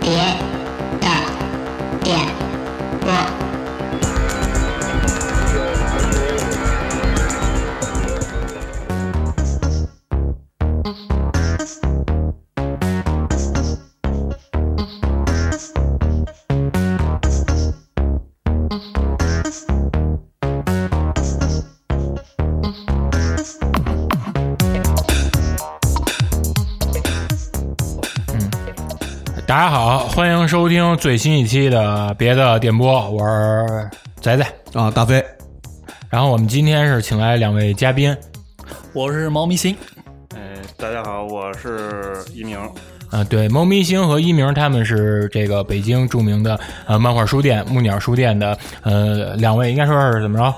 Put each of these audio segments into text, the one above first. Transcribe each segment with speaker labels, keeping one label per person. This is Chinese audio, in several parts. Speaker 1: 别的点播。
Speaker 2: 大家好，欢迎收听最新一期的别的电波，我是仔仔。
Speaker 3: 啊，大飞，
Speaker 2: 然后我们今天是请来两位嘉宾，
Speaker 4: 我是毛迷星，
Speaker 5: 哎，大家好，我是一鸣。
Speaker 2: 呃，对，猫咪星和一鸣他们是这个北京著名的呃漫画书店木鸟书店的呃两位，应该说是怎么着，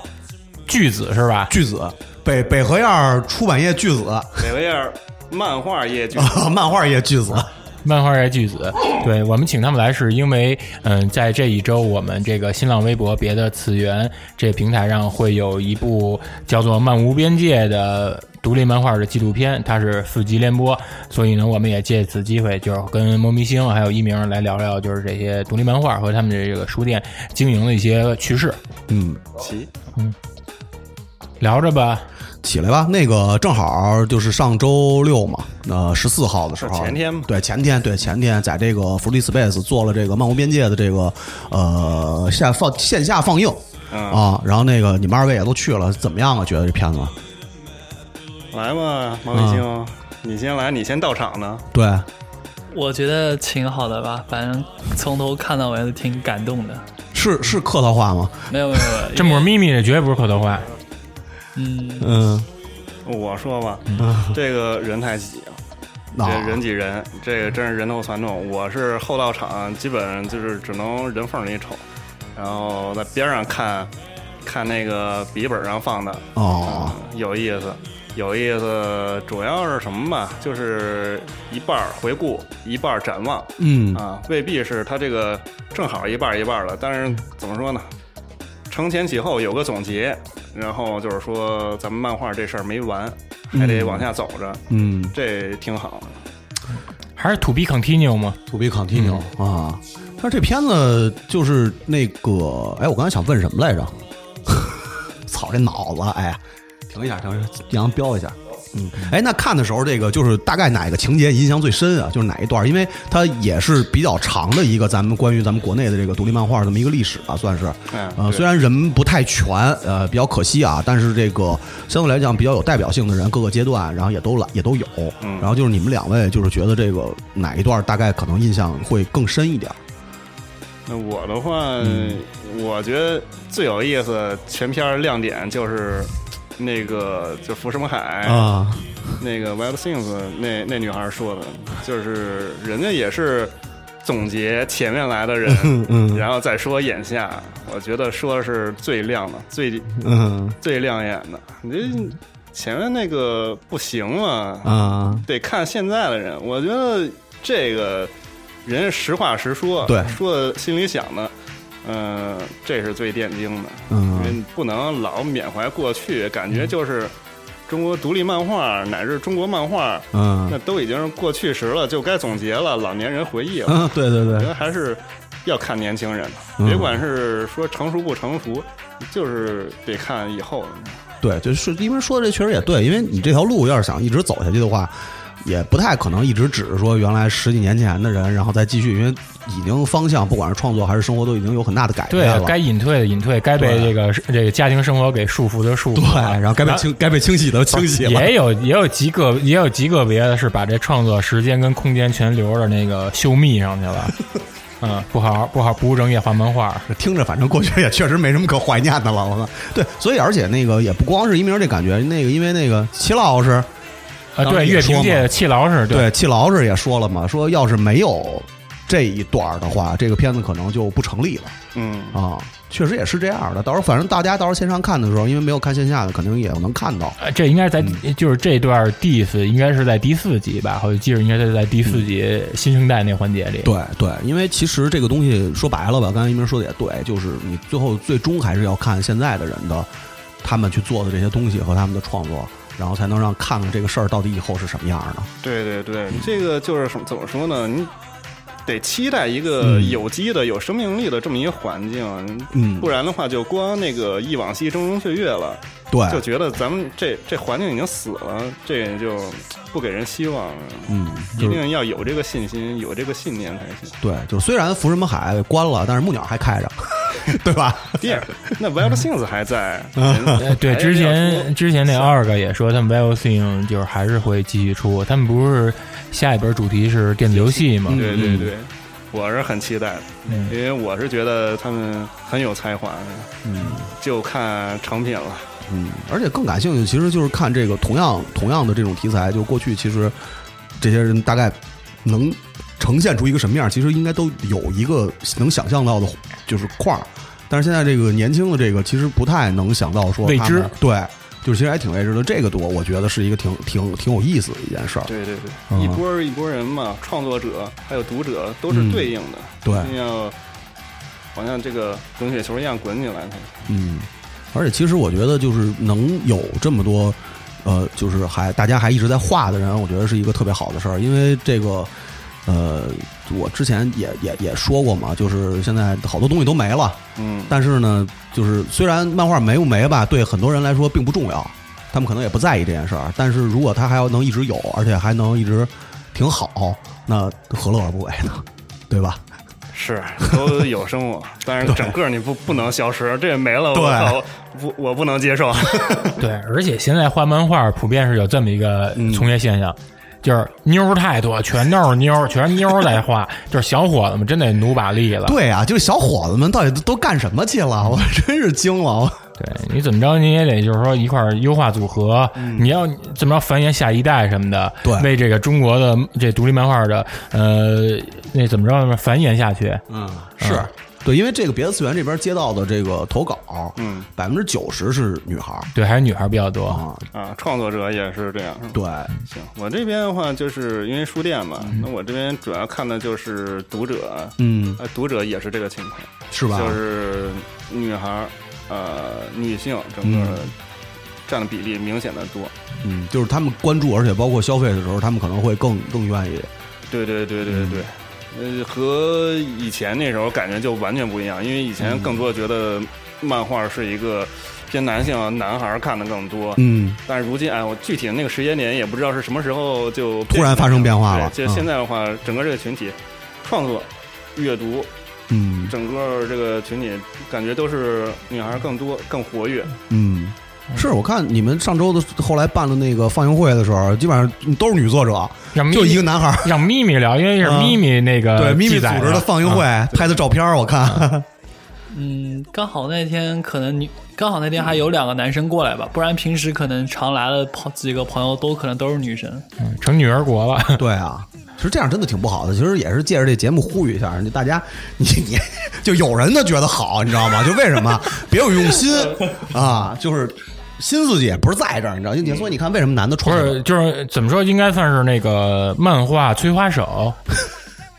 Speaker 2: 巨子是吧？
Speaker 3: 巨子，北北河院出版业巨子，
Speaker 5: 北维尔漫画业剧，
Speaker 3: 漫画业巨子，
Speaker 2: 漫画界巨子，对我们请他们来是因为，嗯，在这一周我们这个新浪微博别的次元这平台上会有一部叫做《漫无边界》的独立漫画的纪录片，它是四集联播，所以呢，我们也借此机会就是跟猫咪星还有一鸣来聊聊，就是这些独立漫画和他们这个书店经营的一些趣事，
Speaker 3: 嗯，
Speaker 5: 奇
Speaker 2: 聊着吧。
Speaker 3: 起来吧。那个正好就是上周六嘛，呃，十四号的时候，
Speaker 5: 前天嘛
Speaker 3: 对前天，对前天，在这个福利 Space 做了这个漫无边界的这个呃下放线下放映、
Speaker 5: 嗯
Speaker 3: 啊，然后那个你们二位也都去了，怎么样啊？觉得这片子？
Speaker 5: 来嘛，毛卫星，你先来，你先到场呢。
Speaker 3: 对，
Speaker 4: 我觉得挺好的吧，反正从头看到尾都挺感动的。
Speaker 3: 是是客套话吗？
Speaker 4: 没有没有没 有，
Speaker 2: 这
Speaker 4: 因为
Speaker 2: 不是咪咪，这绝对不是口头话。
Speaker 4: 嗯，
Speaker 3: 嗯，
Speaker 5: 我说吧，这个人太挤啊，
Speaker 3: 啊
Speaker 5: 这人挤人，这个真是人头攒动。我是后到场，基本就是只能人缝里瞅，然后在边上看，看那个笔记本上放的，
Speaker 3: 哦，
Speaker 5: 有意思，有意思。主要是什么吧？就是一半儿回顾，一半儿展望。
Speaker 3: 嗯
Speaker 5: 啊，未必是他这个正好一半儿一半儿了，但是怎么说呢？承前启后有个总结，然后就是说咱们漫画这事儿没完，还得往下走着，
Speaker 3: 嗯
Speaker 5: 这挺好。
Speaker 2: 还是 To be continue 吗？
Speaker 3: To be continue、啊。但是这片子就是那个，哎，我刚才想问什么来着？ 操，这脑子，哎，停一下，停一下，杨标一下。嗯，哎，那看的时候，这个就是大概哪个情节印象最深啊？就是哪一段？因为它也是比较长的一个咱们关于咱们国内的这个独立漫画这么一个历史吧，算是。
Speaker 5: 嗯
Speaker 3: 呃，
Speaker 5: 对
Speaker 3: 虽然人不太全，呃，比较可惜啊，但是这个相对来讲比较有代表性的人，各个阶段，然后也都来也都有。
Speaker 5: 嗯
Speaker 3: 然后就是你们两位，就是觉得这个哪一段大概可能印象会更深一点？
Speaker 5: 那我的话，
Speaker 3: 嗯
Speaker 5: 我觉得最有意思，全片儿亮点就是那个就福什么海
Speaker 3: 啊，
Speaker 5: 那个 Web Things 那那女孩说的，就是人家也是总结前面来的人，
Speaker 3: 嗯
Speaker 5: 然后再说眼下，我觉得说的是最亮的、最
Speaker 3: 嗯
Speaker 5: 最亮眼的。你这前面那个不行嘛，
Speaker 3: 啊，
Speaker 5: 得看现在的人。我觉得这个人家实话实说，
Speaker 3: 对
Speaker 5: 说的心里想的。嗯、这是最电惊的，因为
Speaker 3: 嗯
Speaker 5: 你不能老缅怀过去，感觉就是中国独立漫画乃至中国漫画那
Speaker 3: 嗯
Speaker 5: 都已经是过去时了，就该总结了，老年人回忆了。
Speaker 3: 嗯， 对对
Speaker 5: 我觉
Speaker 3: 对，
Speaker 5: 得还是要看年轻人的，
Speaker 3: 嗯
Speaker 5: 别管是说成熟不成熟，就是得看以后的。
Speaker 3: 对，就是因为说的这确实也对，因为你这条路要是想一直走下去的话，也不太可能一直只是说原来十几年前的人，然后再继续，因为已经方向，不管是创作还是生活，都已经有很大的改
Speaker 2: 对
Speaker 3: 变
Speaker 2: 啊
Speaker 3: 了。，
Speaker 2: 该隐退的隐退，该被
Speaker 3: 对
Speaker 2: 这个这个家庭生活给束缚的束缚
Speaker 3: 对，
Speaker 2: 啊，
Speaker 3: 然后啊该被清该被清洗的清洗了。
Speaker 2: 也有也有极个也有极个别的是把这创作时间跟空间全留着那个秀密上去了，嗯，不好不好不务正业画漫画，
Speaker 3: 听着，反正过去也确实没什么可怀念的了。我操，对，所以而且那个也不光是一鸣这感觉，那个因为那个齐老师，
Speaker 2: 啊，
Speaker 3: 当时
Speaker 2: 对，
Speaker 3: 也
Speaker 2: 乐
Speaker 3: 说
Speaker 2: 评界
Speaker 3: 嘛
Speaker 2: 的气牢是，
Speaker 3: 对，齐老师也说了嘛，说要是没有这一段儿的话，这个片子可能就不成立了
Speaker 5: 嗯，
Speaker 3: 啊。确实也是这样的，到时候反正大家到时候线上看的时候，因为没有看线下的，肯定也能看到。
Speaker 2: 呃这应该是在就是这段 diss 应该是在第四集吧，我记着应该是在第四集新生代那环节里，
Speaker 3: 对对，因为其实这个东西说白了吧，刚才一鸣说的也对，就是你最后最终还是要看现在的人的他们去做的这些东西和他们的创作，然后才能让看看这个事儿到底以后是什么样的。
Speaker 5: 对对对，这个就是什么怎么说呢？你得期待一个有机的、有生命力的这么一个环境，
Speaker 3: 嗯
Speaker 5: 不然的话就光那个忆往昔峥嵘岁月了，
Speaker 3: 对，
Speaker 5: 就觉得咱们这这环境已经死了，这也就不给人希望了。
Speaker 3: 嗯，
Speaker 5: 一
Speaker 3: 就是
Speaker 5: 定要有这个信心，有这个信念才行。
Speaker 3: 对，就是虽然福什么海关了，但是木鸟还开 着，对吧？
Speaker 5: 第二，那 Wild Things 还在，人
Speaker 2: 呃，对，
Speaker 5: 还
Speaker 2: 之
Speaker 5: 是要
Speaker 2: 前
Speaker 5: 出
Speaker 2: 之前那二个也说，他们 v i o s i n g 就是还是会继续出。他们不是下一本主题是电子游戏嘛？
Speaker 5: 对对
Speaker 2: 嗯
Speaker 5: 对，我是很期待的，
Speaker 2: 嗯
Speaker 5: 因为我是觉得他们很有才华，
Speaker 3: 嗯
Speaker 5: 就看成品了。
Speaker 3: 嗯，而且更感兴趣，其实就是看这个同样同样的这种题材，就过去其实这些人大概能呈现出一个什么样，其实应该都有一个能想象到的，就是块儿。但是现在这个年轻的这个，其实不太能想到说
Speaker 2: 未
Speaker 3: 他们
Speaker 2: 知
Speaker 3: 对，就是其实还挺未知的。这个多，我觉得是一个挺挺挺有意思的一件事儿。
Speaker 5: 对对对，
Speaker 3: 嗯
Speaker 5: 一波儿一波儿人嘛，创作者还有读者都是
Speaker 3: 嗯
Speaker 5: 对应的，
Speaker 3: 对
Speaker 5: 一定要好像这个滚雪球一样滚起来才行。
Speaker 3: 嗯，而且其实我觉得就是能有这么多，呃，就是还大家还一直在画的人，我觉得是一个特别好的事儿，因为这个。呃，我之前也也也说过嘛，就是现在好多东西都没了，
Speaker 5: 嗯，
Speaker 3: 但是呢，就是虽然漫画没不没吧，对很多人来说并不重要，他们可能也不在意这件事儿。但是如果他还要能一直有，而且还能一直挺好，那何乐而不为呢？对吧？
Speaker 5: 是都有 生活，但是整个你不不能消失，这没了，我
Speaker 3: 对
Speaker 5: 靠，不我不能接受。
Speaker 2: 对，而且现在画漫画普遍是有这么一个
Speaker 3: 嗯
Speaker 2: 从业现象，就是妞儿太多，全都是妞儿，全是妞儿在画， 就是小伙子们真得努把力了。
Speaker 3: 对啊，就是小伙子们到底都干什么去了？我真是惊了。我
Speaker 2: 对，你怎么着你也得就是说一块儿优化组合，你要怎么着繁衍下一代什么的，
Speaker 3: 嗯对
Speaker 2: 为这个中国的这独立漫画的呃那怎么着繁衍下去，
Speaker 3: 嗯，是对，因为这个别的次元这边接到的这个投稿，
Speaker 5: 嗯
Speaker 3: 百分之九十是女孩儿
Speaker 2: 对，还是女孩比较多。
Speaker 3: 啊，
Speaker 5: 啊，创作者也是这样。
Speaker 3: 对，
Speaker 5: 行，我这边的话就是因为书店嘛，那我这边主要看的就是读者，
Speaker 3: 嗯，
Speaker 5: 呃，读者也是这个情况，
Speaker 3: 是吧？
Speaker 5: 就是女孩儿，呃，女性整个
Speaker 3: 嗯
Speaker 5: 占的比例明显的多。
Speaker 3: 嗯，就是他们关注，而且包括消费的时候，他们可能会更更愿意，
Speaker 5: 对对对对对。
Speaker 3: 嗯
Speaker 5: 呃，和以前那时候感觉就完全不一样，因为以前更多觉得漫画是一个偏男性啊男孩儿看的更多，
Speaker 3: 嗯，
Speaker 5: 但是如今哎，我具体的那个时间点也不知道是什么时候就
Speaker 3: 突然发生变化了
Speaker 5: 对，
Speaker 3: 嗯
Speaker 5: 就现在的话，整个这个群体创作、阅读，
Speaker 3: 嗯
Speaker 5: 整个这个群体感觉都是女孩更多、更活跃。
Speaker 3: 嗯。是我看你们上周的后来办了那个放映会的时候，基本上都是女作者，
Speaker 2: 让咪
Speaker 3: 就一个男孩儿。
Speaker 2: 让咪咪聊，因为是
Speaker 3: 嗯
Speaker 2: 咪咪那个、
Speaker 3: 对，咪咪
Speaker 2: 记
Speaker 3: 组
Speaker 2: 载
Speaker 3: 织的啊放映会
Speaker 2: 啊
Speaker 3: 拍的照片儿，我看。
Speaker 4: 嗯，刚好那天可能你刚好那天还有两个男生过来吧，不然平时可能常来的朋几个朋友都可能都是女生。
Speaker 2: 嗯成女儿国了。
Speaker 3: 对啊，其实这样真的挺不好的。其实也是借着这节目呼吁一下，就大家， 你你就有人他觉得好，你知道吗？就为 什么别有用心啊？就是心自己也不是在这儿，你知道？你所以你看，为什么男的
Speaker 2: 不
Speaker 3: 创
Speaker 2: 是，就是怎么说，应该算是那个漫画催花 手，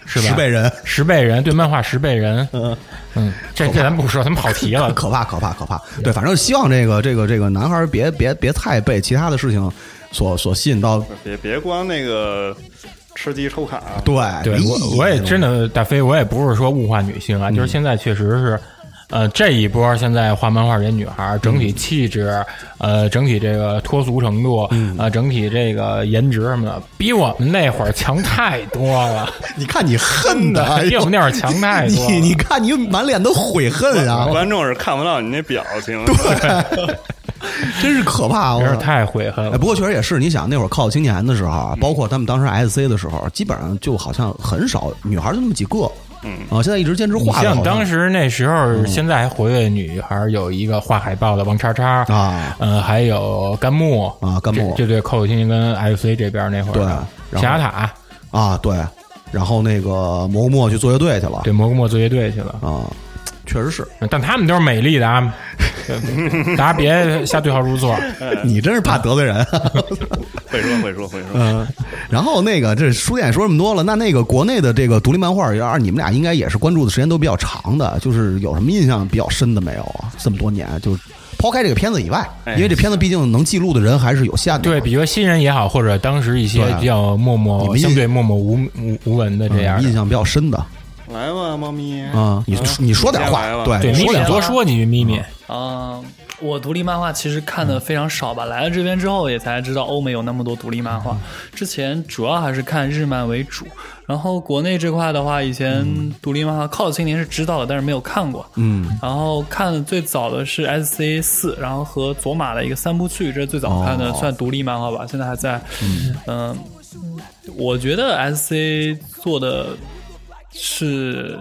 Speaker 2: 是吧？
Speaker 3: 十倍人，
Speaker 2: 十倍人对漫画十倍人，
Speaker 3: 嗯
Speaker 2: 嗯，这这咱不说，咱们跑题了。
Speaker 3: 可怕可怕可怕。对，反正希望这个这个这个男孩儿别别别太被其他的事情所所吸引到。
Speaker 5: 别别光那个吃鸡抽卡，啊
Speaker 3: 对，哎
Speaker 2: 对
Speaker 3: 没意
Speaker 2: 我
Speaker 3: 义
Speaker 2: 我也
Speaker 3: 这种
Speaker 2: 真的，大飞，我也不是说物化女
Speaker 3: 嗯
Speaker 2: 性啊，就是现在确实是。呃，这一波现在画漫画这些女孩儿，整体气质，
Speaker 3: 嗯
Speaker 2: 呃，整体这个脱俗程度，呃，整体这个颜值什么的，比我们那会儿强太多 了，
Speaker 3: 你看你恨的，哎
Speaker 2: 比
Speaker 3: 呦
Speaker 2: 我们那会儿强太多了。
Speaker 3: 你你看你满脸的悔恨啊，
Speaker 5: 观众是看不到你那表情。
Speaker 3: 真是可怕！我
Speaker 2: 真是太悔恨
Speaker 3: 哎，
Speaker 2: 了。
Speaker 3: 不过确实也是，你想那会儿靠青年的时候啊，包括他们当时 SC 的时候，基本上就好像很少女孩，就那么几个。
Speaker 5: 嗯
Speaker 3: 啊，现在一直坚持
Speaker 2: 你
Speaker 3: 画的好
Speaker 2: 像
Speaker 3: 像。嗯
Speaker 2: 当时那时候，现在还活跃的女孩儿有一个画海报的王叉叉
Speaker 3: 啊，
Speaker 2: 嗯，还有甘木
Speaker 3: 啊甘木
Speaker 2: 这这对寇青跟 FC 这边那会儿
Speaker 3: 对
Speaker 2: 的
Speaker 3: 然后
Speaker 2: 象牙塔
Speaker 3: 啊，对，然后那个蘑菇墨去做乐队去了
Speaker 2: 对蘑菇墨做乐队去了，
Speaker 3: 啊，确实是
Speaker 2: 但他们都是美丽的 啊，对大家别瞎对号入座。
Speaker 3: 你真是怕得罪人。
Speaker 5: 会说会说会说，
Speaker 3: 嗯， 然后那个这书店说这么多了，那那个国内的这个独立漫画，要是你们俩应该也是关注的时间都比较长的，就是有什么印象比较深的没有啊？这么多年，就是抛开这个片子以外，
Speaker 5: 哎
Speaker 3: 因为这片子毕竟能记录的人还是有限的。
Speaker 2: 对，比如说新人也好，或者当时一些
Speaker 3: 对啊
Speaker 2: 比较默
Speaker 3: 你
Speaker 2: 默、
Speaker 3: 们印
Speaker 2: 相对默默无无无闻的
Speaker 3: 嗯
Speaker 2: 这样的
Speaker 3: 印象比较深的
Speaker 5: 来吧，猫咪
Speaker 3: 啊，你你说点话
Speaker 5: 先来，吧
Speaker 2: 对，
Speaker 3: 对，你
Speaker 2: 咪
Speaker 3: 说嗯
Speaker 2: 咪
Speaker 3: 点
Speaker 4: 话
Speaker 2: 多说你咪咪，
Speaker 4: 啊、我独立漫画其实看的非常少吧，来了这边之后也才知道欧美有那么多独立漫画。之前主要还是看日漫为主，然后国内这块的话，以前独立漫画《靠青年》是知道的，但是没有看过。
Speaker 3: 嗯，
Speaker 4: 然后看的最早的是 S C 四，然后和佐马的一个三部曲，这是最早看的，
Speaker 3: 哦
Speaker 4: 算独立漫画吧，现在还在。嗯、我觉得 S C 做的是。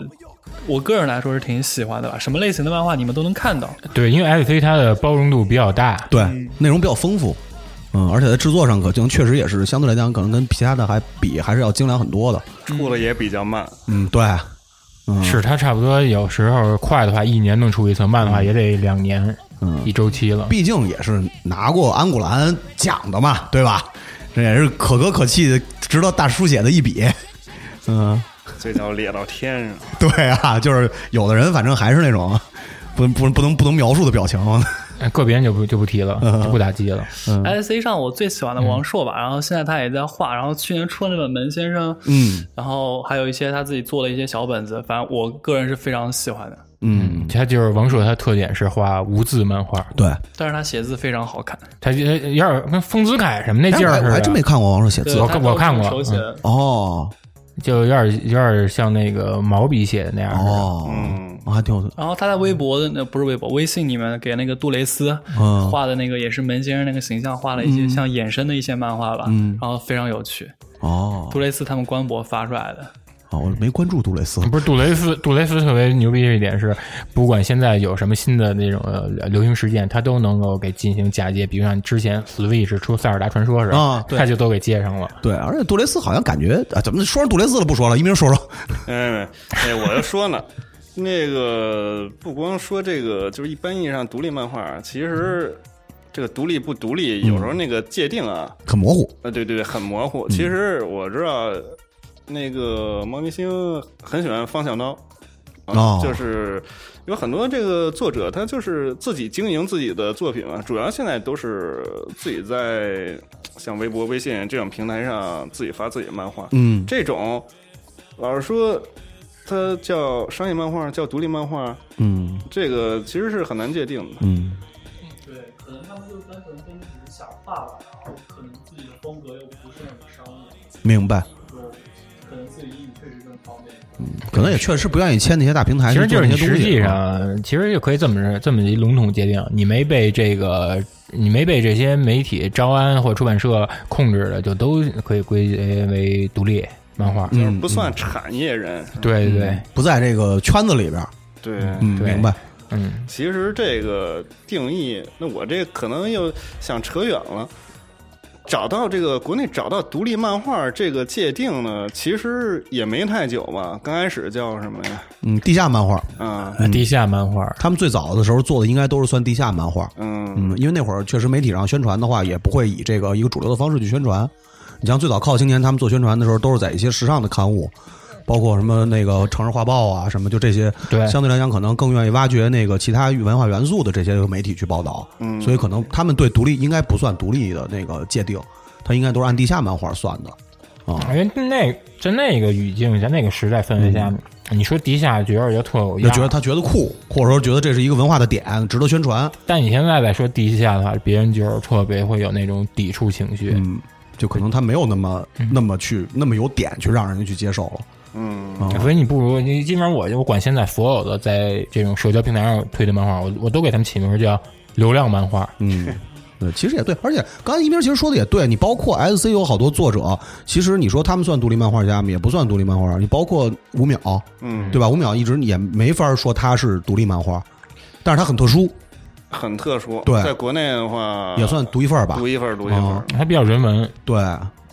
Speaker 4: 我个人来说是挺喜欢的吧，什么类型的漫画你们都能看到，
Speaker 2: 对，因为 S C 它的包容度比较大，
Speaker 3: 对，内容比较丰富，嗯，而且在制作上可能确实也是相对来讲，可能跟其他的还比还是要精良很多的。
Speaker 5: 出的也比较慢，
Speaker 3: 嗯，对，嗯
Speaker 2: 是它差不多有时候快的话一年能出一册，慢的话也得两年
Speaker 3: 嗯
Speaker 2: 一周期了。
Speaker 3: 毕竟也是拿过安古兰奖的嘛，对吧？这也是可歌可泣的，值得大书写的一笔。嗯，
Speaker 5: 这叫裂到天上。
Speaker 3: 对啊，就是有的人反正还是那种不不不能不能描述的表情。
Speaker 2: 哎个别人就不就不提了，
Speaker 3: 嗯
Speaker 2: 就不打击了。
Speaker 4: S A 上我最喜欢的王朔吧，然后现在他也在画，然后去年出了那本《门先生》，
Speaker 3: 嗯，
Speaker 4: 然后还有一些他自己做的一些小本子，反正我个人是非常喜欢的，
Speaker 3: 嗯，
Speaker 2: 它就是王朔，它特点是画无字漫画，
Speaker 3: 对。
Speaker 4: 但是他写字非非常好看，
Speaker 2: 它就有点跟丰子恺什么那
Speaker 3: 哎
Speaker 2: 劲儿
Speaker 3: 我还
Speaker 2: 似的。
Speaker 3: 我还真没看过王朔写字
Speaker 4: 对
Speaker 2: 我
Speaker 4: 他
Speaker 2: 看
Speaker 4: 都
Speaker 2: 我
Speaker 4: 是
Speaker 2: 看过嗯
Speaker 4: 手写的，
Speaker 3: 哦
Speaker 2: 就有点有点像那个毛笔写的那样似的。
Speaker 3: 哦，
Speaker 5: 嗯，
Speaker 3: 还挺有
Speaker 4: 然后他在微博的那不是微博，微信里面给那个杜蕾斯
Speaker 3: 嗯
Speaker 4: 画的那个也是门先生那个形象画了一些像衍生的一些漫画吧，然后非常有趣，
Speaker 3: 嗯哦
Speaker 4: 杜蕾斯他们官博发出来的，
Speaker 3: 哦，我没关注杜蕾斯。
Speaker 2: 不是杜蕾斯，杜蕾斯特别牛逼的一点是，不管现在有什么新的那种呃流行事件，他都能够给进行嫁接。比如像之前 Switch 出《塞尔达传说》时，
Speaker 3: 啊对
Speaker 2: 他就都给接上了。
Speaker 3: 对，而且杜蕾斯好像感觉啊，怎么说上杜蕾斯了？不说了，一鸣说说。
Speaker 5: 哎哎，我就说呢，那个不光说这个，就是一般意义上独立漫画，其实这个独立不独立，有时候那个界定啊，
Speaker 3: 很模糊。
Speaker 5: 呃，对对，很模糊。其实我知道，那个猫咪星很喜欢方小刀，啊，
Speaker 3: 哦
Speaker 5: 就是有很多这个作者，他就是自己经营自己的作品嘛，主要现在都是自己在像微博、微信这种平台上自己发自己的漫画。
Speaker 3: 嗯
Speaker 5: 这种老实说，它叫商业漫画，叫独立漫画，
Speaker 3: 嗯
Speaker 5: 这个其实是很难界定的。
Speaker 3: 嗯，
Speaker 4: 对，可能他们就单纯跟只是想画吧，然后可能自己的风格又不是那么商业。
Speaker 3: 明白。嗯
Speaker 4: 可能自己英语确实更方便。
Speaker 3: 可能也确实不愿意签那些大平台
Speaker 2: 其
Speaker 3: 去
Speaker 2: 实就
Speaker 3: 做
Speaker 2: 是
Speaker 3: 那
Speaker 2: 你
Speaker 3: 些东西啊，
Speaker 2: 实际上，其实就可以这么着这么一笼统界定，你没被这个，你没被这些媒体招安或出版社控制的，就都可以归结为独立漫画。嗯
Speaker 3: 嗯
Speaker 5: 就是不算产业人，
Speaker 2: 对对对，
Speaker 3: 不在这个圈子里边儿。
Speaker 5: 对，
Speaker 3: 嗯，
Speaker 2: 对
Speaker 3: 明白。
Speaker 2: 嗯，
Speaker 5: 其实这个定义，那我这可能又想扯远了。找到这个国内找到独立漫画这个界定呢，其实也没太久吧。刚开始叫什么呀？
Speaker 3: 嗯，地下漫画，
Speaker 5: 啊，
Speaker 3: 嗯
Speaker 2: 地下漫画，
Speaker 3: 他们最早的时候做的应该都是算地下漫画。
Speaker 5: 嗯，
Speaker 3: 嗯，因为那会儿确实媒体上宣传的话，也不会以这个一个主流的方式去宣传。你像最早靠青年他们做宣传的时候，都是在一些时尚的刊物，包括什么那个《城市画报》啊，什么就这些，
Speaker 2: 对
Speaker 3: 相对来讲可能更愿意挖掘那个其他文化元素的这些媒体去报道。嗯，所以可能他们对独立应该不算独立的那个界定，它应该都是按地下漫画算的。
Speaker 2: 因为那在那个语境下、那个时代氛围下，你说地下觉得就特有
Speaker 3: 就
Speaker 2: 样儿，
Speaker 3: 嗯觉得他觉得酷，或者说觉得这是一个文化的点，值得宣传，
Speaker 2: 但你现在再说地下的话，别人就是特别会有那种抵触情绪。
Speaker 3: 嗯，就可能他没有那么
Speaker 2: 嗯
Speaker 3: 那么去那么有点去让人家去接受了。
Speaker 5: 嗯，
Speaker 3: 嗯
Speaker 2: 所以你不如你，基本上我我管现在所有的在这种社交平台上推的漫画，我我都给他们起名叫流量漫画。
Speaker 3: 嗯，对，其实也对，而且刚才一鸣其实说的也对，你包括 S C 有好多作者，其实你说他们算独立漫画家吗？也不算独立漫画，你包括五秒，
Speaker 5: 嗯，
Speaker 3: 对吧？五秒一直也没法说他是独立漫画，但是他很特殊，
Speaker 5: 很特殊。
Speaker 3: 对
Speaker 5: 在国内的话，
Speaker 3: 也算独一份儿吧
Speaker 5: 读，啊一份儿读一份儿
Speaker 3: 啊。
Speaker 2: 它比较人文，
Speaker 3: 对，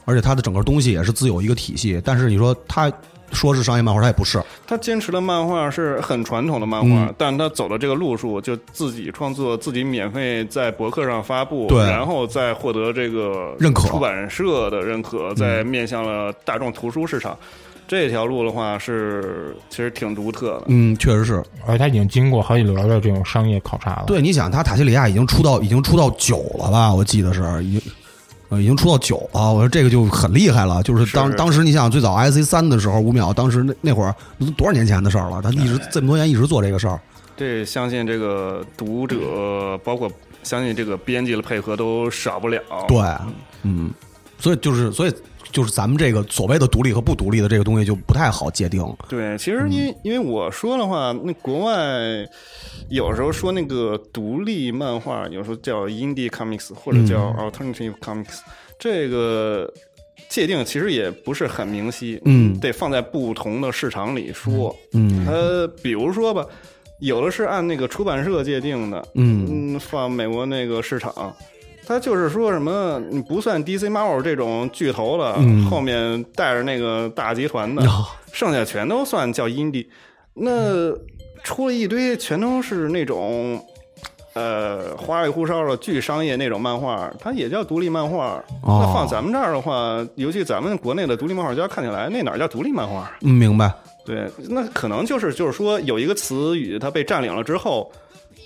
Speaker 3: 而且他的整个东西也是自有一个体系，但是你说他说是商业漫画，他也不是，
Speaker 5: 他坚持的漫画是很传统的漫画，
Speaker 3: 嗯
Speaker 5: 但他走的这个路数，就自己创作，自己免费在博客上发布，
Speaker 3: 对
Speaker 5: 然后再获得这个
Speaker 3: 认可嗯
Speaker 5: 出版社的认可，再面向了大众图书市场。这条路的话是其实挺独特的。
Speaker 3: 嗯，确实是。
Speaker 2: 而且他已经经过好几轮的这种商业考察了。
Speaker 3: 对，你想，他塔西里亚已经出到已经出到九了吧？我记得是已经。呃，已经出到九了，我说这个就很厉害了。就是当
Speaker 5: 是是
Speaker 3: 当时你想最早 IC 三的时候，五秒，当时那那会儿那都多少年前的事儿了？他一直这么多年一直做这个事儿，
Speaker 5: 这相信这个读者，包括相信这个编辑的配合都少不了。
Speaker 3: 对，嗯，所以就是所以就是咱们这个所谓的独立和不独立的这个东西就不太好界定，
Speaker 5: 对，其实
Speaker 3: 嗯
Speaker 5: 因为因为我说的话，那国外有时候说那个独立漫画，有时候叫 indie comics 或
Speaker 3: 嗯
Speaker 5: 者叫 alternative comics，、这个界定其实也不是很明晰，
Speaker 3: 嗯
Speaker 5: 得放在不同的市场里说，
Speaker 3: 嗯
Speaker 5: 呃，比如说吧，有的是按那个出版社界定的，
Speaker 3: 嗯
Speaker 5: 嗯，放美国那个市场。他就是说什么，你不算 DC、Marvel 这种巨头的，
Speaker 3: 嗯
Speaker 5: 后面带着那个大集团的，
Speaker 3: 啊
Speaker 5: 剩下全都算叫 indie。那出了一堆，全都是那种呃花里胡哨的巨商业那种漫画，它也叫独立漫画。
Speaker 3: 哦
Speaker 5: 那放咱们这儿的话，尤其咱们国内的独立漫画家看起来，那哪叫独立漫画？
Speaker 3: 嗯，明白，
Speaker 5: 对，那可能就是就是说有一个词语它被占领了之后。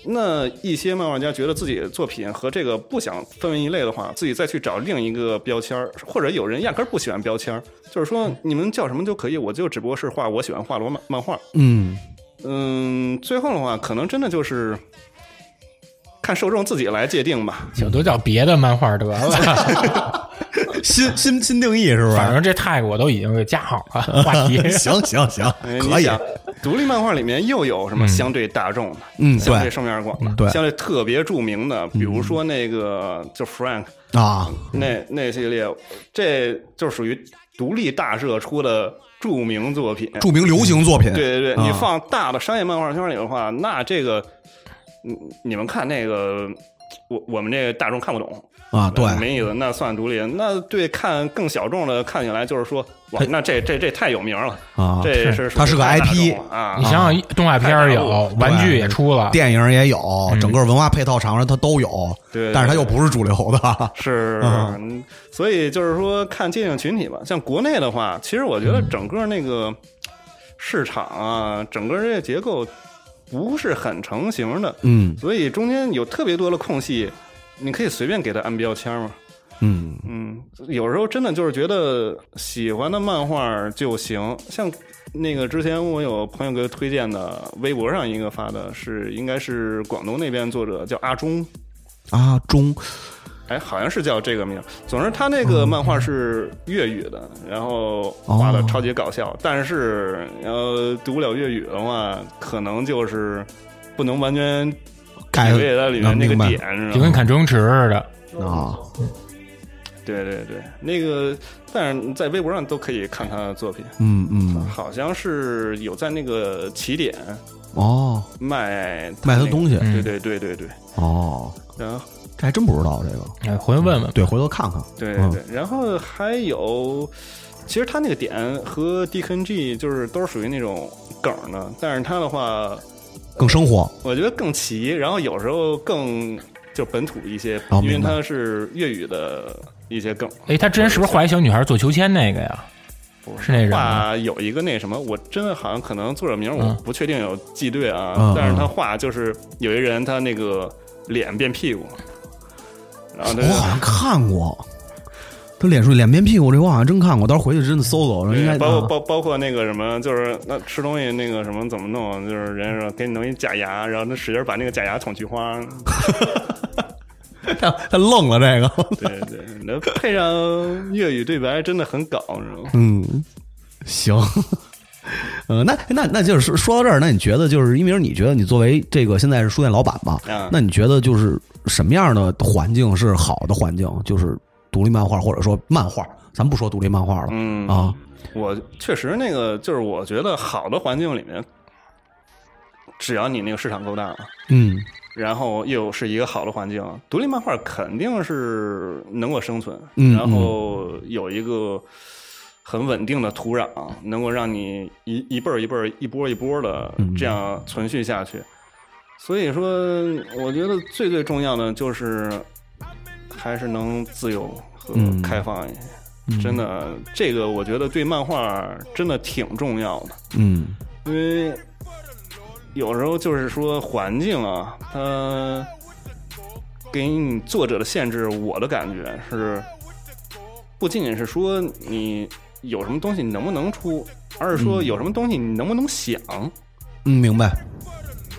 Speaker 5: 那一些漫画家觉得自己的作品和这个不想分为一类的话，自己再去找另一个标签儿，或者有人压根儿不喜欢标签儿，就是说你们叫什么就可以，我就只不过是画我喜欢画罗漫漫画。
Speaker 3: 嗯
Speaker 5: 嗯，最后的话，可能真的就是看受众自己来界定吧。
Speaker 2: 行，都叫别的漫画得 了。
Speaker 3: 新新新定义是不
Speaker 2: 反正这泰国都已经给加好了话 题。
Speaker 3: 行行行
Speaker 5: 哎，
Speaker 3: 可
Speaker 5: 你
Speaker 3: 以，
Speaker 5: 想独立漫画里面又有什么相对大众的，
Speaker 3: 嗯
Speaker 5: 相对
Speaker 3: 对
Speaker 5: 受面广的，
Speaker 3: 对嗯
Speaker 5: 相对特别著名的，比如说那个就 Frank
Speaker 3: 啊，
Speaker 5: 那那系列，这就属于独立大社出的著名作品。
Speaker 3: 著名流行作品，
Speaker 5: 对对对，
Speaker 3: 啊
Speaker 5: 你放大的商业漫画圈里的话，那这个，嗯你们看那个，我我们这个大众看不懂，
Speaker 3: 啊，对，
Speaker 5: 没意思，那算独立。那对看更小众的看起来就是说，哇，那这这这太有名了，
Speaker 3: 啊
Speaker 5: 这是
Speaker 3: 是它是个
Speaker 5: 太大
Speaker 3: IP
Speaker 5: 众了啊
Speaker 2: 你。想想，动画片儿
Speaker 5: 太大
Speaker 2: 有
Speaker 5: 了，
Speaker 2: 玩具也出
Speaker 5: 啊
Speaker 2: 了，
Speaker 3: 电影也有，整个文化配套场上它都有，
Speaker 5: 嗯对
Speaker 3: 但是它又不是主流的，
Speaker 5: 是，嗯所以就是说看界定群体吧。像国内的话，其实我觉得整个那个市场啊，整个这个结构不是很成型的，
Speaker 3: 嗯
Speaker 5: 所以中间有特别多的空隙，你可以随便给它按标签嘛。
Speaker 3: 嗯
Speaker 5: 嗯，有时候真的就是觉得喜欢的漫画就行，像那个之前我有朋友给我推荐的，微博上一个发的是应该是广东那边作者叫阿忠，
Speaker 3: 啊中
Speaker 5: 哎，好像是叫这个名儿。总之，他那个哦漫画是粤语的，然后画嗯的超级搞笑，但是呃，读不了粤语的话，可能就是不能完全
Speaker 3: 改啊
Speaker 5: 体味到里面那个
Speaker 3: 能明
Speaker 5: 点
Speaker 3: 白，
Speaker 5: 是
Speaker 2: 就跟
Speaker 5: 吧？
Speaker 2: 看周星驰似的。
Speaker 3: 啊，
Speaker 5: 对对对，那个，但是你在微博上都可以看他的作品。
Speaker 3: 嗯嗯
Speaker 5: 好像是有在那个起点
Speaker 3: 哦
Speaker 5: 卖
Speaker 3: 卖他
Speaker 5: 那个
Speaker 3: 东西
Speaker 2: 嗯
Speaker 5: 对对对对对，
Speaker 3: 哦，
Speaker 5: 然后
Speaker 3: 这还真不知道这个，
Speaker 2: 哎，回去问问。
Speaker 3: 对，回头看看，
Speaker 5: 对
Speaker 3: 嗯
Speaker 5: 对，然后还有，其实他那个点和 DKNG 就是都是属于那种梗儿的，但是他的话，
Speaker 3: 更生活
Speaker 5: 我觉得更齐，然后有时候更就本土一些，
Speaker 3: 哦
Speaker 5: 因为
Speaker 3: 明白
Speaker 5: 它是粤语的一些梗。
Speaker 2: 哎，他之前是不是画一小女孩做秋千那个呀？是那人吗？
Speaker 5: 画有一个那什么，我真的好像可能作者名我
Speaker 2: 嗯
Speaker 5: 不确定有记对啊，
Speaker 3: 嗯
Speaker 5: 但是他画就是有一人他那个脸变屁股，然后他就
Speaker 3: 我好像看过。他脸说脸变屁股这我好像真看过，到时候回去真的搜搜，应该
Speaker 5: 对，包括
Speaker 3: 啊
Speaker 5: 包包括那个什么，就是那吃东西那个什么怎么弄，就是人家说给你弄一假牙，然后他使劲把那个假牙捅菊花，
Speaker 3: 他他愣了这个，
Speaker 5: 对对，那配上粤语对白真的很搞，你知道吗？
Speaker 3: 嗯，行， 呃，那那那就是说说到这儿，那你觉得就是因为你觉得你作为这个现在是书店老板嘛，
Speaker 5: 啊
Speaker 3: 那你觉得就是什么样的环境是好的环境？就是独立漫画或者说漫画，咱不说独立漫画了、
Speaker 5: 嗯
Speaker 3: 啊，
Speaker 5: 我确实那个就是我觉得好的环境里面，只要你那个市场够大了。
Speaker 3: 嗯
Speaker 5: 然后又是一个好的环境，独立漫画肯定是能够生存，
Speaker 3: 嗯
Speaker 5: 然后有一个很稳定的土壤，
Speaker 3: 嗯
Speaker 5: 能够让你一一辈儿一辈儿、一波一波的
Speaker 3: 嗯
Speaker 5: 这样存续下去。所以说，我觉得最最重要的就是还是能自由和
Speaker 3: 嗯
Speaker 5: 开放一些。真的，这个我觉得对漫画真的挺重要的，
Speaker 3: 嗯
Speaker 5: 因为有时候就是说环境啊，它给你作者的限制，我的感觉是，不仅仅是说你有什么东西你能不能出，而是说有什么东西你能不能想。
Speaker 3: 嗯，明白。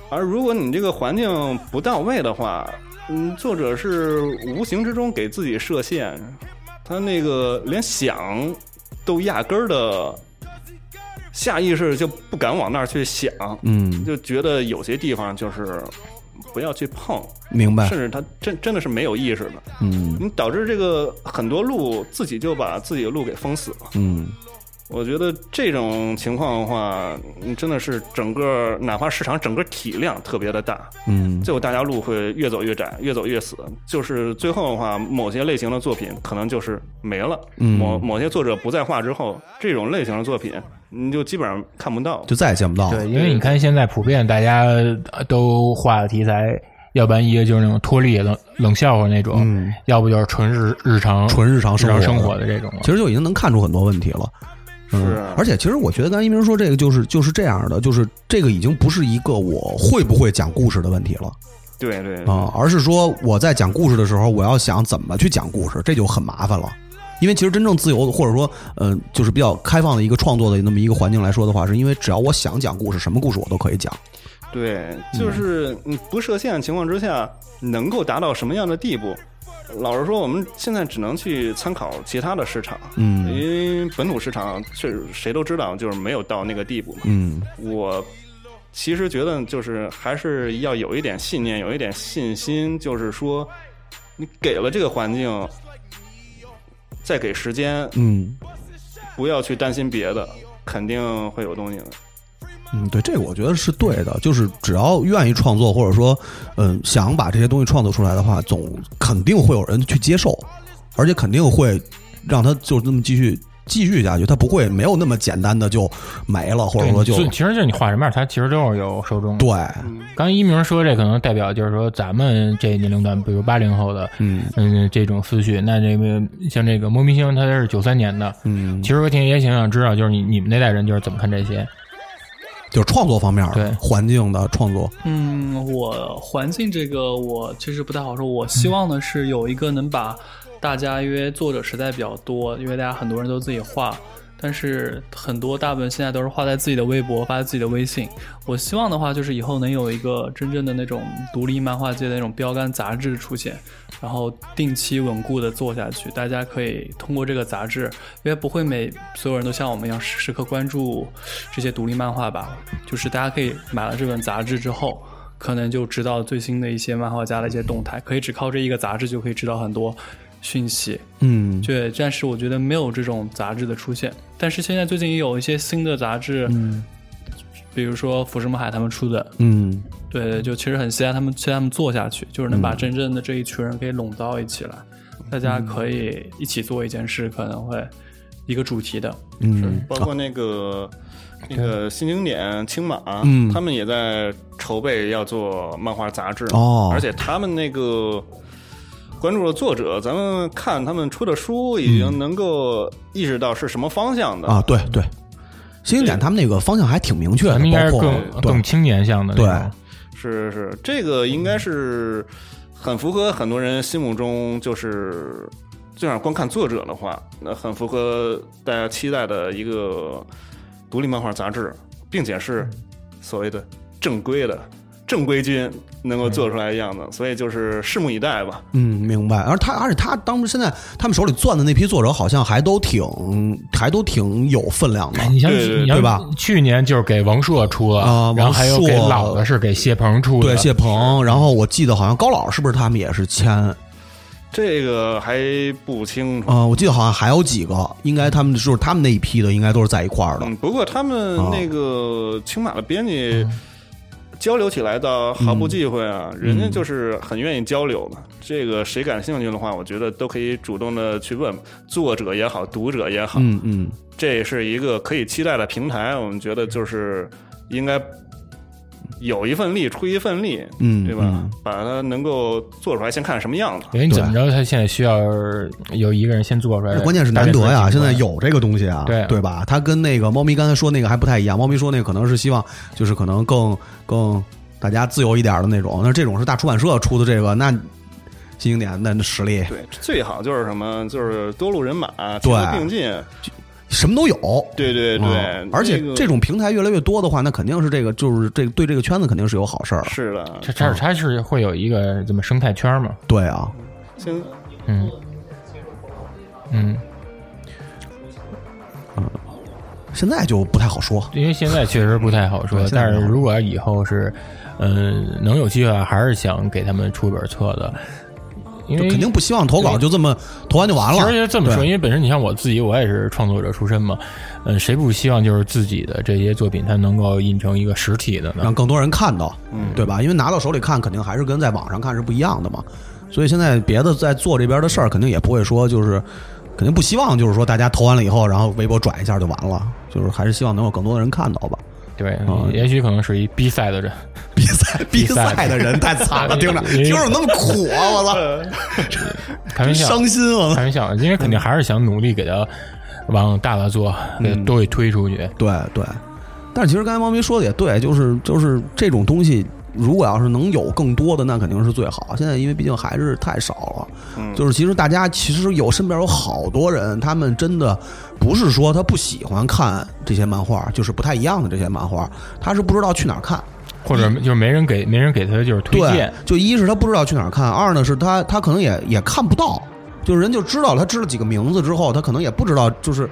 Speaker 5: 而如果你这个环境不到位的话，嗯，作者是无形之中给自己设限，他那个连想都压根儿的下意识就不敢往那儿去想，
Speaker 3: 嗯，
Speaker 5: 就觉得有些地方就是不要去碰，
Speaker 3: 明白
Speaker 5: 甚。至他真真的是没有意识的，
Speaker 3: 嗯
Speaker 5: 你导致这个很多路自己就把自己的路给封死了。
Speaker 3: 嗯
Speaker 5: 我觉得这种情况的话，嗯真的是整个哪怕市场整个体量特别的大，
Speaker 3: 嗯
Speaker 5: 最后大家路会越走越窄，越走越死。就是最后的话，某些类型的作品可能就是没了，
Speaker 3: 嗯
Speaker 5: 某某些作者不再画之后，这种类型的作品你就基本上看不到。
Speaker 3: 就再也见不到了。
Speaker 2: 对，因为你看现在普遍大家呃都画的题材，要不然一个就是那种脱力冷冷笑话那种，
Speaker 3: 嗯
Speaker 2: 要不就是纯日日常
Speaker 3: 纯日常
Speaker 2: 日
Speaker 3: 生活
Speaker 2: 常生活的这种了。
Speaker 3: 其实就已经能看出很多问题了。嗯
Speaker 5: 是啊，
Speaker 3: 而且其实我觉得刚才一鸣说这个就是就是这样的，就是这个已经不是一个我会不会讲故事的问题了
Speaker 5: 对对，
Speaker 3: 啊、而是说我在讲故事的时候，我要想怎么去讲故事，这就很麻烦了。因为其实真正自由的，或者说，呃，就是比较开放的一个创作的那么一个环境来说的话，是因为只要我想讲故事，什么故事我都可以讲。
Speaker 5: 对，就是你不设限的情况之下，能够达到什么样的地步？老实说，我们现在只能去参考其他的市场，
Speaker 3: 嗯
Speaker 5: 因为本土市场确实谁都知道，就是没有到那个地步嘛。
Speaker 3: 嗯
Speaker 5: 我其实觉得就是还是要有一点信念，有一点信心，就是说你给了这个环境，再给时间，
Speaker 3: 嗯
Speaker 5: 不要去担心别的，肯定会有东西的。
Speaker 3: 嗯，对，这个我觉得是对的。就是只要愿意创作，或者说，嗯、想把这些东西创作出来的话，总肯定会有人去接受，而且肯定会让他就这么继续继续下去。他不会没有那么简单的就没了，或者
Speaker 2: 对
Speaker 3: 说就
Speaker 2: 所以其实就是你画什么样，它其实都是有受众的。
Speaker 3: 对，
Speaker 2: 刚才一鸣说这可能代表就是说咱们这年龄段，比如八零后的，
Speaker 3: 嗯
Speaker 2: 嗯，这种思绪。那这个像这个莫明星，他是九三年的，
Speaker 3: 嗯
Speaker 2: 其，实我挺也挺想知道，就是你你们那代人就是怎么看这些？
Speaker 3: 就是创作方面儿
Speaker 2: 对
Speaker 3: 环境的创作，
Speaker 4: 嗯，我环境这个我其实不太好说。我希望的是有一个能把大家，因为作者实在比较多，因为大家很多人都自己画，但是很多大部分现在都是画在自己的微博、发在自己的微信。我希望的话，就是以后能有一个真正的那种独立漫画界的那种标杆杂志出现，然后定期稳固的做下去。大家可以通过这个杂志，因为不会每所有人都像我们一样时时刻关注这些独立漫画吧，就是大家可以买了这本杂志之后。可能就知道最新的一些漫画家的一些动态，可以只靠这一个杂志就可以知道很多讯息。
Speaker 3: 嗯
Speaker 4: 对，但是我觉得没有这种杂志的出现。但是现在最近也有一些新的杂志，
Speaker 3: 嗯
Speaker 4: 比如说福山木海他们出的，
Speaker 3: 嗯
Speaker 4: 对，就其实很期待他们期待他们做下去，就是能把真正的这一群人给拢到一起来，大家可以一起做一件事，可能会一个主题的。
Speaker 3: 嗯
Speaker 5: 包括那个、那个新经典青马，
Speaker 3: 嗯
Speaker 5: 他们也在筹备要做漫画杂志
Speaker 3: 哦
Speaker 5: 而且他们那个关注的作者，咱们看他们出的书，已经能够意识到是什么方向的。
Speaker 3: 嗯啊，对对，新经典他们那个方向还挺明确的，
Speaker 2: 咱们应该是
Speaker 3: 包括
Speaker 2: 更
Speaker 3: 对
Speaker 2: 更青年向的那种。
Speaker 5: 是是，这个应该是很符合很多人心目中就是。就想光看作者的话，那很符合大家期待的一个独立漫画杂志，并且是所谓的正规的正规军能够做出来的样子，所以就是拭目以待吧。
Speaker 3: 嗯，明白。而他，而且他当时现在他们手里攥的那批作者，好像还都挺，还都挺有分量的。
Speaker 2: 哎你想，
Speaker 5: 对对对
Speaker 2: 你想
Speaker 3: 对吧？
Speaker 2: 去年就是给王朔出了，
Speaker 3: 啊
Speaker 2: 然后还有给
Speaker 3: 王朔
Speaker 2: 老的是给谢鹏出的，
Speaker 3: 对，谢鹏，然后我记得好像高老是不是他们也是签啊、
Speaker 5: 这个还不清楚。
Speaker 3: 呃我记得好像还有几个，应该他们就是他们那一批的，应该都是在一块儿的。
Speaker 5: 嗯，不过他们
Speaker 3: 啊
Speaker 5: 那个青马的编辑
Speaker 3: 嗯
Speaker 5: 交流起来倒毫不忌讳啊，人家就是很愿意交流的。
Speaker 3: 嗯
Speaker 5: 这个谁感兴趣的话，我觉得都可以主动的去问作者也好，读者也好，
Speaker 3: 嗯嗯
Speaker 5: 这是一个可以期待的平台。我们觉得就是应该有一份力出一份力，
Speaker 3: 嗯
Speaker 5: 对吧？
Speaker 3: 嗯
Speaker 5: 把它能够做出来，先看什么样子。
Speaker 2: 因为你怎么着，他现在需要有一个人先做出来，
Speaker 3: 关键是难得呀，现在有这个东西啊，
Speaker 2: 对
Speaker 3: 对吧？它跟那个猫咪刚才说那个还不太一样，猫咪说那个可能是希望就是可能更更大家自由一点的那种，那这种是大出版社出的这个，那新经典那实力
Speaker 5: 对，最好就是什么，就是多路人马，
Speaker 3: 对
Speaker 5: 齐头并进，
Speaker 3: 什么都有，
Speaker 5: 对对对，
Speaker 3: 嗯而且
Speaker 5: 那个
Speaker 3: 这种平台越来越多的话，那肯定是这个就是这个对这个圈子肯定是有好事儿，
Speaker 5: 是的，
Speaker 2: 它
Speaker 3: 啊
Speaker 2: 它它是会有一个怎么生态圈嘛？
Speaker 3: 对啊，
Speaker 5: 先
Speaker 2: 嗯嗯，
Speaker 3: 现在就不太好说，
Speaker 2: 因为现在确实不太好说
Speaker 3: 对，现在
Speaker 2: 但
Speaker 3: 不
Speaker 2: 是
Speaker 3: 太好
Speaker 2: 如果以后是，嗯、能有机会还是想给他们出一本册子，因
Speaker 3: 就
Speaker 2: 为
Speaker 3: 肯定不希望投稿就这么投完就完了，
Speaker 2: 其实就这么说，
Speaker 3: 对
Speaker 2: 因为本身你像我自己，我也是创作者出身嘛，嗯，谁不希望就是自己的这些作品它能够印成一个实体的呢
Speaker 3: 让？更多人看到，对吧？因为拿到手里看，肯定还是跟在网上看是不一样的嘛。所以现在别的在做这边的事儿，肯定也不会说就是，肯定不希望就是说大家投完了以后，然后微博转一下就完了，就是还是希望能有更多的人看到吧。
Speaker 2: 对，
Speaker 3: 嗯
Speaker 2: 也许可能是一逼赛的人，
Speaker 3: 比赛比
Speaker 2: 赛
Speaker 3: 赛的人太惨 了，听着
Speaker 2: 因为
Speaker 3: 听着那么苦啊！我 操，
Speaker 2: 开玩
Speaker 3: 真
Speaker 2: 笑，
Speaker 3: 伤心我操
Speaker 2: 开。玩笑，因为肯定还是想努力给它往大了做，给
Speaker 3: 嗯
Speaker 2: 它都给推出去。
Speaker 3: 对对，但是其实刚才猫咪说的也对，就是就是这种东西，如果要是能有更多的，那肯定是最好。现在因为毕竟还是太少了，就是其实大家其实有身边有好多人，他们真的不是说他不喜欢看这些漫画，就是不太一样的这些漫画，他是不知道去哪儿看。
Speaker 2: 或者就是没人给没人给他就是推
Speaker 3: 对
Speaker 2: 荐，，
Speaker 3: 就一是他不知道去哪儿看，二呢是他他可能也也看不到，就是人就知道了，他知道几个名字之后，他可能也不知道就是。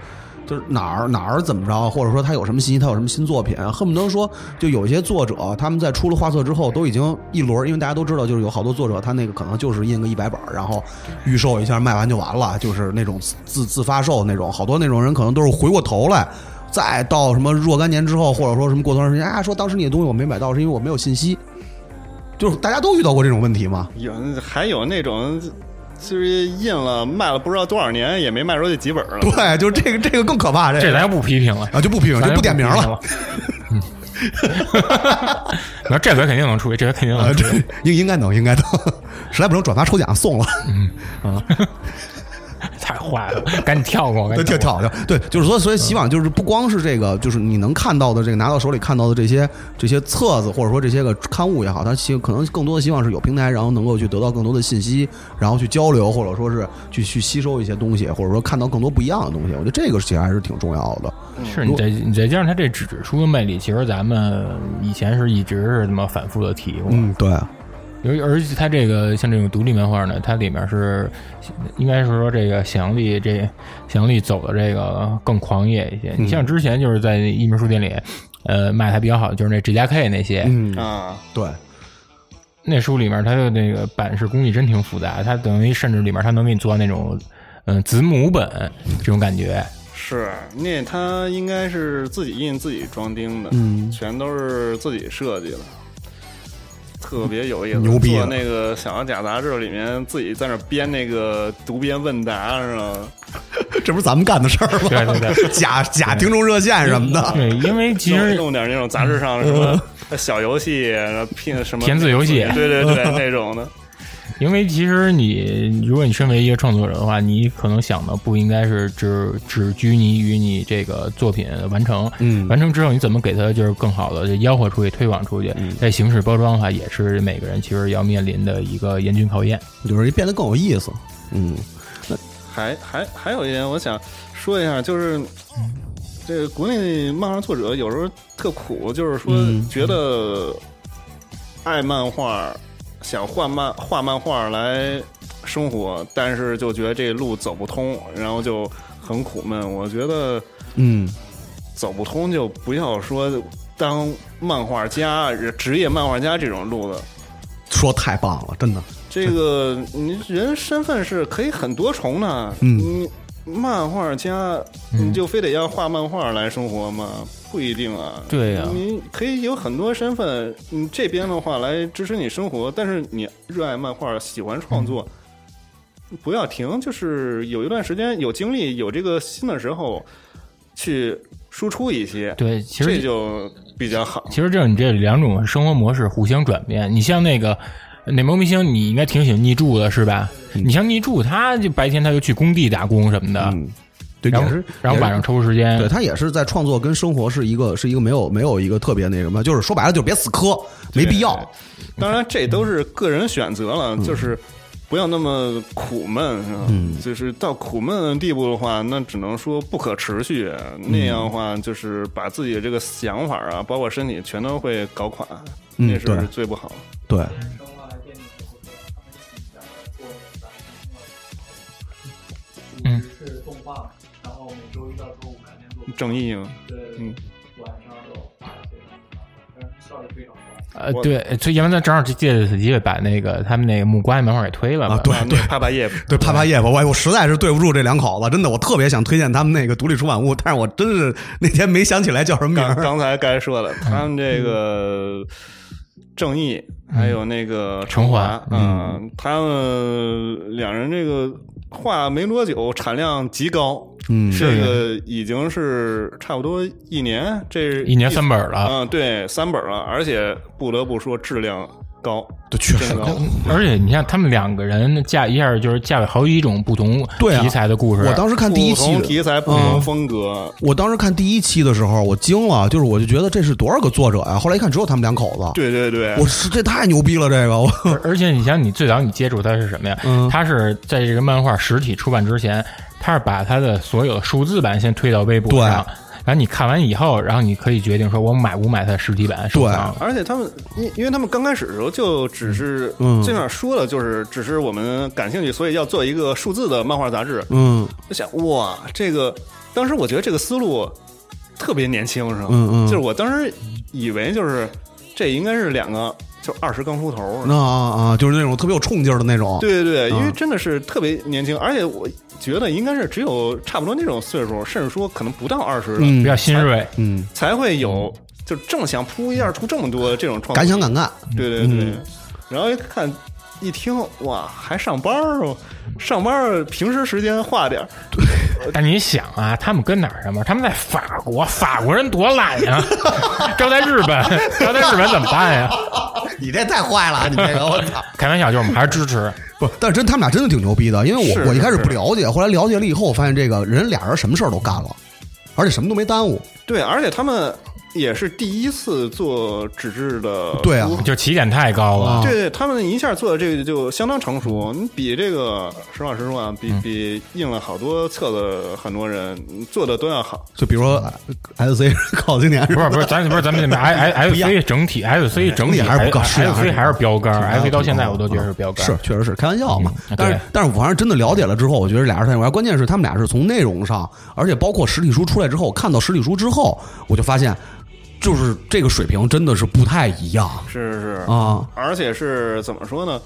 Speaker 3: 就是哪儿哪儿怎么着，或者说他有什么信息，他有什么新作品，恨不得说，就有一些作者他们在出了画册之后，都已经一轮儿，因为大家都知道，就是有好多作者他那个可能就是印个一百本儿，然后预售一下卖完就完了，就是那种自自发售那种，好多那种人可能都是回过头来，再到什么若干年之后，或者说什么过多长时间啊，说当时你的东西我没买到，是因为我没有信息，就是大家都遇到过这种问题嘛。
Speaker 5: 有还有那种就是印了卖了不知道多少年也没卖出去几本 了，
Speaker 3: 对，就是这个这个更可怕，这
Speaker 2: 这
Speaker 3: 个
Speaker 2: 咱就不批评了。
Speaker 3: 啊就不批评，就不点名了。
Speaker 2: 了。嗯， 那这回肯定能出，这回肯定
Speaker 3: 啊，
Speaker 2: 能出
Speaker 3: 这。应应该能，应该能，实在不行转发抽奖送了，
Speaker 2: 太坏了，赶紧跳过，赶
Speaker 3: 对，
Speaker 2: 紧跳
Speaker 3: 跳
Speaker 2: 过。
Speaker 3: 跳跳，对，就是所以所以希望就是不光是这个，就是你能看到的这个拿到手里看到的这些这些册子或者说这些个刊物也好，它希可能更多的希望是有平台，然后能够去得到更多的信息，然后去交流，或者说是去去吸收一些东西，或者说看到更多不一样的东西。我觉得这个其实还是挺重要的。
Speaker 2: 是你再你再加上它这纸质书的魅力，其实咱们以前是一直是这么反复的提过。
Speaker 3: 嗯，对，
Speaker 2: 尤其而且它这个像这种独立漫画呢，它里面是应该是说这个想象力这想象力走的这个更狂野一些。
Speaker 3: 嗯
Speaker 2: 你像之前就是在一鸣书店里，呃，卖的还比较好的就是那 GJK 那些，
Speaker 3: 嗯，
Speaker 5: 啊，
Speaker 3: 对，
Speaker 2: 那书里面它的那个版式工艺真挺复杂，它等于甚至里面它能给你做那种嗯、呃子母本这种感觉。
Speaker 5: 是那他应该是自己印自己装订的，
Speaker 3: 嗯
Speaker 5: 全都是自己设计的。特别有意思，
Speaker 3: 牛逼啊了
Speaker 5: 做那个《小羊假》杂志里面自己在那编那个读编问答是吧？
Speaker 3: 这不是咱们干的事儿吗？
Speaker 2: 对对
Speaker 3: 假假听众热线什么的。
Speaker 2: 对，因为哎其
Speaker 5: 弄
Speaker 2: 实
Speaker 5: 弄点那种杂志上什么 小游戏，然后拼什么
Speaker 2: 填字游戏
Speaker 5: 对对对，那种的。
Speaker 2: 因为其实你如果你身为一个创作者的话，你可能想的不应该是只只拘泥于你这个作品完成，
Speaker 3: 嗯
Speaker 2: 完成之后你怎么给它就是更好的就吆喝出去、推广出去，
Speaker 3: 嗯
Speaker 2: 在形式包装的话，也是每个人其实要面临的一个严峻考验。
Speaker 3: 嗯就是变得更有意思。嗯，
Speaker 5: 还还还有一点，我想说一下，就是这个国内漫画作者有时候特苦，就是说
Speaker 3: 嗯
Speaker 5: 觉得爱漫画，想画漫画漫画来生活，但是就觉得这路走不通，然后就很苦闷。我觉得
Speaker 3: 嗯，
Speaker 5: 走不通就不要说当漫画家、职业漫画家这种路子。
Speaker 3: 说太棒了，真的。
Speaker 5: 这 个你人身份是可以很多重的，
Speaker 3: 嗯
Speaker 5: 你漫画家，
Speaker 2: 嗯
Speaker 5: 你就非得要画漫画来生活吗？不一定啊。
Speaker 2: 对呀
Speaker 5: 你可以有很多身份，你这边的话来支持你生活，但是你热爱漫画，喜欢创作。
Speaker 2: 嗯
Speaker 5: 不要停，就是有一段时间有精力、有这个心的时候，去输出一些，
Speaker 2: 对，其
Speaker 5: 这
Speaker 2: 实
Speaker 5: 就比较好。
Speaker 2: 其实这你这两种生活模式互相转变。你像那个那猫明星，你应该挺喜欢逆柱的是吧？你像逆柱，他就白天他就去工地打工什么的，
Speaker 3: 嗯，对，
Speaker 2: 然
Speaker 3: 也
Speaker 2: 后
Speaker 3: 是，
Speaker 2: 然后
Speaker 3: 也是
Speaker 2: 晚上抽出时间，
Speaker 3: 对他也是在创作跟生活是一个是一个没有没有一个特别那什么，就是说白了就是别死磕，没必要。
Speaker 5: 当然，这都是个人选择了，
Speaker 3: 嗯
Speaker 5: 就是不要那么苦闷，是吧？就是到苦闷的地步的话，那只能说不可持续。
Speaker 3: 嗯
Speaker 5: 那样的话，就是把自己的这个想法啊，包括身体，全都会搞垮，
Speaker 3: 嗯
Speaker 5: 那
Speaker 3: 对
Speaker 5: 是最不好。
Speaker 3: 对，
Speaker 6: 啊
Speaker 2: 嗯
Speaker 6: 是动画，然后每周一到周五白天做，
Speaker 5: 正义嘛，
Speaker 6: 对，
Speaker 5: 嗯，
Speaker 6: 晚上有八点，但是效率非常高。
Speaker 2: 呃，
Speaker 5: 我
Speaker 2: 对，所以杨文在正好借着此机会把那个他们那个木瓜漫画给推了嘛
Speaker 3: 啊对
Speaker 5: 啊那帕帕叶
Speaker 3: 对，啪啪夜吧，我我实在是对不住这两口子，真的，我特别想推荐他们那个独立出版物，但是我真是那天没想起来叫什么名
Speaker 5: 刚
Speaker 3: 儿。
Speaker 5: 刚才该说的，他们这个正义还有那个
Speaker 2: 成华
Speaker 5: 嗯，他们两人这个画没多久，产量极高，
Speaker 3: 嗯
Speaker 5: 这个已经是差不多一年，这是
Speaker 2: 一年三本
Speaker 3: 啊
Speaker 2: 了。
Speaker 5: 嗯，对，三本了，而且不得不说质量高，
Speaker 3: 对，确实
Speaker 5: 真高。
Speaker 2: 嗯而且你像他们两个人架一下就是架了好几种不同
Speaker 3: 对啊
Speaker 2: 题材的故事，
Speaker 3: 我当时看第一期
Speaker 5: 不同
Speaker 3: 的，
Speaker 5: 题材、不同风格，
Speaker 3: 我当时看第一期的时候，我惊了，就是我就觉得这是多少个作者呀？后来一看，只有他们两口子，
Speaker 5: 对对对，
Speaker 3: 我是这太牛逼了，这个我
Speaker 2: 而而且你像你最早你接触它是什么呀？
Speaker 3: 嗯
Speaker 2: 它是在这个漫画实体出版之前，它是把它的所有的数字版先推到微博上，然后你看完以后，然后你可以决定说我买不买它实体版收藏。
Speaker 5: 而且他们，因因为他们刚开始的时候就只是
Speaker 3: 嗯
Speaker 5: 这面说了，就是只是我们感兴趣，所以要做一个数字的漫画杂志。
Speaker 3: 嗯
Speaker 5: 就想哇，这个当时我觉得这个思路特别年轻，是吧？
Speaker 3: 嗯嗯
Speaker 5: 就是我当时以为就是这应该是两个就二十刚出头儿，
Speaker 3: 啊啊啊，就是那种特别有冲劲儿的那种。
Speaker 5: 对对对，因为
Speaker 3: 嗯
Speaker 5: 真的是特别年轻，而且我觉得应该是只有差不多那种岁数，甚至说可能不到二十的、
Speaker 3: 嗯
Speaker 2: 比较新锐，
Speaker 3: 嗯，
Speaker 5: 才会有，就正想扑一下出这么多这种创
Speaker 3: 敢
Speaker 5: 作
Speaker 3: 想敢干，
Speaker 5: 对对对，
Speaker 3: 嗯
Speaker 5: 然后一看一听，哇，还上班儿哦，上班儿平时时间画点儿，
Speaker 2: 但你想啊，他们跟哪儿什么？他们在法国， 法国人多懒呀、 招待日本， 招待日本怎么办呀？
Speaker 3: 你这太坏了，你这个我操！
Speaker 2: 开玩笑，就是我们还是支持。
Speaker 3: 不，但是真他们俩真的挺牛逼的，因为
Speaker 5: 是
Speaker 3: 我我一开始
Speaker 5: 是
Speaker 3: 不了解，后来了解了以后，我发现这个人俩人什么事儿都干了，而且什么都没耽误。
Speaker 5: 对，而且他们也是第一次做纸质的，
Speaker 3: 对啊，
Speaker 2: 就起点太高了，
Speaker 3: 啊
Speaker 5: 对对，他们一下做的这个就相当成熟，你比这个实话实说啊，
Speaker 3: 嗯
Speaker 5: 比比印了好多册子，很多人做的都要好。
Speaker 3: 就比如说
Speaker 5: 嗯
Speaker 3: S C 考经典是
Speaker 2: 不
Speaker 3: 吧？
Speaker 2: 是不是，咱不是哎咱们那 I I
Speaker 3: 不一
Speaker 2: F
Speaker 3: 样
Speaker 2: C 整体 F C 整体
Speaker 3: 还是不够是啊
Speaker 2: F
Speaker 3: 还是
Speaker 2: C
Speaker 3: 不
Speaker 2: 还是标杆
Speaker 3: 挺高
Speaker 2: ，F C 到现在
Speaker 3: 挺高
Speaker 2: 我都觉得嗯是标杆。
Speaker 3: 是，确实是开玩笑嘛。
Speaker 2: 嗯
Speaker 3: 但是
Speaker 2: 对，
Speaker 3: 但是我反正真的了解了之后，我觉得俩人太牛掰。关键是他们俩是从内容上，而且包括实体书出来之后，看到实体书之后，我就发现，就是这个水平真的是不太一样
Speaker 5: 是是是，
Speaker 3: 啊。
Speaker 5: 而且是怎么说呢？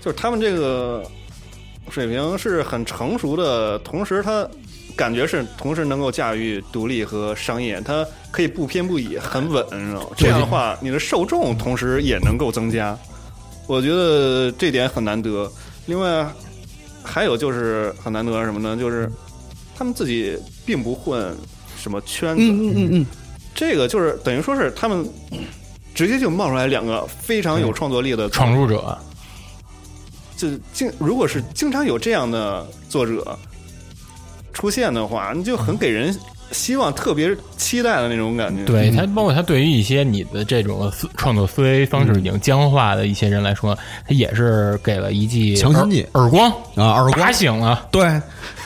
Speaker 5: 就是他们这个水平是很成熟的，同时他感觉是同时能够驾驭独立和商业，他可以不偏不倚，很稳。你知道吗这样的话，你的受众同时也能够增加，我觉得这点很难得。另外还有就是很难得什么呢？就是他们自己并不混什么圈子，
Speaker 3: 嗯嗯嗯嗯，
Speaker 5: 这个就是等于说是他们直接就冒出来两个非常有创作力的
Speaker 2: 闯入者，
Speaker 5: 就经如果是经常有这样的作者出现的话，你就很给人希望，特别期待的那种感觉。
Speaker 2: 对他，包括他对于一些你的这种思创作思维方式已经僵化的一些人来说，他也是给了一记
Speaker 3: 强心剂
Speaker 2: 耳耳光，
Speaker 3: 啊，耳
Speaker 2: 打醒了。
Speaker 3: 对，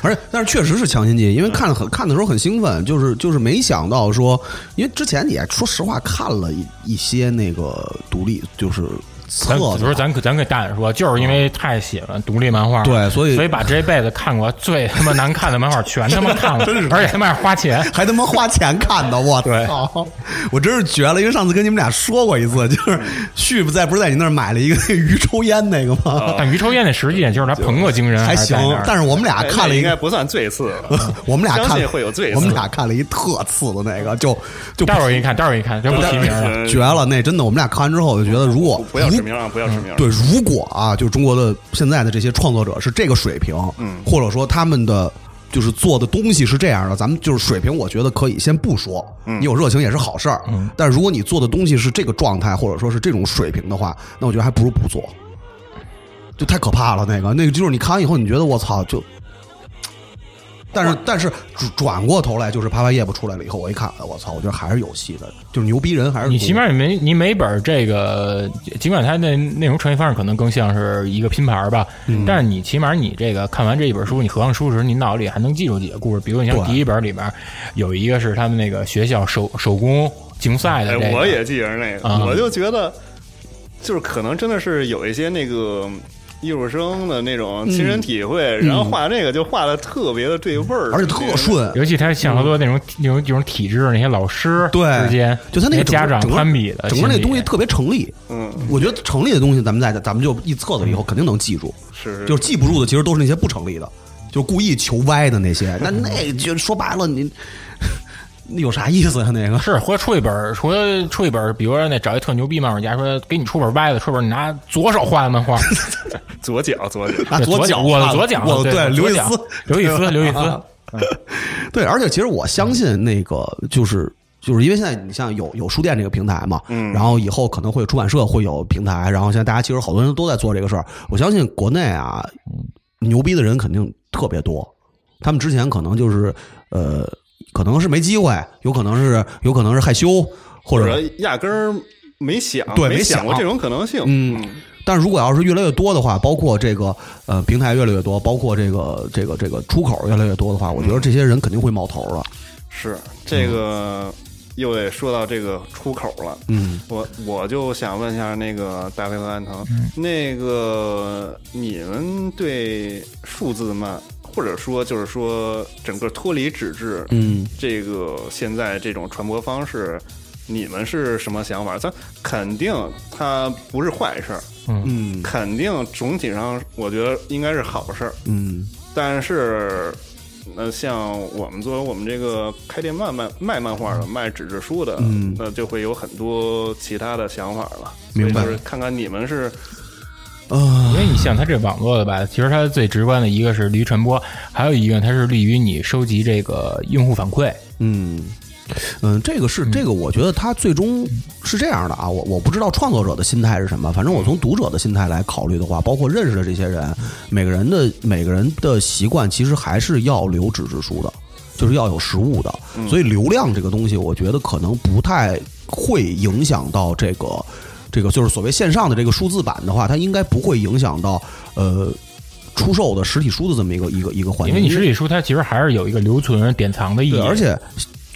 Speaker 3: 而且但是确实是强心剂，因为看了很看的时候很兴奋，就是就是没想到说，因为之前也说实话看了一一些那个独立就是
Speaker 2: 咱
Speaker 3: 册
Speaker 2: 比如
Speaker 3: 子，嗯
Speaker 2: 咱可咱可以大胆说，就是因为太喜欢独立漫画了，
Speaker 3: 对所以
Speaker 2: 所以把这辈子看过最他妈难看的漫画全他妈 看了，而且他妈还花钱。
Speaker 3: 还他妈花钱看的，我
Speaker 2: 对
Speaker 3: 操！我真是绝了，因为上次跟你们俩说过一次，就是旭不在不是在你那儿买了一个那鱼抽烟那个
Speaker 5: 哦啊
Speaker 3: 吗？
Speaker 2: 但于抽烟的实际点就是他朋克精神
Speaker 3: 还
Speaker 2: 是
Speaker 3: 行
Speaker 2: 在那儿，
Speaker 3: 但是我们俩
Speaker 5: 哎，
Speaker 3: 看了
Speaker 5: 那
Speaker 3: 一
Speaker 5: 应该
Speaker 3: 个，
Speaker 5: 不算最次 了
Speaker 3: 我们俩
Speaker 5: 相
Speaker 3: 看
Speaker 5: 信会有罪
Speaker 3: 我们
Speaker 5: 次
Speaker 3: 俩看了一特次的那个，就就
Speaker 2: 待会儿我给你看，待会儿我给你啊看，这不提名了。
Speaker 3: 绝了，那真的，我们俩看完之后，我就觉得如果
Speaker 5: 呃不要
Speaker 3: 如
Speaker 5: 指名啊，不要指名。
Speaker 3: 嗯对，，如果啊，就中国的现在的这些创作者是这个水平，
Speaker 5: 嗯
Speaker 3: 或者说他们的就是做的东西是这样的，咱们就是水平，我觉得可以先不说，
Speaker 5: 嗯
Speaker 3: 你有热情也是好事儿。
Speaker 2: 嗯
Speaker 3: 但是如果你做的东西是这个状态，或者说是这种水平的话，那我觉得还不如不做，就太可怕了。那个，那个就是你看完以后，你觉得我操，就，但是但是转转过头来，就是啪啪夜不出来了以后，我一看，哎我操，我觉得还是有戏的，就是牛逼人还是
Speaker 2: 你
Speaker 3: 多
Speaker 2: 起码也没你每本儿这个，尽管它的内容呈现方式可能更像是一个拼盘儿吧，
Speaker 3: 嗯
Speaker 2: 但是你起码你这个看完这一本书，你合上书时，你脑子里还能记住几个故事。比如你像
Speaker 3: 对
Speaker 2: 第一本儿里边儿有一个是他们那个学校手手工竞赛的
Speaker 5: 哎
Speaker 2: 这个，，
Speaker 5: 我也记着那个，
Speaker 2: 啊
Speaker 5: 我就觉得就是可能真的是有一些那个艺术生的那种亲身体会，然后画那个就画的特别的对味儿，
Speaker 3: 嗯而且特顺，
Speaker 2: 尤其他像好多那种、那种那种体制那些老师
Speaker 3: 嗯对，
Speaker 2: 之间，
Speaker 3: 就他那
Speaker 2: 些
Speaker 3: 个整
Speaker 2: 家
Speaker 3: 个
Speaker 2: 长
Speaker 3: 整个
Speaker 2: 攀比的
Speaker 3: 整个那
Speaker 2: 心理
Speaker 3: 东西特别成立。
Speaker 5: 嗯，
Speaker 3: 我觉得成立的东西，咱们在咱们就一测测以后，肯定能记住。
Speaker 5: 是是
Speaker 3: 就是记不住的，其实都是那些不成立的，就是故意求歪的那些。那那就说白了，你 那有啥意思啊？那个
Speaker 2: 是，或者出一本儿，或者出一本儿，比如说那找一特牛逼漫画家说，给你出本儿歪的，出本儿你拿左手画的漫画，
Speaker 5: 左脚左脚，
Speaker 3: 拿
Speaker 2: 对左
Speaker 3: 脚
Speaker 2: 我的
Speaker 3: 画
Speaker 2: 左脚，啊
Speaker 3: 我
Speaker 2: 对
Speaker 3: 对刘
Speaker 2: 左
Speaker 3: 易
Speaker 2: 脚
Speaker 3: 斯，
Speaker 2: 刘易斯，刘易 斯，
Speaker 3: 对，而且其实我相信那个就是。就是因为现在你像有有书店这个平台嘛，嗯，然后以后可能会有出版社会有平台，然后现在大家其实好多人都在做这个事儿。我相信国内啊，牛逼的人肯定特别多，他们之前可能就是呃，可能是没机会，有可能是有可能是害羞，或
Speaker 5: 或
Speaker 3: 者
Speaker 5: 者压根儿没想，
Speaker 3: 对
Speaker 5: 没
Speaker 3: 没想
Speaker 5: 过这种可能性，
Speaker 3: 嗯，但是如果要是越来越多的话，包括这个呃平台越来越多，包括这个这个这个出口越来越多的话，我觉得这些人肯定会冒头了。
Speaker 5: 是这个又得说到这个出口了，
Speaker 3: 嗯，
Speaker 5: 我我就想问一下那个大飞和安藤，
Speaker 3: 嗯
Speaker 5: 那个你们对数字漫，或者说就是说整个脱离纸质，
Speaker 3: 嗯，
Speaker 5: 这个现在这种传播方式，你们是什么想法？咱肯定它不是坏事儿，
Speaker 3: 嗯
Speaker 5: 肯定总体上我觉得应该是好事儿，
Speaker 3: 嗯
Speaker 5: 但是，那像我们作为我们这个开店卖漫卖漫画的、卖纸质书的，
Speaker 3: 嗯
Speaker 5: 那就会有很多其他的想法了。
Speaker 3: 明白
Speaker 5: 所以就是看看你们是
Speaker 3: 啊
Speaker 2: 因为你像它这网络的吧，其实它最直观的一个是利于传播，还有一个它是利于你收集这个用户反馈。
Speaker 3: 嗯嗯，这个是这个，我觉得他最终是这样的啊，我我不知道创作者的心态是什么，反正我从读者的心态来考虑的话，包括认识的这些人，每个人的每个人的习惯其实还是要留纸质书的。就是要有实物的，
Speaker 2: 嗯
Speaker 3: 所以流量这个东西，我觉得可能不太会影响到这个，这个就是所谓线上的这个数字版的话，它应该不会影响到呃出售的实体书的这么一个一个一个环
Speaker 2: 因
Speaker 3: 节，
Speaker 2: 为你实体书它其实还是有一个留存典藏的意义，
Speaker 3: 对，而且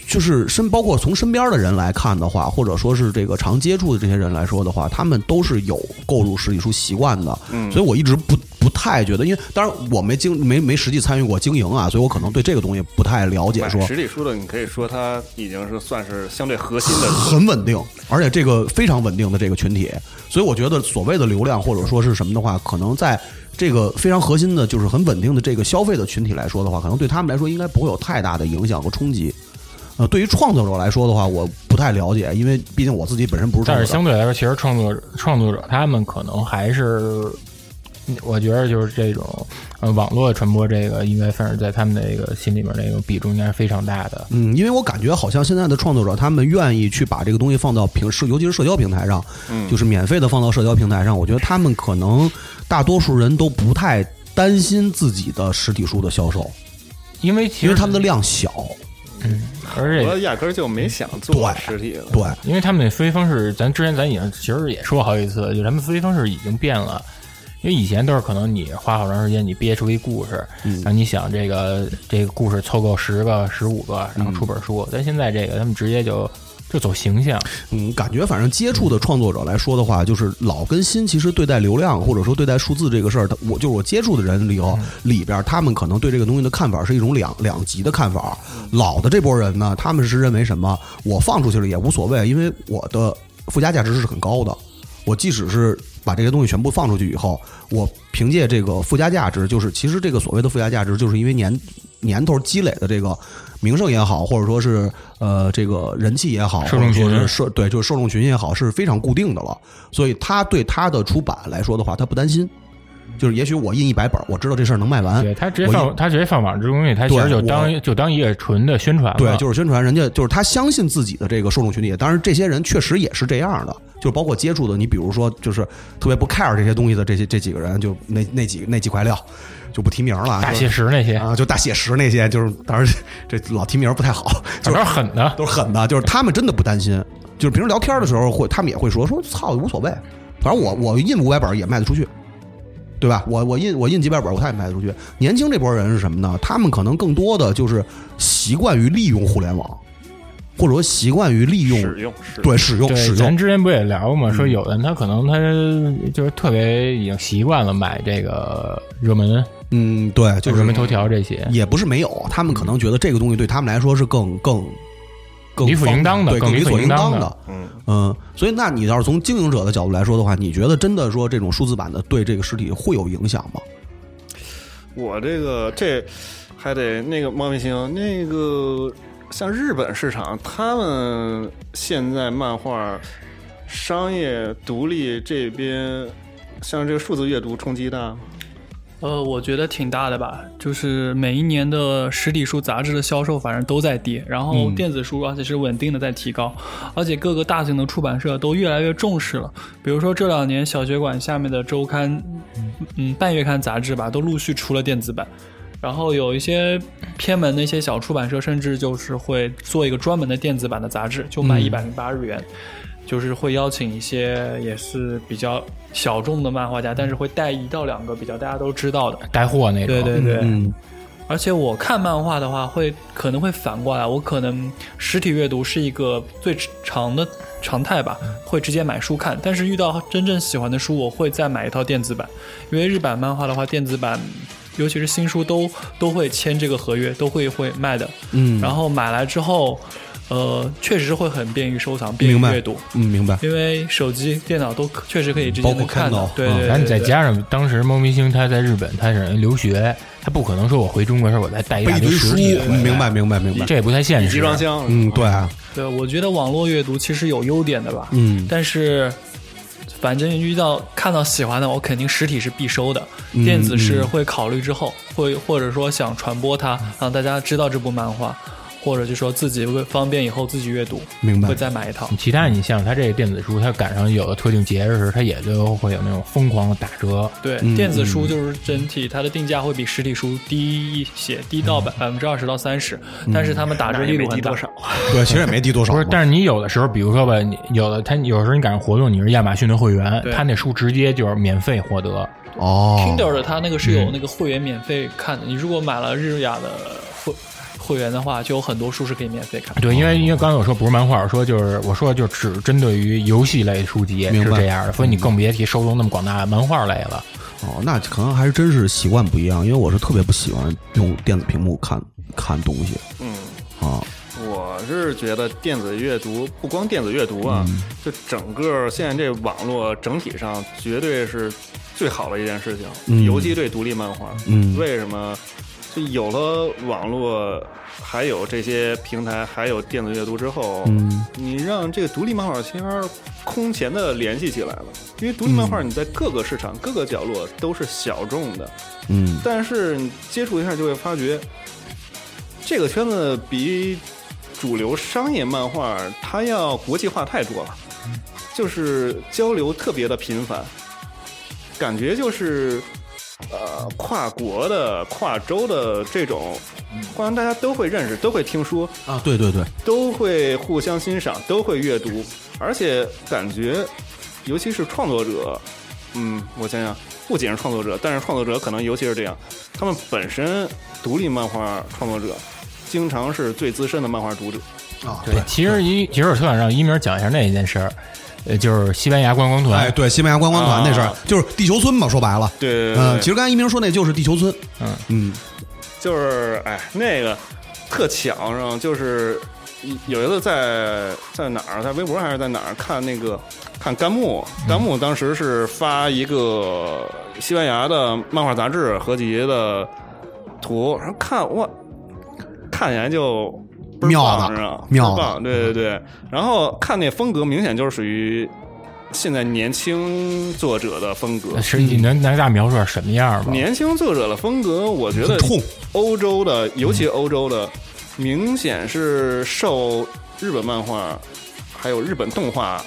Speaker 3: 就是身包括从身边的人来看的话，或者说是这个常接触的这些人来说的话，他们都是有购入实体书习惯的。嗯，所以我一直不不太觉得，因为当然我没经没没实际参与过经营啊，所以我可能对这个东西不太了解
Speaker 5: 买
Speaker 3: 说。
Speaker 5: 实体书的，你可以说它已经是算是相对核心的
Speaker 3: 很稳定，而且这个非常稳定的这个群体，所以我觉得所谓的流量或者说是什么的话，可能在这个非常核心的，就是很稳定的这个消费的群体来说的话，可能对他们来说应该不会有太大的影响和冲击。呃，对于创作者来说的话，我不太了解，因为毕竟我自己本身不是创
Speaker 2: 但
Speaker 3: 作
Speaker 2: 是
Speaker 3: 者。
Speaker 2: 相对来说，其实创作创作者他们可能还是，我觉得就是这种呃网络传播这个，应该算是在他们那个心里面那个比重应该是非常大的。
Speaker 3: 嗯，因为我感觉好像现在的创作者，他们愿意去把这个东西放到平社，尤其是社交平台上，就是免费的放到社交平台上。我觉得他们可能大多数人都不太担心自己的实体书的销售，
Speaker 2: 因为其
Speaker 3: 因
Speaker 2: 实
Speaker 3: 为他们的量小。
Speaker 2: 而
Speaker 5: 我
Speaker 2: 且
Speaker 5: 压根儿就没想做
Speaker 3: 对
Speaker 5: 实体的。
Speaker 3: 对，
Speaker 2: 因为他们的思维方式，咱之前咱已经其实也说过好几次了，就是他们思维方式已经变了。因为以前都是可能你花好长时间，你憋出一故事，
Speaker 3: 嗯
Speaker 2: 然后你想这个这个故事凑够十个、十五个，然后出本书。但现在这个他们直接就就走形象，
Speaker 3: 嗯，感觉反正接触的创作者来说的话，就是老跟新，其实对待流量或者说对待数字这个事儿，他我就是我接触的人里头里边儿，他们可能对这个东西的看法是一种两两极的看法。老的这波人呢，他们是认为什么？我放出去了也无所谓，因为我的附加价值是很高的。我即使是把这些东西全部放出去以后，我凭借这个附加价值，就是其实这个所谓的附加价值，就是因为年年头积累的这个名声也好，或者说是呃这个人气也好，
Speaker 2: 受众群
Speaker 3: 或者说是受对就是受众群也好，是非常固定的了。所以他对他的出版来说的话，他不担心。就是也许我印一百本，我知道这事儿能卖完，
Speaker 2: 对他直接
Speaker 3: 啊我
Speaker 2: 放，他直接放网这东西，他其实
Speaker 3: 对
Speaker 2: 就
Speaker 3: 我
Speaker 2: 当就当一个纯的宣传了。
Speaker 3: 对，就是宣传，人家就是他相信自己的这个受众群体。当然，这些人确实也是这样的，就是包括接触的，你比如说，就是特别不 care 这些东西的这些这几个人，就那那几那几块料，就不提名了啊。
Speaker 2: 大
Speaker 3: 就
Speaker 2: 写实那些，
Speaker 3: 啊，就大写实那些，就是当然这这老提名不太好，就
Speaker 2: 有
Speaker 3: 是
Speaker 2: 点狠的。
Speaker 3: 都是狠的，就是他们真的不担心，就是平时聊天的时候会，他们也会说说操无所谓，反正我我印五百本也卖得出去，对吧？我我印我印几百本，我他也卖得出去。年轻这波人是什么呢？他们可能更多的就是习惯于利用互联网，或者说习惯于利用
Speaker 5: 使用是
Speaker 3: 对使用嗯
Speaker 2: 对，
Speaker 3: 使用
Speaker 2: 咱之前不也聊过吗？说有的人他可能他就是特别已经习惯了买这个热门，
Speaker 3: 嗯对，就
Speaker 2: 热
Speaker 3: 是
Speaker 2: 门头条这些。
Speaker 3: 也不是没有，他们可能觉得这个东西对他们来说是更更更
Speaker 2: 理所应当的
Speaker 3: 对
Speaker 2: 更
Speaker 3: 理
Speaker 2: 理所
Speaker 3: 所
Speaker 2: 应
Speaker 3: 应
Speaker 2: 当的
Speaker 3: 的。嗯所以那你要是从经营者的角度来说的话，你觉得真的说这种数字版的对这个实体会有影响吗？
Speaker 5: 我这个这还得那个猫咪星那个像日本市场，他们现在漫画商业独立这边，像这个数字阅读冲击大吗？
Speaker 4: 呃，我觉得挺大的吧，就是每一年的实体书杂志的销售反正都在跌，然后电子书而且是稳定的在提高，而且各个大型的出版社都越来越重视了。比如说这两年小学馆下面的周刊，嗯，半月刊杂志吧，都陆续出了电子版。然后有一些偏门的一些小出版社，甚至就是会做一个专门的电子版的杂志，就卖一百零八日元。就是会邀请一些也是比较小众的漫画家，但是会带一到两个比较大家都知道的。
Speaker 2: 带货那种，
Speaker 4: 对对对，
Speaker 3: 嗯，
Speaker 4: 而且我看漫画的话，会可能会反过来，我可能实体阅读是一个最长的常态吧，
Speaker 3: 嗯
Speaker 4: 会直接买书看。但是遇到真正喜欢的书，我会再买一套电子版，因为日版漫画的话，电子版尤其是新书都都会签这个合约，都会会卖的。
Speaker 3: 嗯
Speaker 4: 然后买来之后，呃，确实会很便于收藏，便
Speaker 3: 明
Speaker 4: 于
Speaker 3: 白
Speaker 4: 阅读。，
Speaker 3: 嗯，明白。
Speaker 4: 因为手机、电脑都可确实可以直接
Speaker 3: 包括
Speaker 4: 能看
Speaker 3: 看
Speaker 4: 到
Speaker 3: 到，
Speaker 4: 对
Speaker 3: 嗯
Speaker 4: 对
Speaker 2: 然后
Speaker 4: 对
Speaker 2: 你再
Speaker 4: 对
Speaker 2: 加上当时猫咪星他在日本，他是留学，他不可能说我回中国的时候我再带一
Speaker 3: 背
Speaker 2: 大
Speaker 3: 一堆
Speaker 2: 堆
Speaker 3: 书，
Speaker 2: 实体的回来，
Speaker 3: 嗯明白，明白，明白。
Speaker 2: 这也不太现
Speaker 5: 以
Speaker 2: 实。
Speaker 5: 集装箱，
Speaker 3: 嗯，对啊，
Speaker 4: 对，我觉得网络阅读其实有优点的吧，
Speaker 3: 嗯
Speaker 4: 但是反正遇到看到喜欢的，我肯定实体是必收的，
Speaker 3: 嗯
Speaker 4: 电子是会考虑之后，会或者说想传播它，让大家知道这部漫画，或者就说自己为方便以后自己阅读，
Speaker 3: 明白嗯
Speaker 4: 会再买一套。
Speaker 2: 其他你像他这个电子书，它赶上有的特定节日时，它也就会有那种疯狂的打折。
Speaker 4: 对，
Speaker 3: 嗯
Speaker 4: 电子书就是整体它的定价会比实体书低一些，低到
Speaker 3: 嗯
Speaker 4: 百百分之二十到三十，但是他们打折
Speaker 5: 那
Speaker 4: 力
Speaker 5: 也没
Speaker 4: 度
Speaker 5: 低
Speaker 4: 很大
Speaker 5: 多。少。
Speaker 3: 对，其实也没低多少
Speaker 2: 不
Speaker 3: 嘛。
Speaker 2: 是，但是你有的时候，比如说吧，你有的他有时候你赶上活动，你是亚马逊的会员
Speaker 4: 对，
Speaker 2: 他那书直接就是免费获得。
Speaker 3: 哦，
Speaker 4: Kindle 的它那个是有那个会员免费看的，你如果买了日雅的会会员的话，就有很多书是可以免费看。
Speaker 2: 对，
Speaker 3: 嗯
Speaker 2: 因为因为刚才我说不是漫画，我说就是我说就只针对于游戏类书籍
Speaker 3: 明
Speaker 2: 是
Speaker 3: 白
Speaker 2: 这样的，所以你更别提收容那么广大的漫画类了。
Speaker 3: 哦，那可能还是真是习惯不一样，因为我是特别不喜欢用电子屏幕看看东西
Speaker 5: 嗯，
Speaker 3: 啊。
Speaker 5: 我是觉得电子阅读不光电子阅读啊，
Speaker 3: 嗯
Speaker 5: 就整个现在这网络整体上绝对是最好的一件事情，
Speaker 3: 嗯
Speaker 5: 尤其对独立漫画。
Speaker 3: 嗯
Speaker 5: 为什么？就有了网络，还有这些平台，还有电子阅读之后，
Speaker 3: 嗯
Speaker 5: 你让这个独立漫画圈儿空前的联系起来了。因为独立漫画你在各个市场、各个角落都是小众的，
Speaker 3: 嗯，
Speaker 5: 但是你接触一下就会发觉，这个圈子比主流商业漫画它要国际化太多了，就是交流特别的频繁，感觉就是呃跨国的、跨州的这种，好像大家都会认识，都会听说，
Speaker 3: 啊，对对对，
Speaker 5: 都会互相欣赏，都会阅读，而且感觉，尤其是创作者，嗯，我想想，不仅是创作者，但是创作者可能尤其是这样，他们本身独立漫画创作者，经常是最资深的漫画读者。
Speaker 3: 啊，
Speaker 2: 对，其实一其实我特想让一鸣讲一下那一件事儿，呃，就是西班牙观光团。
Speaker 3: 哎，对，西班牙观光团那事儿、
Speaker 5: 啊
Speaker 3: 就是地球村嘛，说白了，
Speaker 5: 对对对
Speaker 3: 嗯，其实刚才一鸣说那就是地球村，
Speaker 2: 嗯
Speaker 3: 嗯，
Speaker 5: 就是哎，那个特巧，然后就是一有一次在在哪儿，在微博还是在哪儿看那个看甘木，
Speaker 3: 嗯
Speaker 5: 甘木当时是发一个西班牙的漫画杂志合集的图，然后看哇，看起来就倍儿
Speaker 3: 妙
Speaker 5: 棒
Speaker 3: 的
Speaker 5: 是吧
Speaker 3: 妙的
Speaker 5: 倍儿棒，对对对。然后看那风格明显就是属于现在年轻作者的风格，
Speaker 2: 是你能能给大家描述点什么样吧？
Speaker 5: 年轻作者的风格，我觉得
Speaker 3: 啊很痛
Speaker 5: 欧洲的，尤其欧洲的，明显是受日本漫画还有日本动画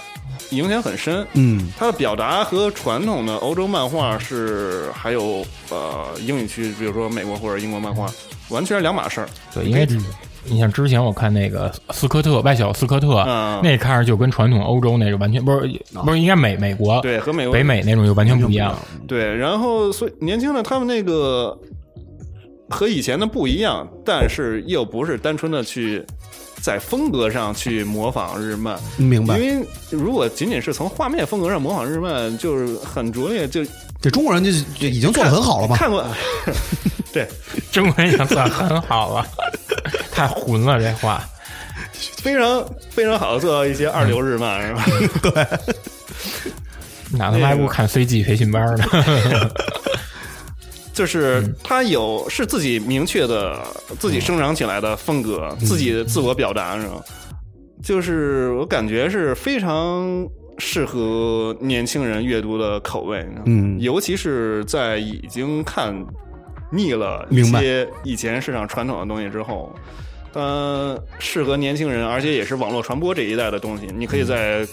Speaker 5: 影响很深。
Speaker 3: 嗯，
Speaker 5: 它的表达和传统的欧洲漫画是还有呃英语区，比如说美国或者英国漫画，完全是两码事儿。
Speaker 3: 啊
Speaker 2: 对，因为你像之前我看那个斯科特外小斯科特，
Speaker 5: 嗯
Speaker 2: 那看着就跟传统欧洲那个完全不是不是应该美美国
Speaker 5: 对，和美国
Speaker 2: 北美那种就完全不一样。
Speaker 5: 对，然后所以年轻的他们那个和以前的不一样，但是又不是单纯的去在风格上去模仿日漫，
Speaker 3: 嗯明白
Speaker 5: 因。为如果仅仅是从画面风格上模仿日漫，就是很拙劣，就
Speaker 3: 这中国人就就已经做的很好了嘛？
Speaker 5: 看过， 对，
Speaker 2: 中国人已经算很好啊了， 太混了这话。
Speaker 5: 非常非常好的做到一些二流日 漫，是吧？
Speaker 2: 哪他妈还不如看 CG 培训班呢？
Speaker 5: 就是他有是自己明确的、自己生长起来的风格，
Speaker 3: 嗯
Speaker 5: 自己的自我表达，是吧？就是我感觉是非常适合年轻人阅读的口味，你知道吗
Speaker 3: 嗯
Speaker 5: 尤其是在已经看腻了一
Speaker 3: 明白
Speaker 5: 些以前市场传统的东西之后。呃，适合年轻人，而且也是网络传播这一代的东西。你可以
Speaker 3: 嗯
Speaker 5: 在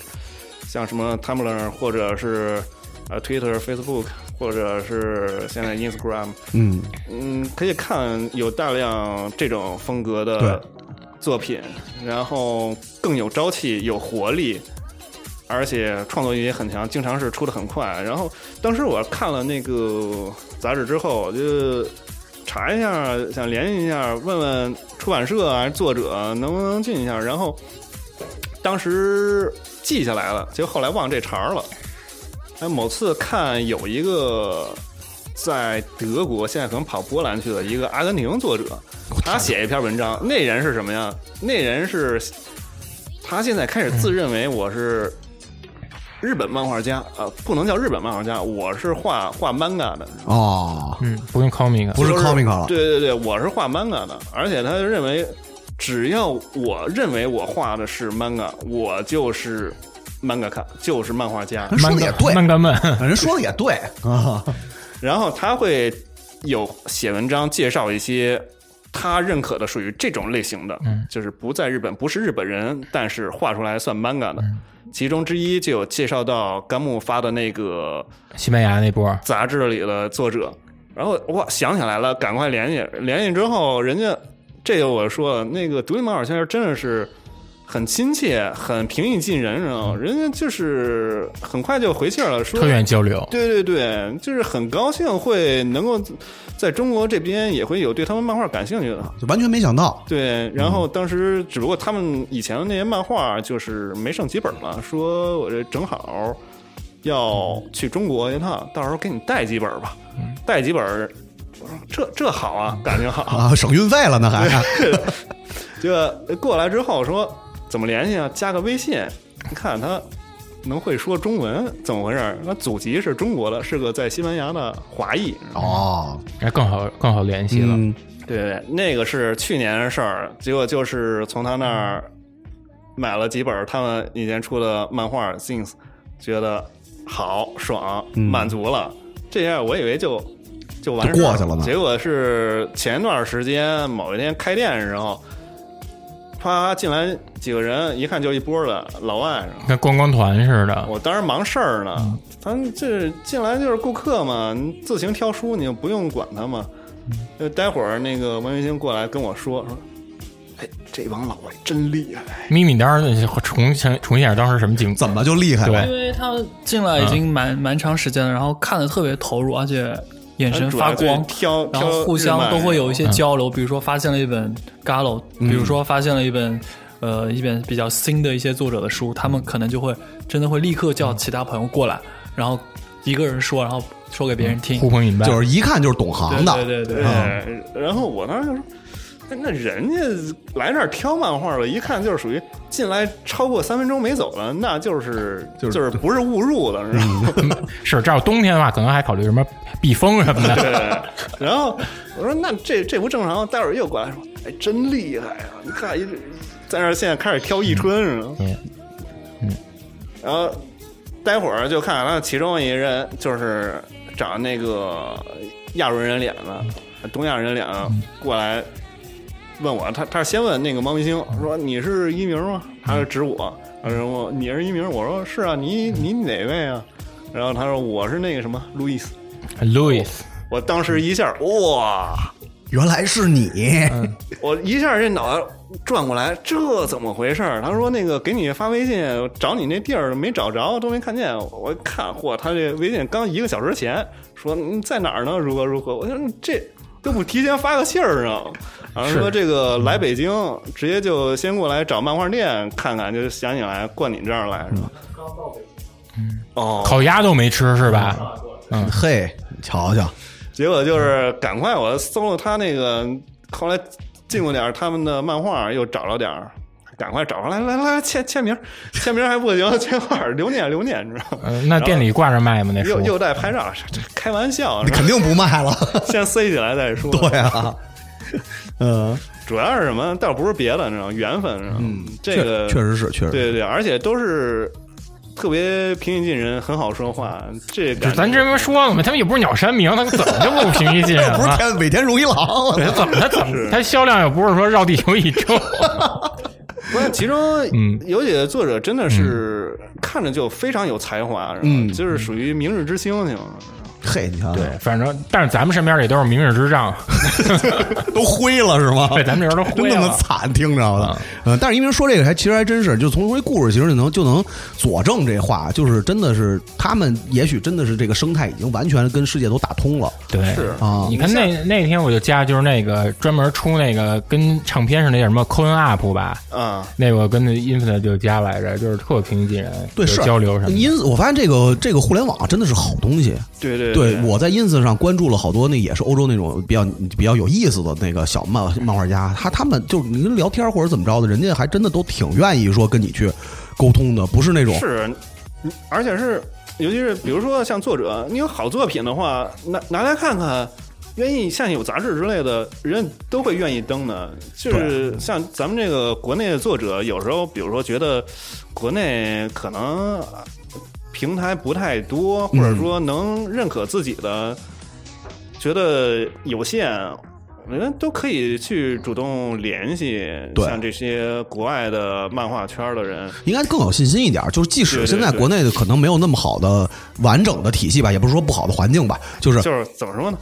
Speaker 5: 像什么 Tumblr 或者是呃 Twitter、Facebook，或者是现在 Instagram，
Speaker 3: 嗯，
Speaker 5: 嗯，可以看有大量这种风格的作品，然后更有朝气、有活力，而且创作欲也很强，经常是出的很快。然后当时我看了那个杂志之后，我就查一下，想联系一下，问问出版社啊还是作者能不能进一下，然后当时记下来了，结果后来忘这茬儿了。哎，某次看有一个在德国，现在可能跑波兰去了，一个阿根廷作者，他写一篇文章，那人是什么呀？那人是，他现在开始自认为我是日本漫画家，呃，不能叫日本漫画家，我是画画 manga 的，
Speaker 3: 哦，
Speaker 2: 嗯，不用 comic，
Speaker 3: 不是 comic 了，
Speaker 5: 对对对，我是画 manga 的，而且他认为，只要我认为我画的是 manga，我就是 manga 卡，就是漫画家。
Speaker 3: 人说的也对，
Speaker 2: 漫干漫，
Speaker 3: 人说的也对啊，
Speaker 5: 然后他会有写文章介绍一些他认可的属于这种类型的，就是不在日本不是日本人，但是画出来算 manga 的。其中之一就有介绍到甘木发的那个
Speaker 2: 西班牙那波，
Speaker 5: 杂志里的作者，然后哇想起来了，赶快联系联系之后，人家这就我说了，那个独立漫画圈真的是很亲切，很平易近人，然后人家就是很快就回信儿了，说
Speaker 2: 特愿意交流。
Speaker 5: 对对对，就是很高兴会能够在中国这边也会有对他们漫画感兴趣的。
Speaker 3: 就完全没想到，
Speaker 5: 对，然后当时只不过他们以前的那些漫画就是没剩几本了，说我这正好要去中国一趟，到时候给你带几本吧，带几本儿，我说这这好啊，感情好。
Speaker 3: 啊，省运费了呢还，
Speaker 5: 结果过来之后说怎么联系啊？加个微信，你看他能会说中文，怎么回事儿？那祖籍是中国的，是个在西班牙的华裔。
Speaker 3: 哦，
Speaker 2: 那更好更好联系了。
Speaker 3: 嗯，
Speaker 5: 对对，对，那个是去年的事儿，结果就是从他那儿买了几本他们以前出的漫画《Things》，觉得好爽，满足了。这样我以为就就
Speaker 3: 嗯
Speaker 5: 完
Speaker 3: 就
Speaker 5: 事儿
Speaker 3: 过去了呢
Speaker 5: 结果是前段时间某一天开店的时候，啪进来几个人，一看就一波的老外，然后
Speaker 2: 跟观光团似
Speaker 4: 啊
Speaker 2: 的，
Speaker 5: 我当时忙事儿
Speaker 4: 嗯
Speaker 5: 呢，咱这进来就是顾客嘛，你自行挑书，你就不用管他嘛。
Speaker 4: 嗯
Speaker 5: 呃，待会儿那个文云星过来跟我说说，哎，这帮老外真厉害，
Speaker 2: 咪咪当时重现重现当时什么景
Speaker 3: 怎么就厉害了？
Speaker 4: 因
Speaker 2: 对，
Speaker 4: 为他进来已经蛮、蛮长时间了，然后看的特别投入，而且眼神
Speaker 5: 主
Speaker 4: 发
Speaker 5: 要就是
Speaker 4: 光，
Speaker 5: 挑
Speaker 4: 然后
Speaker 5: 挑
Speaker 4: 互相都会有一
Speaker 5: 些。
Speaker 4: 些交流，比如说发现了一本 Gallo，比如说发现了一本。呃，一本比较新的一些作者的书，他们可能就会真的会立刻叫其他朋友过来，然后一个人说，然后说给别人听
Speaker 2: 呼。朋引伴，
Speaker 3: 就是一看就是懂
Speaker 2: 嗯
Speaker 3: 行的，
Speaker 4: 对对对对
Speaker 5: 啊对，然后我当时就说，哎那人家来这儿挑漫画的，一看就是属于进来超过三分钟没走的，那 就是
Speaker 3: 就是
Speaker 5: 就是不是误入的，是吧？
Speaker 2: 是这要冬天的话，可能还考虑什么避风什么的。
Speaker 5: 对，然后我说那这这不正常，啊待会儿又过来说，哎，真厉害啊！你看一直在那儿现在开始挑一春是吗？
Speaker 2: 嗯
Speaker 5: 然后待会儿就看他其中一人就是长那个亚洲人脸了，东亚人脸了过来问我，他他是先问那个猫明星说你是一鸣吗？他是指我，他说我你是一鸣，我说是啊，你你哪位啊？然后他说我是那个什么路易斯，
Speaker 2: Louis，
Speaker 5: 我当时一下哇，
Speaker 3: 原来是你，
Speaker 5: 我一下这脑袋转过来，这怎么回事儿？他说那个给你发微信，找你那地儿没找着，都没看见。我一看，嚯，他这微信刚一个小时前说你在哪儿呢？如何如何？我说你这都不提前发个信儿啊？然后说这个来北京，直接就先过来找漫画店看看，就想起来过你这儿来是吧？哦，
Speaker 2: 烤鸭都没吃是吧？
Speaker 3: 嘿，瞧瞧，
Speaker 5: 结果就是赶快我搜了他那个，后来进过点儿他们的漫画，又找了点儿，赶快找上来来来签签名， 签名还不行， 签画儿留念留念，你知道吗？
Speaker 2: 嗯，那店里挂着卖吗？
Speaker 3: 哎
Speaker 2: 那
Speaker 5: 又
Speaker 2: 书
Speaker 5: 又带拍照，这开玩笑，
Speaker 3: 你肯定不卖了。
Speaker 5: 先塞起来再 说。
Speaker 3: 对啊，嗯，
Speaker 5: 主要是什么？倒不是别的，你知道吗缘分，你知道吗？这个
Speaker 3: 确确实是，确实
Speaker 5: 对对对，而且都是特别平易近人，很好说话，这
Speaker 2: 就
Speaker 5: 感
Speaker 2: 是
Speaker 5: 觉
Speaker 2: 咱这边说了嘛，他们也不是鸟山明，他们怎么就不平易近人
Speaker 3: 又 不是
Speaker 2: 了？
Speaker 3: 天尾田荣一郎，我
Speaker 2: 他啊怎么他怎么他销量又不是说绕地球一周？
Speaker 5: 不是，其中
Speaker 2: 嗯
Speaker 5: 有几个作者真的是看着就非常有才华，
Speaker 3: 嗯
Speaker 5: 嗯，就是属于明日之星那种。
Speaker 3: 嘿，你瞧，
Speaker 2: 对，反正但是咱们身边也都是明日之啊障，
Speaker 3: 都灰了是吗？
Speaker 2: 对，咱们这边都
Speaker 3: 真
Speaker 2: 灰
Speaker 3: 那么
Speaker 2: 了。
Speaker 3: 惨，听着了。嗯，但是因为说这个还其实还真是，就从这故事其实就能就能佐证这话，就是真的是他们也许真的是这个生态已经完全跟世界都打通了
Speaker 2: 对，
Speaker 5: 是
Speaker 3: 啊
Speaker 2: 你看那那天我就加就是那个专门出那个跟唱片似的那叫什么 Coin Up 吧，
Speaker 5: 啊，
Speaker 2: 那我跟那 Infinite 就加来着，就是特平易近人，
Speaker 3: 对，
Speaker 2: 有
Speaker 3: 是
Speaker 2: 交流什么的。
Speaker 3: 因此，我发现这个这个互联网真的是好东西。
Speaker 5: 对对
Speaker 3: 对，我在 ins 上关注了好多，那也是欧洲那种比较比较有意思的那个小漫漫画家，他他们就是你跟聊天或者怎么着的，人家还真的都挺愿意说跟你去沟通的，不是那种
Speaker 5: 是，嗯而且是，尤其是比如说像作者，你有好作品的话，拿拿来看看。愿意像有杂志之类的人都会愿意登的，就是像咱们这个国内的作者，有时候比如说觉得国内可能啊平台不太多，或者说能认可自己的，觉得有限，我觉得都可以去主动联系
Speaker 3: 对
Speaker 5: 像这些国外的漫画圈的人，
Speaker 3: 应该更有信心一点儿。就是即使
Speaker 5: 对对
Speaker 3: 现在
Speaker 5: 对
Speaker 3: 国内的可能没有那么好的完整的体系吧，也不是说不好的环境吧， 就是
Speaker 5: 就是怎么说呢？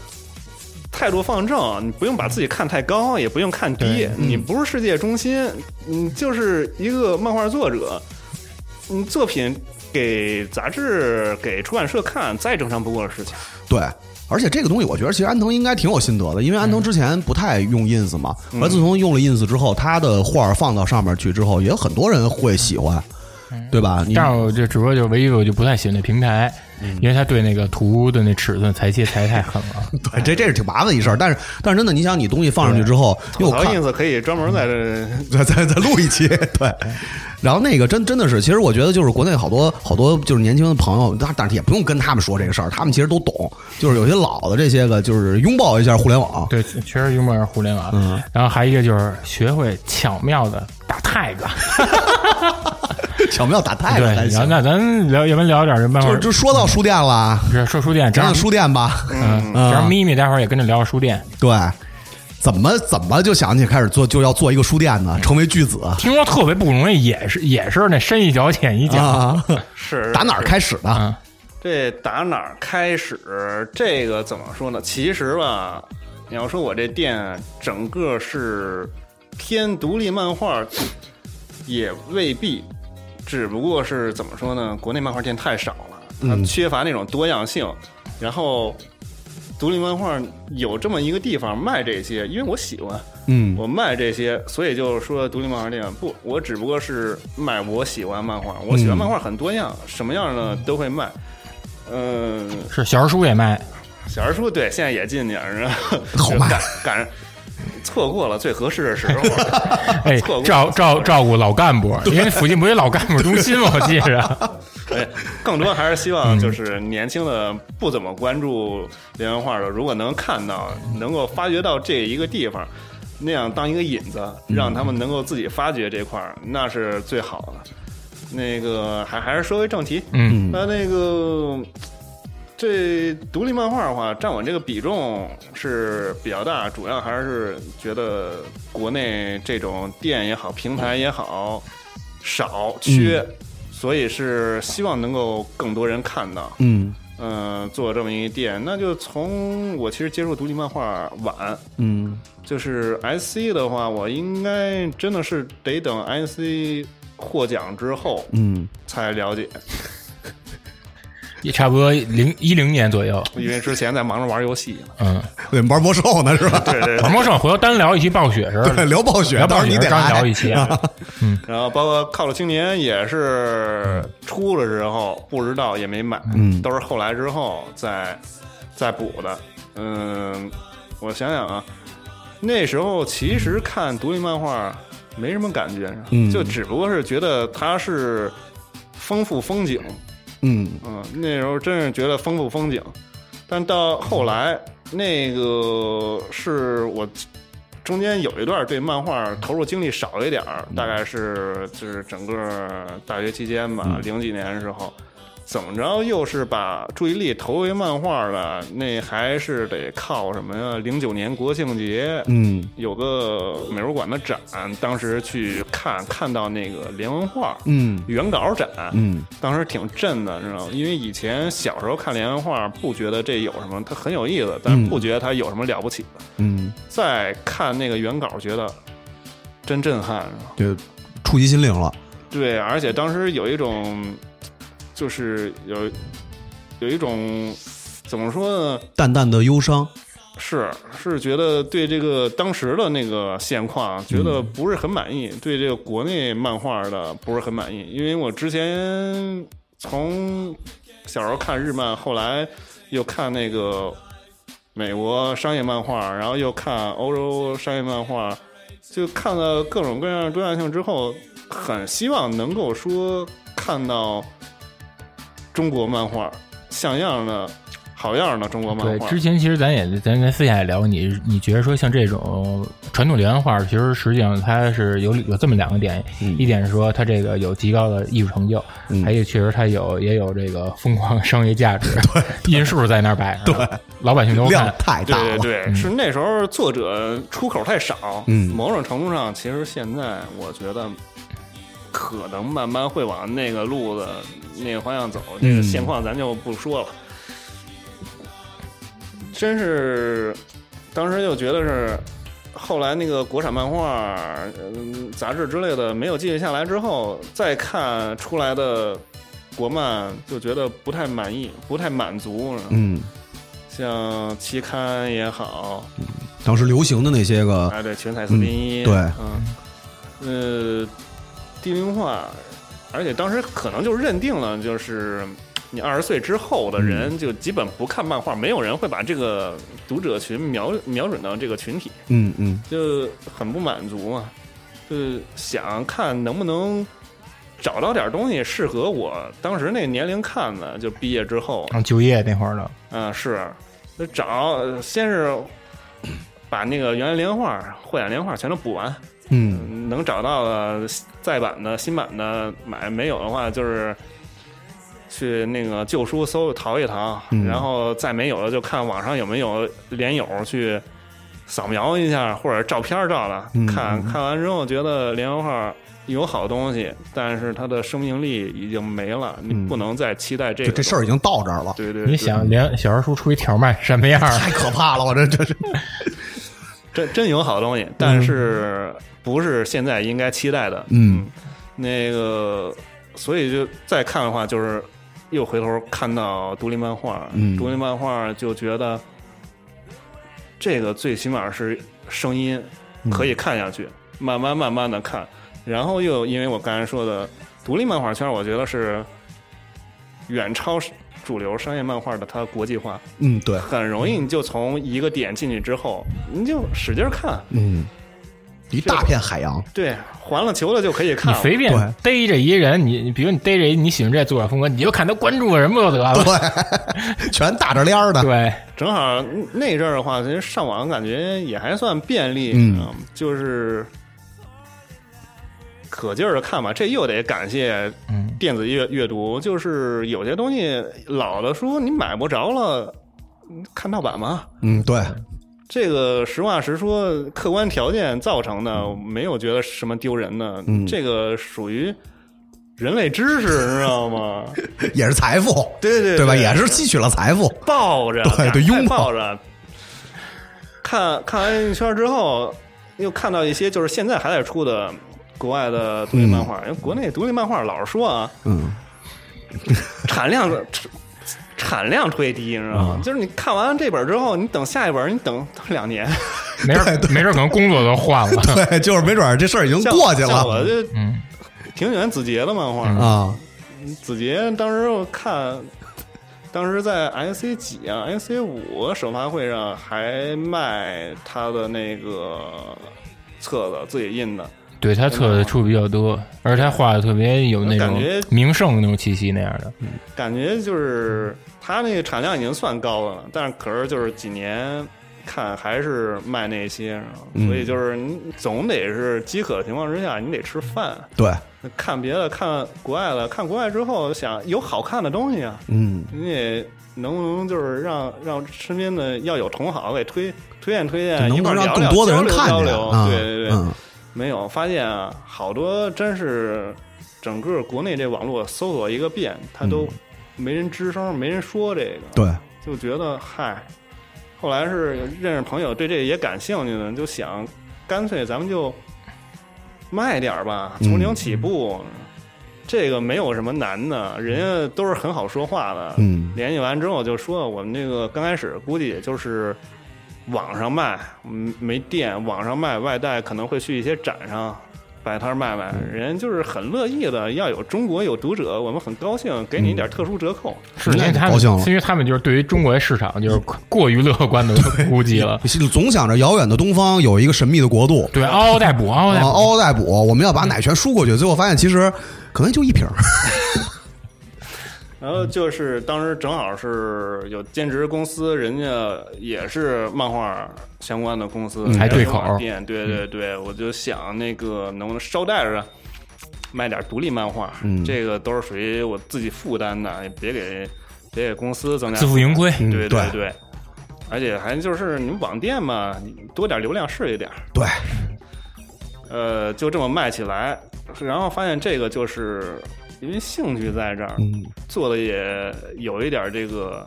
Speaker 5: 态度放正，你不用把自己看太高，也不用看低
Speaker 2: 对，
Speaker 3: 嗯
Speaker 5: 你不是世界中心，你就是一个漫画作者，你作品给杂志、给出版社看，再正常不过的事情。
Speaker 3: 对。而且这个东西，我觉得其实安藤应该挺有心得的，因为安
Speaker 5: 嗯
Speaker 3: 藤之前不太用 ins 嘛，而自从用了 ins 之后，他的画儿放到上面去之后，也有很多人会喜欢，
Speaker 5: 嗯
Speaker 3: 对吧？你
Speaker 2: 但是我这只不过就唯一我就不太喜欢那平台，因为他对那个图的那尺寸裁切裁太狠了。
Speaker 3: 对，这这是挺麻烦一事儿，但是但是真的，你想你东西放上去之后，因
Speaker 5: 吐
Speaker 3: 为我
Speaker 5: 槽
Speaker 3: 看嗯
Speaker 5: ins 可以专门在
Speaker 3: 再
Speaker 5: 这
Speaker 3: 再再录一期，对。然后那个真真的是，其实我觉得就是国内好多好多就是年轻的朋友，但但是也不用跟他们说这个事儿，他们其实都懂。就是有些老的这些个，就是拥抱一下互联网，
Speaker 2: 对，确实拥抱着互联网。
Speaker 3: 嗯
Speaker 2: 然后还一个就是学会巧妙的打 tag。
Speaker 3: 巧妙打太
Speaker 2: 对
Speaker 3: 了，
Speaker 2: 然
Speaker 3: 还，
Speaker 2: 后
Speaker 3: 行。
Speaker 2: 那咱聊，要不然聊点这漫
Speaker 3: 就
Speaker 2: 画
Speaker 3: 是？就说到书店了，
Speaker 2: 不是说书店，正
Speaker 3: 讲
Speaker 2: 好
Speaker 3: 讲书店吧。
Speaker 2: 嗯，正好咪咪待会儿也跟着聊聊书店。
Speaker 3: 对，怎么怎么就想起开始做就要做一个书店呢？成为巨子
Speaker 2: 听说特别不容易，也是也是那深一脚浅一脚。
Speaker 3: 啊？
Speaker 5: 是
Speaker 3: 打哪儿？开始呢？
Speaker 5: 这打哪儿开始？这个怎么说呢？其实吧，你要说我这店整个是偏独立漫画，也未必，只不过是怎么说呢？国内漫画店太少了，它
Speaker 3: 嗯
Speaker 5: 缺乏那种多样性。然后，独立漫画有这么一个地方卖这些，因为我喜欢，
Speaker 3: 嗯，
Speaker 5: 我卖这些，所以就是说独立漫画店不，我只不过是卖我喜欢漫画，我喜欢漫画很多样，什么样的都会卖。嗯，
Speaker 2: 是小人书也
Speaker 3: 啊
Speaker 2: 卖，
Speaker 5: 小人书对，现在也进去，然后
Speaker 3: 好卖
Speaker 5: 赶赶上错过了最合适的时 候。
Speaker 2: 哎
Speaker 5: 错过，
Speaker 2: 照照照顾老干部，因为附近不是有老干部中心吗？我记 着。
Speaker 5: 哎，更多还是希望就是年轻的不怎么关注连环画的，如果能看到，能够发掘到这一个地方，那样当一个引子，让他们能够自己发掘这块儿，那是最好的。那个还还是说回正题，
Speaker 2: 嗯
Speaker 5: 那那个这独立漫画的话，占我这个比重是比较大，主要还是觉得国内这种店也好，平台也好少缺，
Speaker 3: 嗯
Speaker 5: 所以是希望能够更多人看到。
Speaker 3: 嗯
Speaker 5: 嗯、做这么一店，那就从我其实接触独立漫画晚，
Speaker 3: 嗯
Speaker 5: 就是 SC 的话，我应该真的是得等 SC 获奖之后
Speaker 3: 嗯，
Speaker 5: 才了解，
Speaker 2: 也差不多零一零年左右，
Speaker 5: 因为之前在忙着玩游戏。
Speaker 2: 嗯，
Speaker 3: 对，玩魔兽呢是吧？
Speaker 5: 对对对
Speaker 2: 玩魔兽回头单聊一期暴雪时候
Speaker 3: 对，
Speaker 2: 的，
Speaker 3: 聊暴雪，
Speaker 2: 聊
Speaker 3: 到
Speaker 2: 暴
Speaker 3: 时候
Speaker 2: 雪
Speaker 3: 你得
Speaker 2: 时候单
Speaker 3: 来啊
Speaker 2: 聊一期， 啊
Speaker 5: 然后包括《靠了青年》也是出的时候不知道也没买，
Speaker 3: 嗯
Speaker 5: 都是后来之后再再补的。嗯，我想想啊，那时候其实看独立漫画没什么感觉，
Speaker 3: 嗯
Speaker 5: 就只不过是觉得它是丰富风景，
Speaker 3: 嗯
Speaker 5: 嗯，那时候真是觉得丰富风景，但到后来那个是我中间有一段对漫画投入精力少一点儿，大概是就是整个大学期间吧，
Speaker 3: 嗯
Speaker 5: 零几年的时候，怎么着又是把注意力投回漫画了，那还是得靠什么呀？零九年国庆节，
Speaker 3: 嗯
Speaker 5: 有个美术馆的展，当时去看，看到那个连环画。
Speaker 3: 嗯
Speaker 5: 原稿展，
Speaker 3: 嗯
Speaker 5: 当时挺震的，你知道吗？因为以前小时候看连环画，不觉得这有什么，它很有意思，但
Speaker 3: 嗯
Speaker 5: 不觉得它有什么了不起的。
Speaker 3: 嗯，
Speaker 5: 再看那个原稿，觉得真震撼。是吧
Speaker 3: 就触及心灵了。
Speaker 5: 对，而且当时有一种，就是有有一种怎么说呢？
Speaker 3: 淡淡的忧伤，
Speaker 5: 是是觉得对这个当时的那个现况觉得不是很满意，对这个国内漫画的不是很满意，因为我之前从小时候看日漫，后来又看那个美国商业漫画，然后又看欧洲商业漫画，就看了各种各样的多样性之后，很希望能够说看到中国漫画像样的、好样的中国漫
Speaker 2: 对，
Speaker 5: 画。
Speaker 2: 之前其实咱也咱咱私下也聊过你，你觉得说像这种传统连环画，其实实际上它是有有这么两个点，一点是说它这个有极高的艺术成就，还有确实它有也有这个疯狂的商业价值，对，因数在那儿摆着，对，老百姓都
Speaker 3: 量
Speaker 2: 看，
Speaker 3: 太大
Speaker 5: 对
Speaker 3: 了。
Speaker 5: 对对，是那时候作者出口太少，
Speaker 3: 嗯
Speaker 5: 某种程度上，其实现在我觉得可能慢慢会往那个路子、那个方向走。这个现况咱就不说了，真是当时就觉得是。后来那个国产漫画、嗯、杂志之类的没有继续下来之后，再看出来的国漫就觉得不太满意，不太满足。
Speaker 3: 嗯，
Speaker 5: 像期刊也好，
Speaker 3: 当时流行的那些个，
Speaker 5: 啊，对，全彩四零一，
Speaker 3: 嗯对
Speaker 5: 嗯，呃，低龄化，啊而且当时可能就认定了，就是你二十岁之后的人就基本不看漫画，没有人会把这个读者群瞄瞄准到这个群体，
Speaker 3: 嗯嗯
Speaker 5: 就很不满足嘛，就是想看能不能。找到点东西适合我当时那年龄看的，就毕业之后，
Speaker 2: 然后就业那会儿的，
Speaker 5: 嗯，是，就找呃先是把那个原来连画、慧眼连画全都补完，
Speaker 3: 嗯
Speaker 5: 能找到的再版的、新版的买，没有的话就是去那个旧书搜淘一淘，
Speaker 3: 嗯
Speaker 5: 然后再没有的就看网上有没有连友去扫描一下，或者照片儿照了，
Speaker 3: 嗯
Speaker 5: 看看完之后觉得连环画。有好东西，但是它的生命力已经没了，你
Speaker 3: 嗯
Speaker 5: 不能再期待这
Speaker 3: 就
Speaker 5: 个。
Speaker 3: 这事儿已经到这儿了，
Speaker 5: 对对，
Speaker 2: 你
Speaker 5: 对
Speaker 2: 想连小人书出一条漫什么样儿？
Speaker 3: 太可怕了，我这这是，
Speaker 5: 真真有好东西，但是不是现在应该期待的。
Speaker 3: 嗯
Speaker 5: 那个，所以就再看的话，就是又回头看到独立漫画，
Speaker 3: 嗯
Speaker 5: 独立漫画就觉得这个最起码是声音
Speaker 3: 嗯
Speaker 5: 可以看下去，慢慢慢慢的看，然后又因为我刚才说的独立漫画圈，我觉得是远超主流商业漫画的它国际化，
Speaker 3: 嗯，对，
Speaker 5: 很容易你就从一个点进去之后，你就使劲儿看。
Speaker 3: 嗯，一大片海洋，
Speaker 5: 对，还了球了就可以
Speaker 2: 你
Speaker 5: 看了。
Speaker 2: 随便逮着一人，你你比如你逮着一你喜欢这作者风格，你就看他关注什么就得了。
Speaker 3: 全打着帘儿的，
Speaker 2: 对，
Speaker 5: 正好那阵儿的话，其实上网嗯感觉也还算便利，
Speaker 3: 嗯
Speaker 5: 就是可劲儿的看吧。这又得感谢
Speaker 2: 嗯
Speaker 5: 电子阅阅读，就是有些东西老的书你买不着了，你看盗版嘛。
Speaker 3: 嗯，对，
Speaker 5: 这个实话实说，客观条件造成的，我没有觉得什么丢人的。
Speaker 3: 嗯
Speaker 5: 这个属于人类知识，你知道 吗？
Speaker 3: 也是财富，
Speaker 5: 对对对
Speaker 3: 对吧？也是吸取了财富，
Speaker 5: 抱着，
Speaker 3: 对对
Speaker 5: 赶快
Speaker 3: 拥抱
Speaker 5: 抱着。看看完一圈之后，又看到一些就是现在还在出的国外的独立漫画，因为国内独立漫画老是说啊，
Speaker 3: 嗯，
Speaker 5: 产量产产量推低，你知
Speaker 3: 啊
Speaker 5: 道吗？就是你看完这本之后，你等下一本，你等等两年，
Speaker 2: 没事儿没事儿，可能工作都换 了。
Speaker 3: 对， 就是没准儿这事儿已经
Speaker 5: 嗯像
Speaker 3: 过去
Speaker 5: 像我
Speaker 3: 了
Speaker 5: 这
Speaker 2: 嗯，
Speaker 5: 挺喜欢子杰的漫画，
Speaker 3: 啊，
Speaker 5: 子杰当时我看，当时在 IC 几啊，IC 五首发会上还卖他的那个册子，自己印的。
Speaker 2: 对他测的处比较多，而且他画的特别有那种
Speaker 5: 感觉
Speaker 2: 名胜那种气息那样的。
Speaker 5: 感觉就是它那个产量已经算高的了，但是可是就是几年看还是卖那些，
Speaker 3: 嗯
Speaker 5: 所以就是你总得是饥渴的情况之下，你得吃饭。
Speaker 3: 对，
Speaker 5: 那看别的，看国外的，看国外之后想有好看的东西啊，
Speaker 3: 嗯，
Speaker 5: 你也能不能就是让让身边的要有同好给推推荐推
Speaker 3: 就
Speaker 5: 荐，
Speaker 3: 能
Speaker 5: 哎一
Speaker 3: 不
Speaker 5: 块
Speaker 3: 能
Speaker 5: 儿
Speaker 3: 让更
Speaker 5: 聊聊
Speaker 3: 多的人
Speaker 5: 交流
Speaker 3: 看
Speaker 5: 交
Speaker 3: 见
Speaker 5: 流？
Speaker 3: 啊？
Speaker 5: 对对对，
Speaker 3: 嗯
Speaker 5: 没有发现啊，好多真是整个国内这网络搜索一个遍，它都
Speaker 3: 嗯
Speaker 5: 没人吱声，没人说这个，
Speaker 3: 对，
Speaker 5: 就觉得嗨。后来是认识朋友对这也感兴趣的，就想干脆咱们就卖点儿吧，
Speaker 3: 嗯
Speaker 5: 从零起步。这个没有什么难的，人家都是很好说话的。
Speaker 3: 嗯
Speaker 5: 联系完之后就说我们这个刚开始估计也就是网上卖，嗯，没店，网上卖外带可能会去一些展上摆摊儿卖卖，人就是很乐意的，要有中国有读者，我们很高兴，给你一点特殊折扣。
Speaker 2: 是因为他
Speaker 3: 高
Speaker 2: 们，
Speaker 3: 兴了
Speaker 2: 是因为他们就是对于中国的市场就是过于乐观的估计了。
Speaker 3: 总想着遥远的东方有一个神秘的国度，
Speaker 2: 对，嗷嗷待哺，嗷嗷待
Speaker 3: 啊，
Speaker 2: 哺。
Speaker 3: 嗷嗷待哺，我们要把奶全输过去，最后发现其实可能就一瓶儿，
Speaker 5: 然后就是当时正好是有兼职公司，人家也是漫画相关的公司，
Speaker 2: 嗯还对
Speaker 5: 有漫画
Speaker 2: 口
Speaker 5: 店，对对对，我就想那个能不能捎带着卖点独立漫画，
Speaker 2: 嗯
Speaker 5: 这个都是属于我自己负担的，也别给别给公司增加
Speaker 2: 自负盈亏
Speaker 5: 负担对
Speaker 3: 对
Speaker 5: 对。而且还就是你们网店嘛，你多点流量是一点儿，
Speaker 3: 对，
Speaker 5: 呃，就这么卖起来，然后发现这个就是因为兴趣在这儿，
Speaker 3: 嗯，
Speaker 5: 做的也有一点儿这个，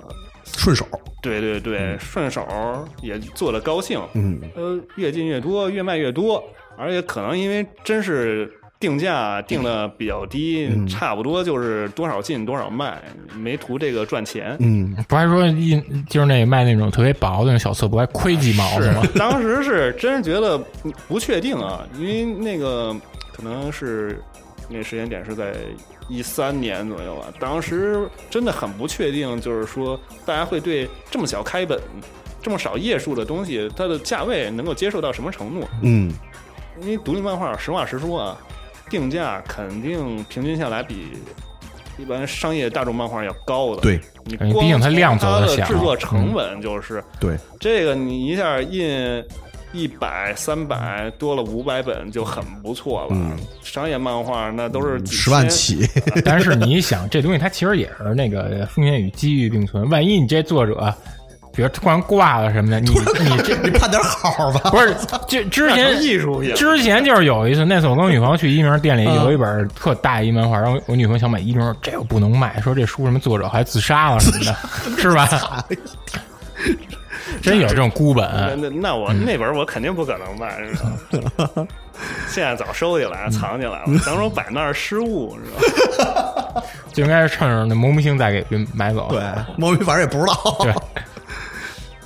Speaker 3: 顺手，
Speaker 5: 对对对，顺手也做的高兴，
Speaker 3: 嗯，
Speaker 5: 呃，越进越多，越卖越多，而且可能因为真是定价定的比较低，
Speaker 3: 嗯
Speaker 5: 差不多就是多少进多少卖，没图这个赚钱。
Speaker 3: 嗯，
Speaker 2: 不还说一就是那卖那种特别薄的那种小册，不还亏几毛的吗？
Speaker 5: 当时是真是觉得不确定啊，因为那个可能是那时间点是在一三年左右啊，当时真的很不确定，就是说大家会对这么小开本、这么少页数的东西，它的价位能够接受到什么程度？
Speaker 3: 嗯，
Speaker 5: 因为独立漫画，实话实说啊，定价肯定平均下来比一般商业大众漫画要高的。
Speaker 3: 对
Speaker 5: 你
Speaker 2: 嗯
Speaker 5: 光
Speaker 2: 毕竟它
Speaker 5: 从
Speaker 2: 量走
Speaker 5: 它
Speaker 2: 得
Speaker 5: 的
Speaker 2: 小嗯
Speaker 5: 制作成本就是、
Speaker 3: 对，
Speaker 5: 这个，你一下印一百、三百，多了五百本就很不错了。
Speaker 3: 嗯
Speaker 5: 商业漫画那都是几千
Speaker 3: 十万，起，
Speaker 2: 但是你想，这东西它其实也是那个风险与机遇并存。万一你这作者，比如突然挂了什么的，你你这
Speaker 3: 你判点好吧，
Speaker 2: 不是这之
Speaker 5: 那
Speaker 2: 前
Speaker 5: 成艺术品嗯了
Speaker 2: 之前就是有一次，那次我跟我女朋友去一鸣店里有一本特大一漫画，然后我女朋友想买一，说这个不能卖，说这书什么作者还自杀了什么 的，是吧？真有这种孤
Speaker 5: 那
Speaker 2: 本，
Speaker 3: 嗯
Speaker 5: 那那我那本我肯定不可能卖，知道吗？现在早收起来了，藏起来
Speaker 3: 嗯
Speaker 5: 了。当时我摆那儿失误，知道 吗？
Speaker 2: 就应该是趁着那萌明星再给人买走。
Speaker 3: 对，猫咪反正也不知道，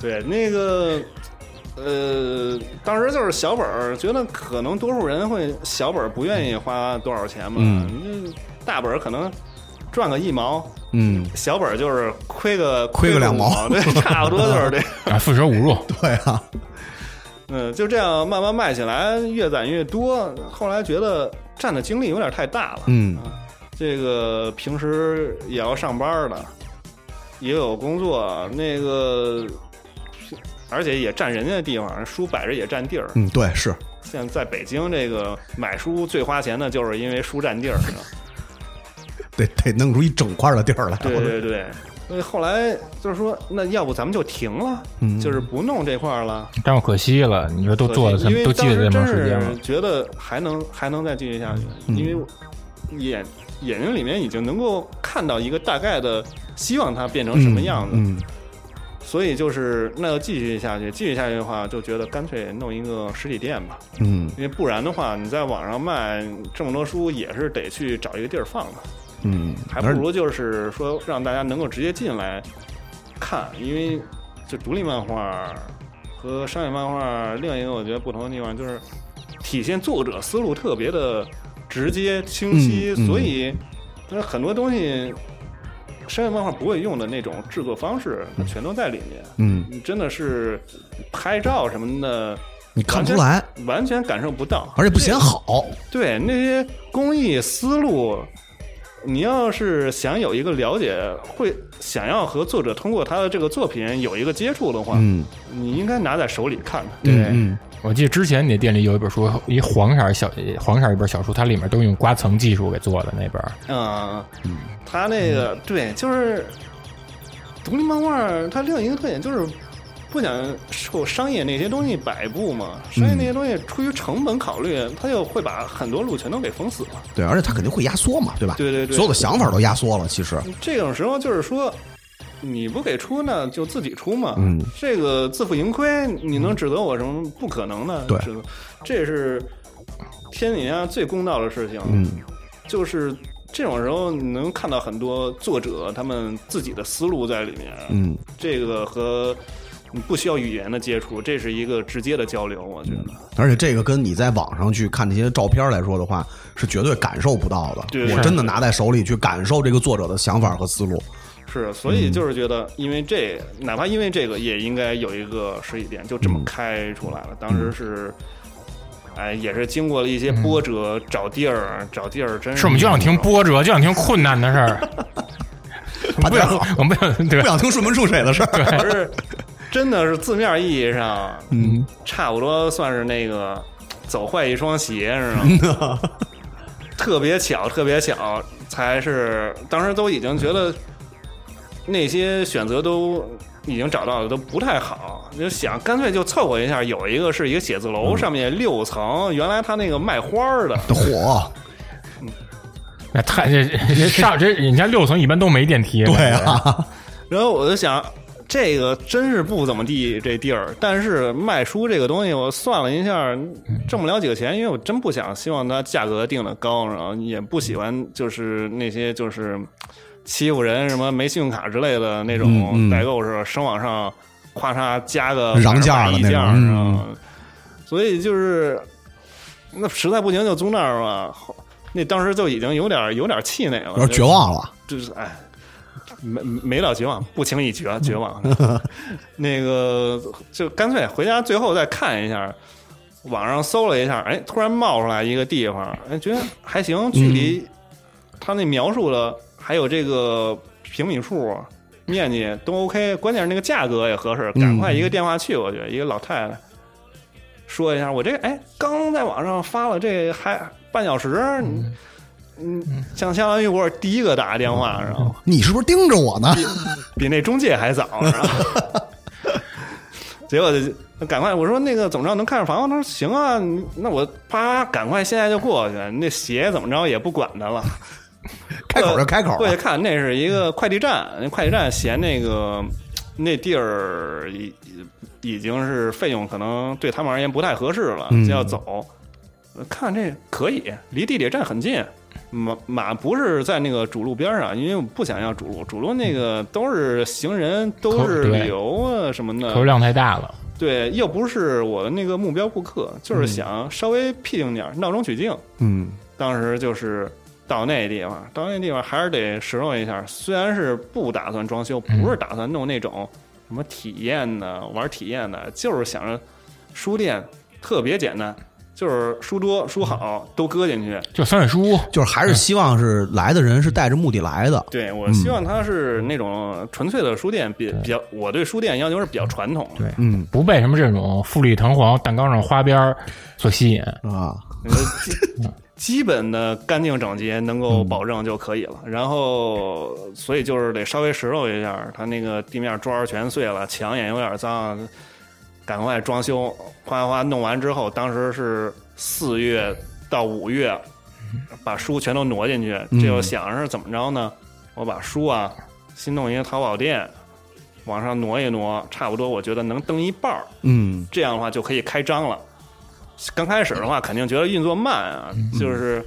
Speaker 2: 对，
Speaker 5: 对，那个，呃，当时就是小本儿，觉得可能多数人会小本儿不愿意花多少钱嘛，嗯，大本儿可能赚个一毛，
Speaker 3: 嗯，
Speaker 5: 小本儿就是亏个
Speaker 3: 亏个两
Speaker 5: 五
Speaker 3: 毛
Speaker 5: 毛，对，差不多就是这样。
Speaker 2: 啊，四舍五入，
Speaker 3: 对啊，
Speaker 5: 嗯，就这样慢慢卖起来，越攒越多。后来觉得占的精力有点太大了，
Speaker 3: 嗯
Speaker 5: 这个平时也要上班的，也有工作，那个而且也占人家的地方，书摆着也占地儿，
Speaker 3: 嗯，对，是
Speaker 5: 现在在北京这个买书最花钱的，就是因为书占地儿。 你知道吗
Speaker 3: 得得弄出一整块的地儿来。
Speaker 5: 对对对，所以后来就是说，那要不咱们就停了，
Speaker 3: 嗯
Speaker 5: 就是不弄这块儿了。
Speaker 2: 但是可惜了，你说都做了这
Speaker 5: 因
Speaker 2: 么
Speaker 5: 为
Speaker 2: 都
Speaker 5: 当
Speaker 2: 积累这么
Speaker 5: 时真
Speaker 2: 长时
Speaker 5: 是
Speaker 2: 间了，嗯
Speaker 5: 觉得还能还能再继续下去，因为我眼眼睛里面已经能够看到一个大概的，希望它变成什么样子。
Speaker 3: 嗯，
Speaker 5: 所以就是那要继续下去，继续下去的话，就觉得干脆弄一个实体店吧，
Speaker 3: 嗯
Speaker 5: 因为不然的话，你在网上卖这么多书，也是得去找一个地儿放的。
Speaker 3: 嗯，
Speaker 5: 还不如就是说让大家能够直接进来看，因为就独立漫画和商业漫画另一个我觉得不同的地方就是体现作者思路特别的直接清晰，
Speaker 3: 嗯嗯
Speaker 5: 所以那很多东西商业漫画不会用的那种制作方式，它全都在里面。
Speaker 3: 嗯，
Speaker 5: 你真的是拍照什么的，
Speaker 3: 你看不出来，
Speaker 5: 完全感受不到，
Speaker 3: 而且不显
Speaker 5: 啊
Speaker 3: 好。
Speaker 5: 对那些工艺思路，你要是想有一个了解，会想要和作者通过他的这个作品有一个接触的话，
Speaker 3: 嗯，
Speaker 5: 你应该拿在手里看看。
Speaker 2: 对
Speaker 3: 嗯
Speaker 2: 我记得之前你店里有一本书，一黄色儿小黄色儿一本小书，它里面都用刮层技术给做的那本儿。
Speaker 5: 嗯，他那个
Speaker 3: 嗯
Speaker 5: 对，就是独立漫画，它另一个特点就是。不想受商业那些东西摆布嘛，商业那些东西出于成本考虑，他就会把很多路全都给封死了。
Speaker 3: 对，而且它肯定会压缩嘛，对吧？
Speaker 5: 对对对
Speaker 3: 所有的想法都压缩了，其实，
Speaker 5: 这种时候就是说，你不给出呢，就自己出嘛。
Speaker 3: 嗯，
Speaker 5: 这个自负盈亏，你能指责我什么？不可能的。
Speaker 3: 对
Speaker 5: 指责这是天底下最公道的事情。
Speaker 3: 嗯，
Speaker 5: 就是这种时候，你能看到很多作者他们自己的思路在里面。
Speaker 3: 嗯，
Speaker 5: 这个和你不需要语言的接触，这是一个直接的交流，我觉得。
Speaker 3: 而且这个跟你在网上去看那些照片来说的话，是绝对感受不到的。
Speaker 5: 对
Speaker 3: 我真的拿在手里去感受这个作者的想法和思 路。
Speaker 5: 是，所
Speaker 2: 嗯
Speaker 5: 以就是觉得，因为这，哪怕因为这个，也应该有一个实体店，就这么开出来了。当
Speaker 2: 嗯
Speaker 5: 时是，哎，也是经过了一些波折，找地儿，找地儿，真
Speaker 2: 是我们就想听波折，就想听困难的事儿，我 们不想，我们不想对
Speaker 3: 不。想听顺风顺水的事儿。
Speaker 5: 不是， 真的是字面意义上，嗯，差不多算是那个走坏一双鞋似的，特别巧，特别巧，才是当时都已经觉得那些选择都已经找到了，都不太好，就想干脆就凑合一下，有一个是一个写字楼，上面六层，原来他那个卖花儿的，
Speaker 3: 火，
Speaker 2: 那太这这上这人家六层一般都没电梯。
Speaker 3: 对，啊，
Speaker 5: 然后我就想，这个真是不怎么地这地儿，但是卖书这个东西，我算了一下，挣不了几个钱，因为我真不想希望它价格定的高，然后也不喜欢就是那些就是欺负人什么没信用卡之类的那
Speaker 3: 嗯嗯
Speaker 5: 种代购是吧？升往上，咔嚓加个
Speaker 3: 嚷价的那
Speaker 5: 一
Speaker 3: 种
Speaker 5: 价，
Speaker 3: 嗯
Speaker 5: 是吧所以就是那实在不行就租那儿吧。后那当时就已经有点有点气馁了，
Speaker 3: 有点
Speaker 5: 就
Speaker 3: 绝望了。
Speaker 5: 就是哎，没没到绝望，不轻易绝绝望。那个就干脆回家最后再看一下，网上搜了一下，哎，突然冒出来一个地方，哎，觉得还行，距离他那描述的还有这个平米数。面积都 OK，关键是那个价格也合适，赶快一个电话去，我觉得一个老太太说一下，我这哎刚在网上发了这还半小时，你嗯，相相当于我是第一个打的电话，然后
Speaker 3: 你是不是盯着我呢？
Speaker 5: 比那中介还早，然后结果就赶快我说那个总账能看上房吗，他说行啊，你那我啪赶快现在就过去，那鞋怎么着也不管他了，
Speaker 3: 开口就开口
Speaker 5: 过去
Speaker 3: 了。
Speaker 5: 看那是一个快递站，那快递站嫌那个那地儿已已经是费用可能对他们而言不太合适了，就要走。呃看这可以，离地铁站很近，马马不是在那个主路边上，因为我不想要主路，主路那个都是行人，都是
Speaker 2: 对
Speaker 5: 旅游啊什么的，
Speaker 2: 客流量太大了。
Speaker 5: 对，又不是我的那个目标顾客，就是想稍微僻静点儿，闹中取静。
Speaker 3: 嗯，
Speaker 5: 当时就是到那地方，到那地方还是得拾掇一下。虽然是不打算装修，不是打算弄那种什么体验的、玩体验的，就是想着书店特别简单，就是书桌、书好都搁进去。
Speaker 2: 就三本书，
Speaker 3: 就是还是希望是来的人是带着目的来的，
Speaker 5: 对，我希望它是那种纯粹的书店，比比较我对书店要求是比较传统的。
Speaker 2: 对，嗯，不被什么这种富丽堂皇、蛋糕上花边儿所吸引。
Speaker 3: 啊，
Speaker 5: 你说基 基本的干净整洁能够保证就可以了。然后，所以就是得稍微拾掇一下，它那个地面砖儿全碎了，墙也有点脏，赶快装修。哗哗弄完之后，当时是四月到五月，把书全都挪进去。这又想着是怎么着呢？我把书啊，新弄一个淘宝店，往上挪一挪，差不多我觉得能登一半儿。
Speaker 3: 嗯
Speaker 5: 这样的话就可以开张了。刚开始的话，肯定觉得运作慢啊，
Speaker 3: 嗯
Speaker 5: 就是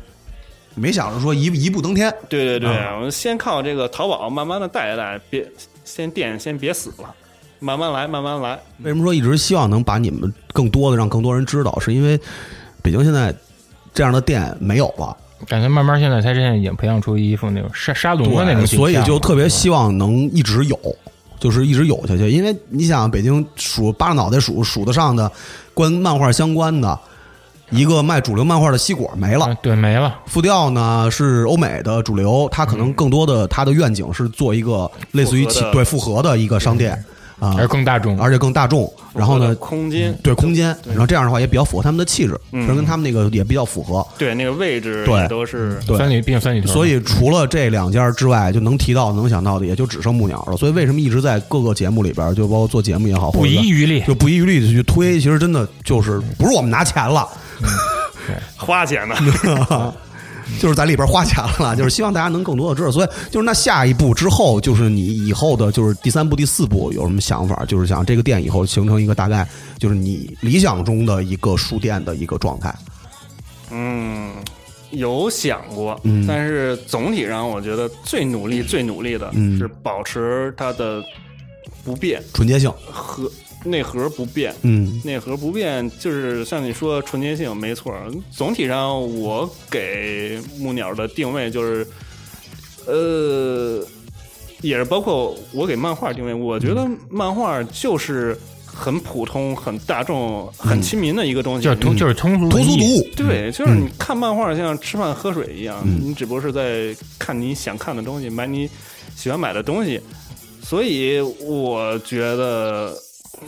Speaker 3: 没想着说一一步登天，
Speaker 5: 对对对，
Speaker 3: 啊
Speaker 5: 我们先靠这个淘宝慢慢的带一带，别先店先别死了，慢慢来，慢慢来。
Speaker 3: 为什么说一直希望能把你们更多的让更多人知道？是因为北京现在这样的店没有了，
Speaker 2: 感觉慢慢现在他现在已经培养出一副那种沙沙龙的那种
Speaker 3: 对，
Speaker 2: 形象了，
Speaker 3: 所以就特别
Speaker 2: 是吧
Speaker 3: 希望能一直有，就是一直有下去。因为你想，北京数扒着脑袋数数得上的，跟漫画相关的，一个卖主流漫画的西果没了
Speaker 2: 嗯。对没了。
Speaker 3: 复调呢是欧美的主流，它可能
Speaker 2: 嗯
Speaker 3: 更多的它的愿景是做一个类似于
Speaker 5: 复合
Speaker 3: 起
Speaker 5: 的
Speaker 3: 对复合的一个商店啊
Speaker 2: 而，更大众，
Speaker 3: 而且更大众。然后呢，嗯
Speaker 5: 空嗯间
Speaker 3: 对空间，然后这样的话也比较符合他们的气质，可能跟他们那个也比较符合。
Speaker 5: 对那个位置
Speaker 3: 对
Speaker 5: 也都是
Speaker 3: 对
Speaker 2: 三里毕竟三里屯，
Speaker 3: 所以除了这两家之外，就能提到能想到的也就只剩木鸟了。所以为什么一直在各个节目里边，就包括做节目也好，
Speaker 2: 不遗
Speaker 3: 余
Speaker 2: 余力。
Speaker 3: 就不遗余力的去推，其实真的就是不是我们拿 钱了，
Speaker 5: 花钱呢。
Speaker 3: 就是在里边花钱了， 就是希望大家能更多的知道。所以就是那下一步之后，就是你以后的就是第三步、第四步有什么想法？就是想这个店以后形成一个大概，就是你理想中的一个书店的一个状态。
Speaker 5: 嗯，有想过
Speaker 3: 嗯，
Speaker 5: 但是总体上我觉得最努力、最努力的
Speaker 3: 嗯
Speaker 5: 是保持它的不变
Speaker 3: 纯洁性，
Speaker 5: 和内核不变。
Speaker 3: 嗯
Speaker 5: 内核不变，就是像你说纯洁性没错儿。总体上，我给木鸟的定位就是，呃，也是包括我给漫画定位。我觉得漫画就是很普通、很大众、很亲民的一个东
Speaker 2: 嗯
Speaker 5: 西。
Speaker 2: 就是通就是通俗
Speaker 3: 嗯通俗
Speaker 2: 文
Speaker 3: 读
Speaker 2: 艺
Speaker 3: 物，
Speaker 5: 对，就是
Speaker 3: 嗯
Speaker 5: 你看漫画像吃饭喝水一样，你只不过是在看你想看的东西，买你喜欢买的东西。所以我觉得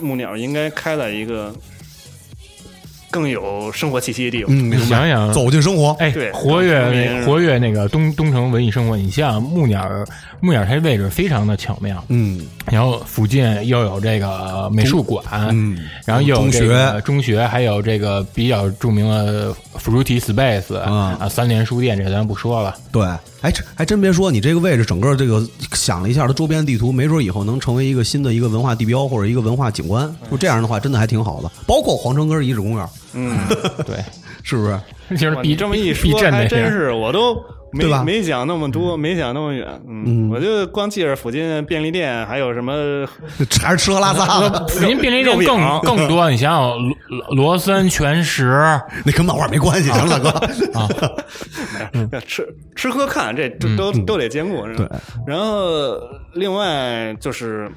Speaker 5: 木鸟应该开在一个更有生活气息的地方。
Speaker 3: 嗯，明白
Speaker 2: 想想
Speaker 3: 走进生活，
Speaker 2: 哎
Speaker 5: 对，
Speaker 2: 活
Speaker 5: 搞成
Speaker 2: 跃
Speaker 5: 名
Speaker 2: 活跃那个东东城文艺生活，你像木鸟儿木鸟儿它位置非常的巧妙，
Speaker 3: 嗯
Speaker 2: 然后附近又有这个美术馆，
Speaker 3: 嗯
Speaker 2: 然后又有
Speaker 3: 中
Speaker 2: 这个
Speaker 3: 学
Speaker 2: 中学，还有这个比较著名的 Fruity Space
Speaker 3: 啊
Speaker 2: 啊，三联书店这咱不说了，
Speaker 3: 对，哎，这还真别说，你这个位置整个这个想了一下，它周边地图，没准以后能成为一个新的一个文化地标或者一个文化景观。就这样的话，真的还挺好的。包括皇城根遗址公园，
Speaker 5: 嗯，
Speaker 2: 对，
Speaker 3: 是不是？
Speaker 2: 其实
Speaker 5: 哇
Speaker 2: 避
Speaker 5: 你这么一
Speaker 2: 避
Speaker 5: 说，
Speaker 2: 震
Speaker 5: 还
Speaker 2: 那
Speaker 5: 真
Speaker 2: 边
Speaker 5: 是我都没
Speaker 3: 对吧
Speaker 5: 没想那么多，没想那么远。嗯，我就光记着附近便利店，还有什么
Speaker 3: 还是吃喝拉撒了，
Speaker 2: 附近便利店更 更多，你想想罗罗森、全食
Speaker 3: 那跟漫画没关系，行 了，大哥。啊嗯
Speaker 5: 吃吃喝看，这都都、都得兼顾。是吧然后另外就是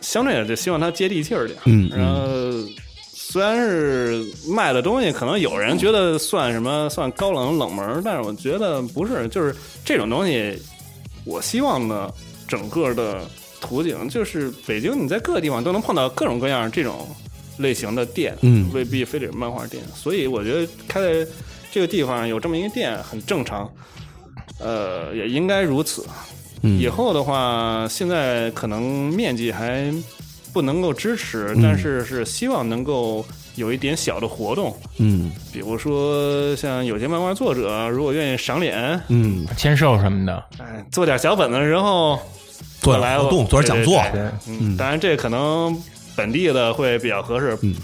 Speaker 5: 相对的，就希望它接地气儿点。
Speaker 3: 嗯嗯
Speaker 5: 然后虽然是卖的东西，可能有人觉得算什么算高冷冷门儿，但是我觉得不是，就是这种东西，我希望呢，整个的图景就是北京，你在各个地方都能碰到各种各样这种类型的店，
Speaker 3: 嗯
Speaker 5: 未必非得是漫画店。所以我觉得开在这个地方有这么一个店很正常，呃，也应该如此。
Speaker 3: 嗯
Speaker 5: 以后的话，现在可能面积还不能够支持，但是是希望能够有一点小的活动，
Speaker 3: 嗯
Speaker 5: 比如说像有些漫画作者如果愿意赏脸，
Speaker 3: 嗯，
Speaker 2: 签售什么的，
Speaker 5: 哎，做点小本子，然后
Speaker 3: 做
Speaker 5: 我
Speaker 3: 点
Speaker 5: 来
Speaker 3: 活
Speaker 5: 了
Speaker 3: 动，做点讲座，
Speaker 5: 对对对嗯，当然这可能本地的会比较合适，
Speaker 3: 嗯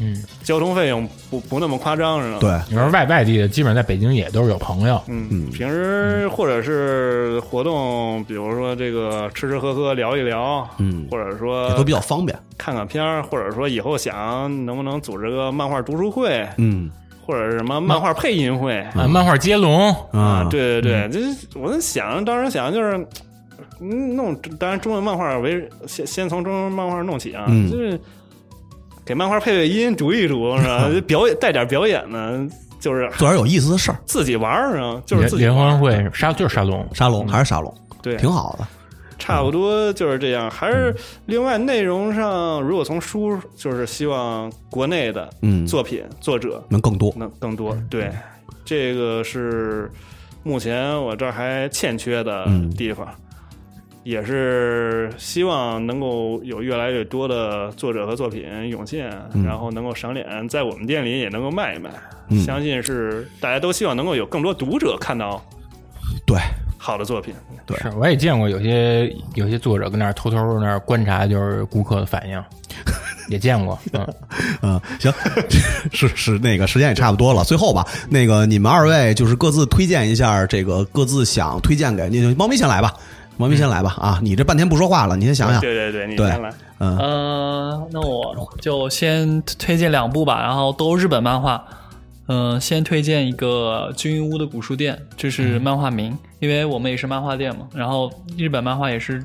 Speaker 2: 嗯，
Speaker 5: 交通费用不不那么夸张，是吧？
Speaker 3: 对，
Speaker 2: 你说外外地的，基本上在北京也都是有朋友，啊
Speaker 5: 嗯，平时或者是活动，比如说这个吃吃喝喝聊一聊，
Speaker 3: 嗯
Speaker 5: 或者啊说
Speaker 3: 也都比较方便。
Speaker 5: 看看片儿，或者说以后想能不能组织个漫画读书会，
Speaker 3: 嗯
Speaker 5: 或者是什么漫画配音会
Speaker 2: 啊，漫画接龙，
Speaker 3: 啊，
Speaker 5: 对对对，这我在想，当时想就是，嗯，弄当然中文漫画为先先从中文漫画弄起啊，
Speaker 3: 嗯
Speaker 5: 就是给漫画配配音，读一读 是吧？表演带点表演呢，就是
Speaker 3: 做点有意思的事儿。
Speaker 5: 自己玩儿啊，就是自己
Speaker 2: 联联
Speaker 5: 玩
Speaker 2: 欢
Speaker 5: 儿
Speaker 2: 会沙就是沙龙，
Speaker 3: 沙龙还是沙龙，
Speaker 5: 嗯对，
Speaker 3: 挺好的。
Speaker 5: 差不多就是这样。还
Speaker 3: 嗯
Speaker 5: 是另外内容上，如果从书，就是希望国内的
Speaker 3: 嗯
Speaker 5: 作品、作者
Speaker 3: 能更多，
Speaker 5: 能更多。
Speaker 3: 嗯
Speaker 5: 对，这个是目前我这儿还欠缺的
Speaker 3: 嗯
Speaker 5: 地方，也是希望能够有越来越多的作者和作品涌现，然后能够赏脸，在我们店里也能够卖一卖。
Speaker 3: 嗯
Speaker 5: 相信是大家都希望能够有更多读者看到
Speaker 3: 对，
Speaker 5: 好的作品。
Speaker 3: 对
Speaker 2: 是我也见过有些有些作者跟那儿偷偷那儿观察，就是顾客的反应，也见过。嗯，
Speaker 3: 嗯，行， 是是那个时间也差不多了，最后吧，那个你们二位就是各自推荐一下这个各自想推荐给你，猫咪先来吧，猫
Speaker 4: 嗯
Speaker 3: 咪先来吧啊，你这半天不说话了，你先想想，
Speaker 5: 对对对，你
Speaker 3: 对
Speaker 5: 先来。
Speaker 3: 嗯
Speaker 4: 呃，那我就先推荐两部吧，然后都日本漫画。嗯、先推荐一个《军屋的古书店》，这是漫画名，因为我们也是漫画店嘛。然后日本漫画也是，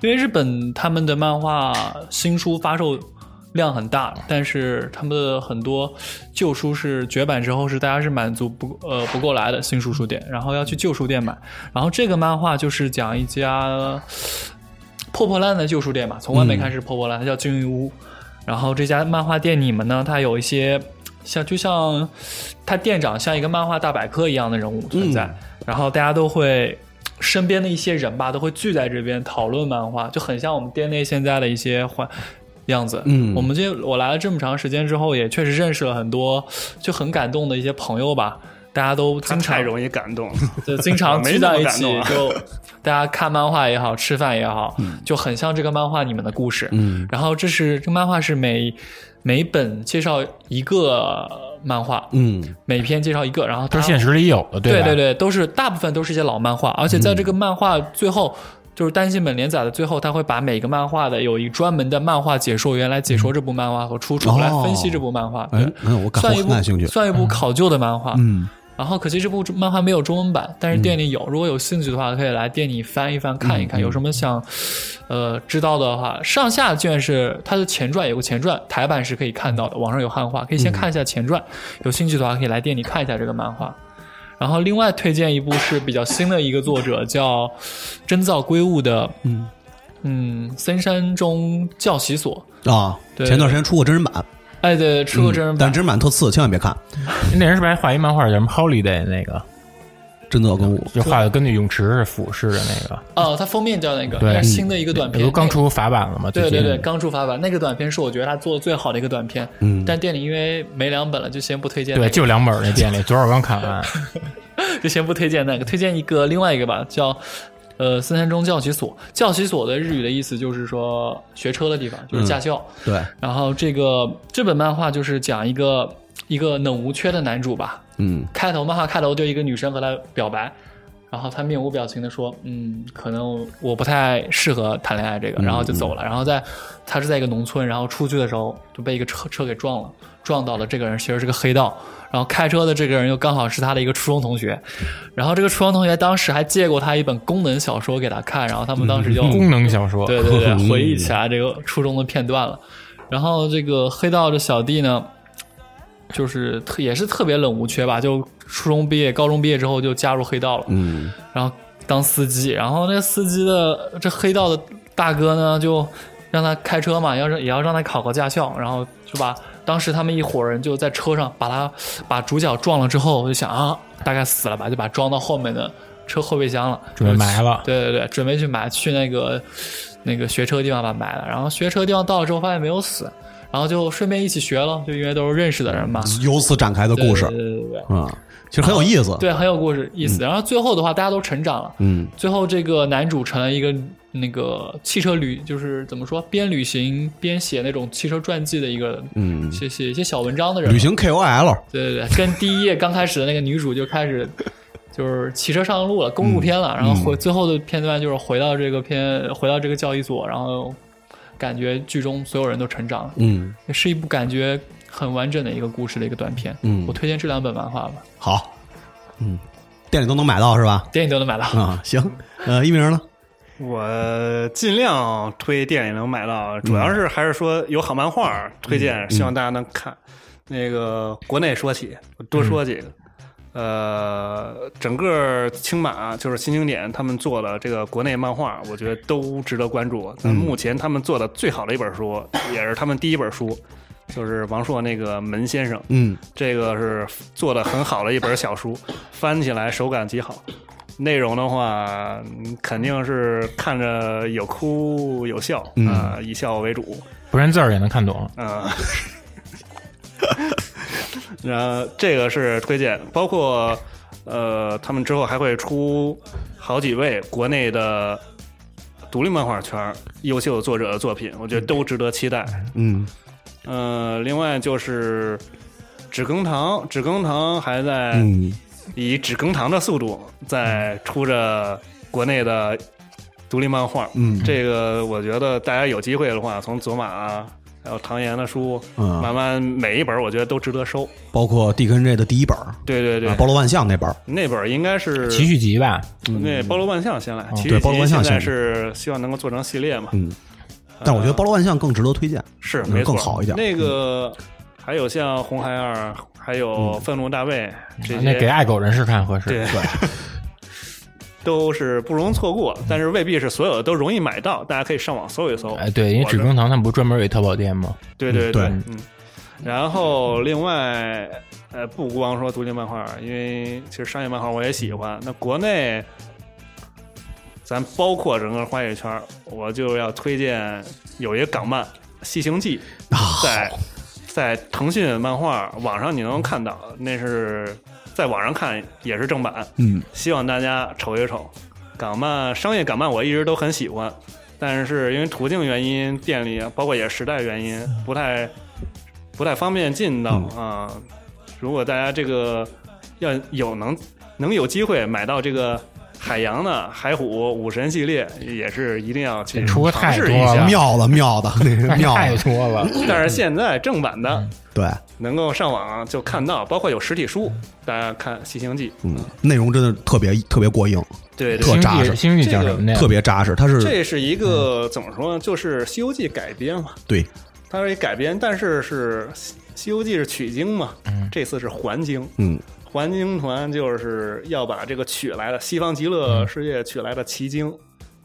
Speaker 4: 因为日本他们的漫画新书发售量很大，但是他们的很多旧书是绝版之后是大家是满足不呃不过来的新书书店，然后要去旧书店买。然后这个漫画就是讲一家破破烂烂的旧书店吧，从外面开始破破烂，它叫金鱼屋。然后这家漫画店里面呢，它有一些像就像它店长像一个漫画大百科一样的人物存在，
Speaker 5: 嗯
Speaker 4: 然后大家都会。身边的一些人吧，都会聚在这边讨论漫画，就很像我们店内现在的一些环样子。
Speaker 3: 嗯
Speaker 4: 我们这我来了这么长时间之后，也确实认识了很多就很感动的一些朋友吧。大家都
Speaker 5: 他
Speaker 4: 经
Speaker 5: 太
Speaker 4: 常
Speaker 5: 容易感动了，
Speaker 4: 就经 常
Speaker 5: 没
Speaker 4: 聚
Speaker 5: 那么
Speaker 4: 在一
Speaker 5: 感
Speaker 4: 起
Speaker 5: 动嗯啊，
Speaker 4: 就大家看漫画也好，吃饭也好，就很像这个漫画里面的故事。
Speaker 3: 嗯
Speaker 4: 然后这是这漫画是每每本介绍一个漫画，
Speaker 3: 嗯
Speaker 4: 每篇介绍一个，然后它
Speaker 2: 都是现实里有的，
Speaker 4: 对
Speaker 2: 吧？
Speaker 4: 对对，都是大部分都是一些老漫画，而且在这个漫画最后。就是单行本连载的最后，他会把每个漫画的有一专门的漫画解说员来解说这部漫画和出处，
Speaker 3: 哦
Speaker 4: 来分析这部漫画。
Speaker 3: 哎
Speaker 4: 对，
Speaker 3: 嗯，我感
Speaker 4: 算
Speaker 3: 我
Speaker 4: 一
Speaker 3: 很感兴
Speaker 4: 部
Speaker 3: 趣，
Speaker 4: 算一部考究的漫画。
Speaker 3: 嗯
Speaker 4: 然后可惜这部漫画没有中文版，但是店里有，
Speaker 2: 嗯
Speaker 4: 如果有兴趣的话，可以来店里翻一翻看一看，有什么想呃知道的话，上下卷是它的前传，有个前传，台版是可以看到的，网上有汉化，可以先看一下前传，有兴趣的话可以来店里看一下这个漫画。
Speaker 2: 嗯
Speaker 4: 然后另外推荐一部是比较新的一个作者叫真造圭吾的，嗯嗯，森山中教习所，
Speaker 3: 啊，
Speaker 4: 对
Speaker 3: 前段时间出过真人版，
Speaker 4: 哎对，出过真人
Speaker 3: 嗯
Speaker 4: 版
Speaker 3: 但，真人版特次，千万别看，
Speaker 2: 那人是不是还画一漫画叫什么 Holiday 那个？
Speaker 3: 真的要跟我
Speaker 2: 就画的跟那泳池是俯视的那个，
Speaker 4: 哦，它封面叫那个，
Speaker 2: 嗯对
Speaker 4: 那是新的一个短
Speaker 2: 不
Speaker 4: 片
Speaker 2: 是，刚出法版了吗？
Speaker 4: 对
Speaker 2: 最
Speaker 4: 对
Speaker 2: 近
Speaker 4: 对，刚出法版那个短片是我觉得他做的最好的一个短片，
Speaker 3: 嗯
Speaker 4: 但店里因为没两本了，就先不推荐、那
Speaker 2: 对，
Speaker 4: 个，
Speaker 2: 就两本儿那店里，昨儿我刚看完。
Speaker 4: 就先不推荐那个，推荐一个另外一个吧，叫呃森山中教习所，教习所的日语的意思就是说学车的地方，就是驾校。
Speaker 3: 对，
Speaker 4: 然后这个这本漫画就是讲一个一个冷无缺的男主吧，
Speaker 3: 嗯
Speaker 4: 开头漫画开头就一个女生和他表白，然后他面无表情的说：“嗯，可能我不太适合谈恋爱这个。”
Speaker 2: 嗯
Speaker 4: 然后就走了。然后在他是在一个农村，然后出去的时候就被一个车车给撞了，撞到了这个人其实是个黑道，然后开车的这个人又刚好是他的一个初中同学，然后这个初中同学当时还借过他一本功能小说给他看，然后他们当时就
Speaker 2: 功能小说，
Speaker 4: 嗯对对对，回忆起来这个初中的片段了。然后这个黑道的小弟呢，就是特也是特别冷无缺吧，就初中毕业、高中毕业之后就加入黑道了，
Speaker 3: 嗯
Speaker 4: 然后当司机。然后那司机的这黑道的大哥呢，就让他开车嘛，要让也要让他考个驾校，然后就把当时他们一伙人就在车上把他把主角撞了之后，我就想啊，大概死了吧，就把装到后面的车后备箱了，
Speaker 2: 准备埋了。
Speaker 4: 对对对，准备去买去那个那个学车地方把买了，然后学车地方到了之后发现没有死，然后就顺便一起学了，就因为都是认识的人嘛。
Speaker 3: 由此展开的嗯故事
Speaker 4: 对对对对对
Speaker 3: 啊，其实很有意思，
Speaker 4: 对，很有故事意思。然后最后的话，大家都成长了。
Speaker 3: 嗯
Speaker 4: 最后这个男主成了一个那个汽车旅，就是怎么说，边旅行边写那种汽车传记的一个，
Speaker 3: 嗯，
Speaker 4: 写写一些小文章的人嘛。
Speaker 3: 旅行 KOL，
Speaker 4: 对对对，跟第一页刚开始的那个女主就 开始就是骑车上路了，公路片了，然后
Speaker 3: 嗯
Speaker 4: 回最后的片段就是回到这个片，回到这个教育所，然后感觉剧中所有人都成长了，
Speaker 3: 嗯。
Speaker 4: 是一部感觉很完整的一个故事的一个短片。
Speaker 3: 嗯
Speaker 4: 我推荐这两本漫画吧，
Speaker 3: 好，嗯，店里都能买到是吧？嗯
Speaker 4: 电影都能买到。
Speaker 3: 啊，行，呃，一鸣呢？
Speaker 5: 我尽量推店里能买到，主要是还是说有好漫画儿推荐，希望大家能看。那个国内说起，我多说几个。呃，整个青马就是新经典他们做的这个国内漫画，我觉得都值得关注。但目前他们做的最好的一本书，也是他们第一本书，就是王朔那个《门先生》。
Speaker 3: 嗯，
Speaker 5: 这个是做的很好的一本小书，翻起来手感极好。内容的话，嗯肯定是看着有哭有笑啊、以笑为主
Speaker 2: 不然字儿也能看懂。
Speaker 5: 啊。 然后这个是推荐，包括呃，他们之后还会出好几位国内的独立漫画圈儿优秀作者的作品，我觉得都值得期待。
Speaker 3: 嗯
Speaker 5: 呃，另外就是止羹堂，止羹堂还在
Speaker 3: 嗯
Speaker 5: 以止羹堂的速度在出着国内的独立漫画。
Speaker 3: 嗯
Speaker 5: 这个我觉得大家有机会的话，从左马啊，还有唐岩的书，
Speaker 3: 嗯
Speaker 5: 慢慢每一本我觉得都值得收。
Speaker 3: 包括 D K N J 的第一本儿，
Speaker 5: 对对对，
Speaker 3: 啊，包罗万象那本儿，
Speaker 5: 那本应该是
Speaker 2: 奇续集吧，
Speaker 5: 那包罗万象先来，
Speaker 3: 嗯哦
Speaker 5: 其
Speaker 3: 对
Speaker 5: 实
Speaker 3: 包罗万象
Speaker 5: 现
Speaker 3: 先来
Speaker 5: 在是希望能够做成系列嘛。
Speaker 3: 嗯，但我觉得包罗万象更值得推荐。
Speaker 5: 是
Speaker 3: 嗯
Speaker 5: 没错，
Speaker 3: 更好一点
Speaker 5: 那个还有像《红孩儿》，还
Speaker 3: 嗯
Speaker 5: 有《愤怒大卫》这
Speaker 2: 啊那给
Speaker 5: 些，
Speaker 2: 爱狗人士看合适。
Speaker 5: 对，都是不容错过，但是未必是所有的都容易买到，大家可以上网搜一搜。
Speaker 2: 哎，对，因为
Speaker 5: 我
Speaker 2: 止
Speaker 5: 这
Speaker 2: 羹堂他们不是专门有一淘宝店吗？
Speaker 5: 对对
Speaker 3: 对
Speaker 5: 嗯。然后另外，呃，不光说独立漫画，因为其实商业漫画我也喜欢。那国内，咱包括整个花语圈，我就要推荐有一个港漫《西行记》在在腾讯漫画网上你能看到，那是在网上看也是正版。
Speaker 3: 嗯，
Speaker 5: 希望大家瞅一瞅。港漫商业港漫我一直都很喜欢，但是因为途径原因、店里包括也是时代原因，
Speaker 2: 嗯
Speaker 5: 不太不太方便进到啊、如果大家这个要有能能有机会买到这个海洋的海虎武神系列，也是一定要去
Speaker 2: 出过
Speaker 5: 尝
Speaker 2: 太
Speaker 5: 试
Speaker 2: 多
Speaker 5: 一
Speaker 2: 了
Speaker 5: 下。
Speaker 3: 妙了妙的，那是妙
Speaker 2: 哎太
Speaker 3: 的，
Speaker 2: 多了，嗯
Speaker 5: 但是现在正版的。
Speaker 3: 对，
Speaker 5: 能够上网就看到，包括有实体书，大家看《西行记》。
Speaker 3: 嗯，内容真的特别特别过硬，
Speaker 5: 对
Speaker 3: 特
Speaker 5: 对，
Speaker 2: 星
Speaker 3: 扎
Speaker 2: 际
Speaker 3: 实
Speaker 2: 星际叫
Speaker 5: 这个
Speaker 2: 什么那
Speaker 3: 特别扎实。它是
Speaker 5: 这是一个怎么说呢？就是《西游记》改编嘛，
Speaker 3: 对，
Speaker 5: 它是一改编，但是是《西西游记》是取经嘛，这次是还经。
Speaker 3: 嗯，
Speaker 5: 还经团就是要把这个取来的西方极乐世界取来的奇经，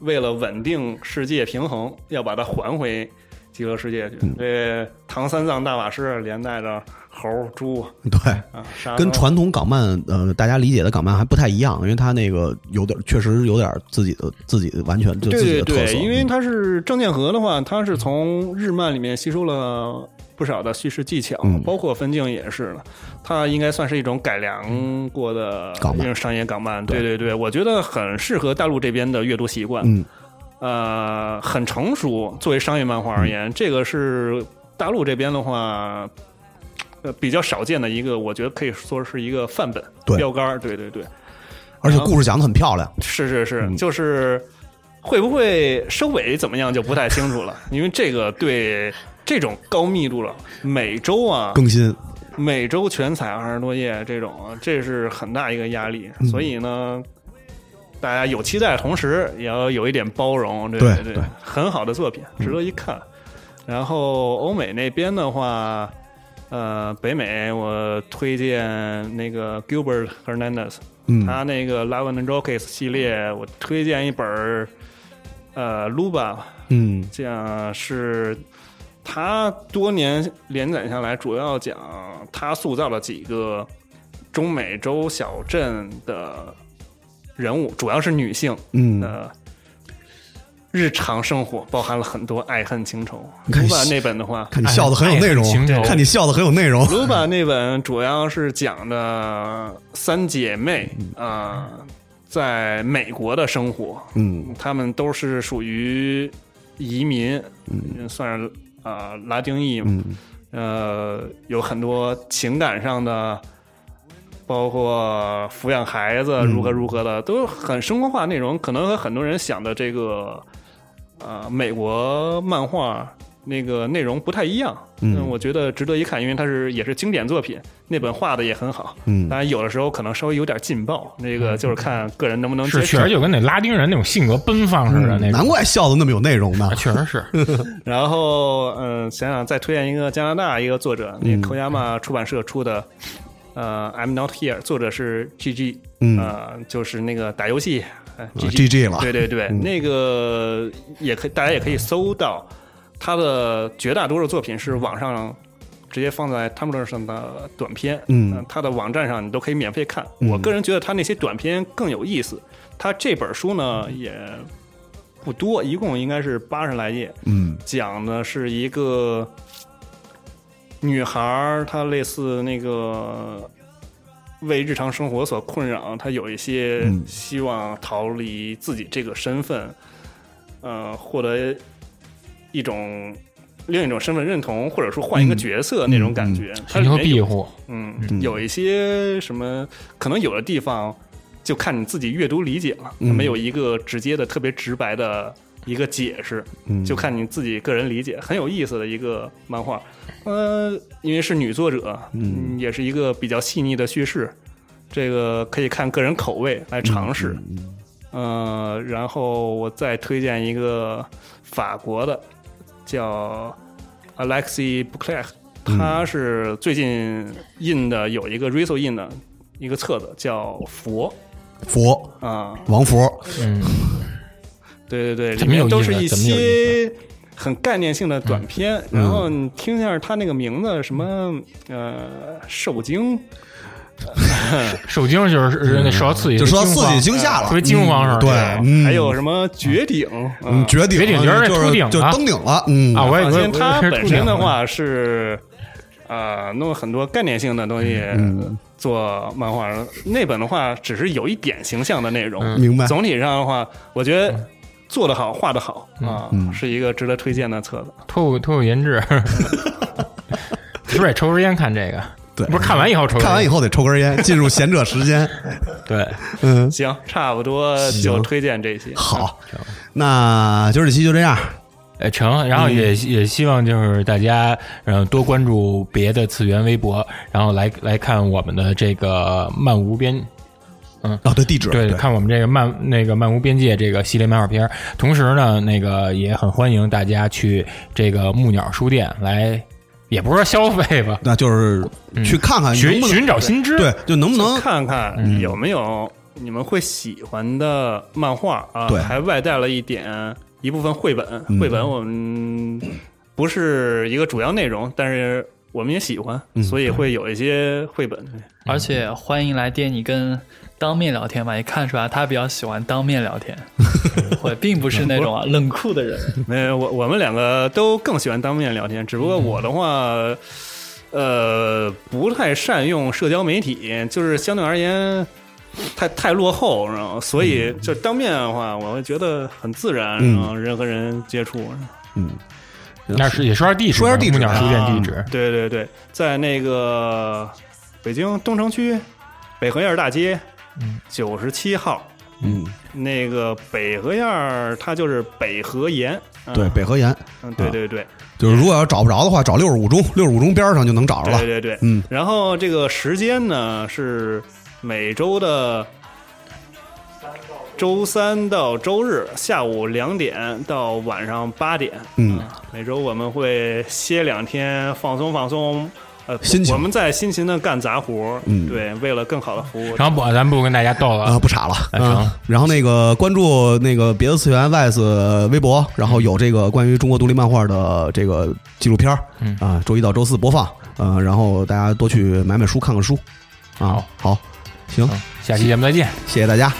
Speaker 5: 为了稳定世界平衡，要把它还回极乐世界去。这唐三藏大法师连带着猴儿、猪
Speaker 3: 对。
Speaker 5: 啊，沙
Speaker 3: 跟
Speaker 5: 僧
Speaker 3: 传统港漫，呃，大家理解的港漫还不太一样，因为它那个有点，确实有点自己的自己的完全就自己
Speaker 5: 对对
Speaker 3: 的特色。
Speaker 5: 对，因为
Speaker 3: 嗯
Speaker 5: 它是郑剑河的话，它是从日漫里面吸收了不少的叙事技巧，
Speaker 3: 嗯
Speaker 5: 包括分镜也是了。它应该算是一种改良过的
Speaker 3: 港漫
Speaker 5: 一种商业港漫。
Speaker 3: 对
Speaker 5: 对对对，我觉得很适合大陆这边的阅读习惯。
Speaker 3: 嗯，
Speaker 5: 呃，很成熟。作为商业漫画而
Speaker 3: 嗯
Speaker 5: 言，这个是大陆这边的话，呃，比较少见的一个，我觉得可以说是一个范本
Speaker 3: 对
Speaker 5: 标杆儿。对对对，
Speaker 3: 而且故事讲的很漂亮，
Speaker 5: 是是
Speaker 3: 嗯
Speaker 5: 是，就是会不会收尾怎么样就不太清 楚了，因为这个对这种高密度了，每周啊，
Speaker 3: 更新
Speaker 5: 每周全采二十多页这种啊，这是很大一个压力，
Speaker 3: 嗯
Speaker 5: 所以呢。大家有期待，同时也要有一点包容，对
Speaker 3: 对
Speaker 5: 对
Speaker 3: 对嗯
Speaker 5: 很好的作品，值得一看。然后欧美那边的话，呃，北美我推荐那个 Gilbert Hernandez，
Speaker 3: 嗯
Speaker 5: 他那个 Love and Rockets 系列，我推荐一本儿，呃，Luba，
Speaker 3: 嗯
Speaker 5: 这样是他多年连载下来，主要讲他塑造了几个中美洲小镇的人物，主要是女性
Speaker 3: 嗯，
Speaker 5: 的日常生活，包含了很多爱恨情仇。
Speaker 3: 看
Speaker 5: Luba 那本的话，
Speaker 3: 看你笑的很有内容
Speaker 2: 哎很情调，
Speaker 3: 看你笑的很有内容。
Speaker 5: 卢巴那本主要是讲的三姐妹啊、呃在美国的生活，
Speaker 3: 嗯
Speaker 5: 她们都是属于移民，算是啊、呃拉丁裔嘛，
Speaker 3: 嗯
Speaker 5: 呃，有很多情感上的，包括抚养孩子如何如何的，都很生活化内容，可能和很多人想的这个呃美国漫画那个内容不太一样。
Speaker 3: 嗯
Speaker 5: 我觉得值得一看，因为它是也是经典作品，那本画的也很好。
Speaker 3: 嗯
Speaker 5: 当然有的时候可能稍微有点劲爆，那个就是看个人能不能接
Speaker 2: 是确
Speaker 5: 受
Speaker 2: 实。就跟那拉丁人那种性格奔放似的那种，
Speaker 3: 嗯难怪嗯笑的那么有内容呢
Speaker 2: 啊，。确实是
Speaker 5: 然后，嗯、想想再推荐一个加拿大一个作者，那
Speaker 3: 嗯
Speaker 5: 个 Koyama 出版社出的，呃，I'm Not Here，作者是 GG，
Speaker 3: 嗯啊
Speaker 5: 呃，就是那个打游戏，呃
Speaker 2: 啊
Speaker 3: G 嗯 G 了，
Speaker 5: 对对对，那个也可以，大家也可以搜到他的绝大多数作品是网上直接放在 Tumblr 上的短片，
Speaker 3: 嗯
Speaker 5: 呃他的网站上你都可以免费看。
Speaker 3: 嗯
Speaker 5: 我个人觉得他那些短片更有意思。他这本书呢也不多，一共应该是八十来页，
Speaker 3: 嗯
Speaker 5: 讲的是一个女孩儿，她类似那个为日常生活所困扰，她有一些
Speaker 3: 嗯
Speaker 5: 希望逃离自己这个身份，呃，获得一种另一种身份认同，或者说换一个
Speaker 3: 嗯
Speaker 5: 角色那种感觉。它
Speaker 2: 心
Speaker 5: 里
Speaker 2: 头
Speaker 5: 面
Speaker 2: 庇
Speaker 5: 有
Speaker 2: 护，
Speaker 5: 嗯，有一些什么，可能有的地方就看你自己阅读理解了，
Speaker 3: 嗯
Speaker 5: 没有一个直接的、特别直白的一个解释，
Speaker 3: 嗯
Speaker 5: 就看你自己个人理解，很有意思的一个漫画。呃，因为是女作者，
Speaker 3: 嗯，
Speaker 5: 也是一个比较细腻的叙事，这个可以看个人口味来尝试。呃，然后我再推荐一个法国的，叫 Alexi b u c l e c 他是最近印的有一个 Riso 印的一个册子叫《佛
Speaker 3: 佛》
Speaker 5: 啊、
Speaker 3: 王佛，
Speaker 2: 嗯，
Speaker 5: 对对对，里
Speaker 2: 怎么有
Speaker 5: 面都
Speaker 2: 意思嗯
Speaker 5: 是一
Speaker 2: 怎么有意
Speaker 5: 些很概念性的短片，然后你听一下他那个名字什
Speaker 2: 嗯
Speaker 5: 么呃受惊，
Speaker 2: 受惊就是那受到刺激，
Speaker 3: 嗯就说到
Speaker 2: 惊
Speaker 3: 刺
Speaker 2: 慌
Speaker 3: 激惊吓了，
Speaker 2: 特别惊慌似的。
Speaker 3: 嗯对，嗯
Speaker 5: 还有什么绝顶，
Speaker 3: 嗯
Speaker 5: 嗯
Speaker 3: 绝顶
Speaker 2: 绝顶
Speaker 3: 了
Speaker 2: 就是
Speaker 3: 就
Speaker 2: 秃顶
Speaker 3: 就
Speaker 2: 了
Speaker 3: 登顶了，嗯
Speaker 2: 啊，我也我
Speaker 5: 首
Speaker 2: 也
Speaker 5: 先，它
Speaker 2: 我也是
Speaker 5: 本
Speaker 2: 吐
Speaker 5: 身的
Speaker 2: 两个
Speaker 5: 话是，呃，弄很多概念性的东西
Speaker 2: 嗯
Speaker 5: 做漫画。那本的话，只是有一点形象的内容。
Speaker 2: 嗯
Speaker 5: 嗯
Speaker 3: 明白
Speaker 5: 总体上的话，我觉得做得好，画得好啊，
Speaker 2: 嗯
Speaker 5: 是一个值得推荐的册子。
Speaker 2: 脱口脱口研制， 是不是也抽根烟看这个？
Speaker 3: 对
Speaker 2: 不是看完以后抽根烟，
Speaker 3: 看完以后得抽根烟，进入贤者 时间。
Speaker 2: 对，
Speaker 3: 嗯，
Speaker 5: 行，差不多就推荐这些。
Speaker 3: 好，
Speaker 2: 啊
Speaker 3: 那今儿这期就这样。
Speaker 2: 呃，成，然后
Speaker 3: 嗯
Speaker 2: 也、也希望就是大家，嗯，多关注别的次元微博，然后来来看我们的这个漫无边
Speaker 3: 啊，对地址，
Speaker 2: 对，看我们这个漫那个漫无边界这个系列漫画片儿。同时呢，那个也很欢迎大家去这个木鸟书店来，也不是说消费吧，
Speaker 3: 那就是去看看能
Speaker 2: 嗯寻
Speaker 3: 不能
Speaker 2: 寻找新知。
Speaker 3: 对，就能不能
Speaker 5: 看看有没有你们会喜欢的漫画啊，
Speaker 3: 对嗯
Speaker 5: 还外带了一点一部分绘本，绘本我们不是一个主要内容，但是我们也喜欢，
Speaker 3: 嗯
Speaker 5: 所以会有一些绘本。
Speaker 4: 而且欢迎来店里跟当面聊天吧，也看出来他比较喜欢当面聊 天，我并不是那种啊冷酷的人。
Speaker 5: 没有，我我们两个都更喜欢当面聊天，只不过我的话。
Speaker 3: 嗯
Speaker 5: 呃，不太善用社交媒体，就是相对而言太太落后，然后所以就当面的话，我会觉得很自然，
Speaker 3: 嗯
Speaker 5: 然后人和人接触。
Speaker 2: 那是也说下地址吧，
Speaker 3: 说下地
Speaker 2: 木
Speaker 3: 址
Speaker 2: 鸟书店地址
Speaker 5: 啊。对对对，在那个北京东城区北河沿儿大街，
Speaker 2: 嗯
Speaker 5: 九十七号。
Speaker 3: 嗯，
Speaker 5: 那个北河沿儿它就是北河沿。嗯
Speaker 3: 对，北河沿，
Speaker 5: 嗯，
Speaker 2: 啊
Speaker 5: 对对对，
Speaker 3: 就是如果要找不着的话，找六十五中，六十五中边上就能找着
Speaker 5: 对
Speaker 3: 了。
Speaker 5: 对对。
Speaker 3: 嗯，
Speaker 5: 然后这个时间呢是每周的周三到周日下午两点到晚上八点。啊
Speaker 3: 嗯，
Speaker 5: 每周我们会歇两天，放松放松。呃，
Speaker 3: 心情
Speaker 5: 我们在辛勤的干杂活，
Speaker 3: 嗯
Speaker 5: 对，为了更好的服务。
Speaker 2: 然后不，咱不跟大家逗了，
Speaker 3: 啊，不傻了。
Speaker 2: 哎
Speaker 3: 嗯
Speaker 2: 成，
Speaker 3: 然后那个关注那个别的次元 VS 微博，然后有这个关于中国独立漫画的这个纪录片儿
Speaker 2: 嗯
Speaker 3: 啊，周一到周四播放。嗯，然后大家多去买买书，看看书。啊
Speaker 2: 好，
Speaker 3: 好，行，
Speaker 2: 嗯下期节目再见。
Speaker 3: 谢谢大家，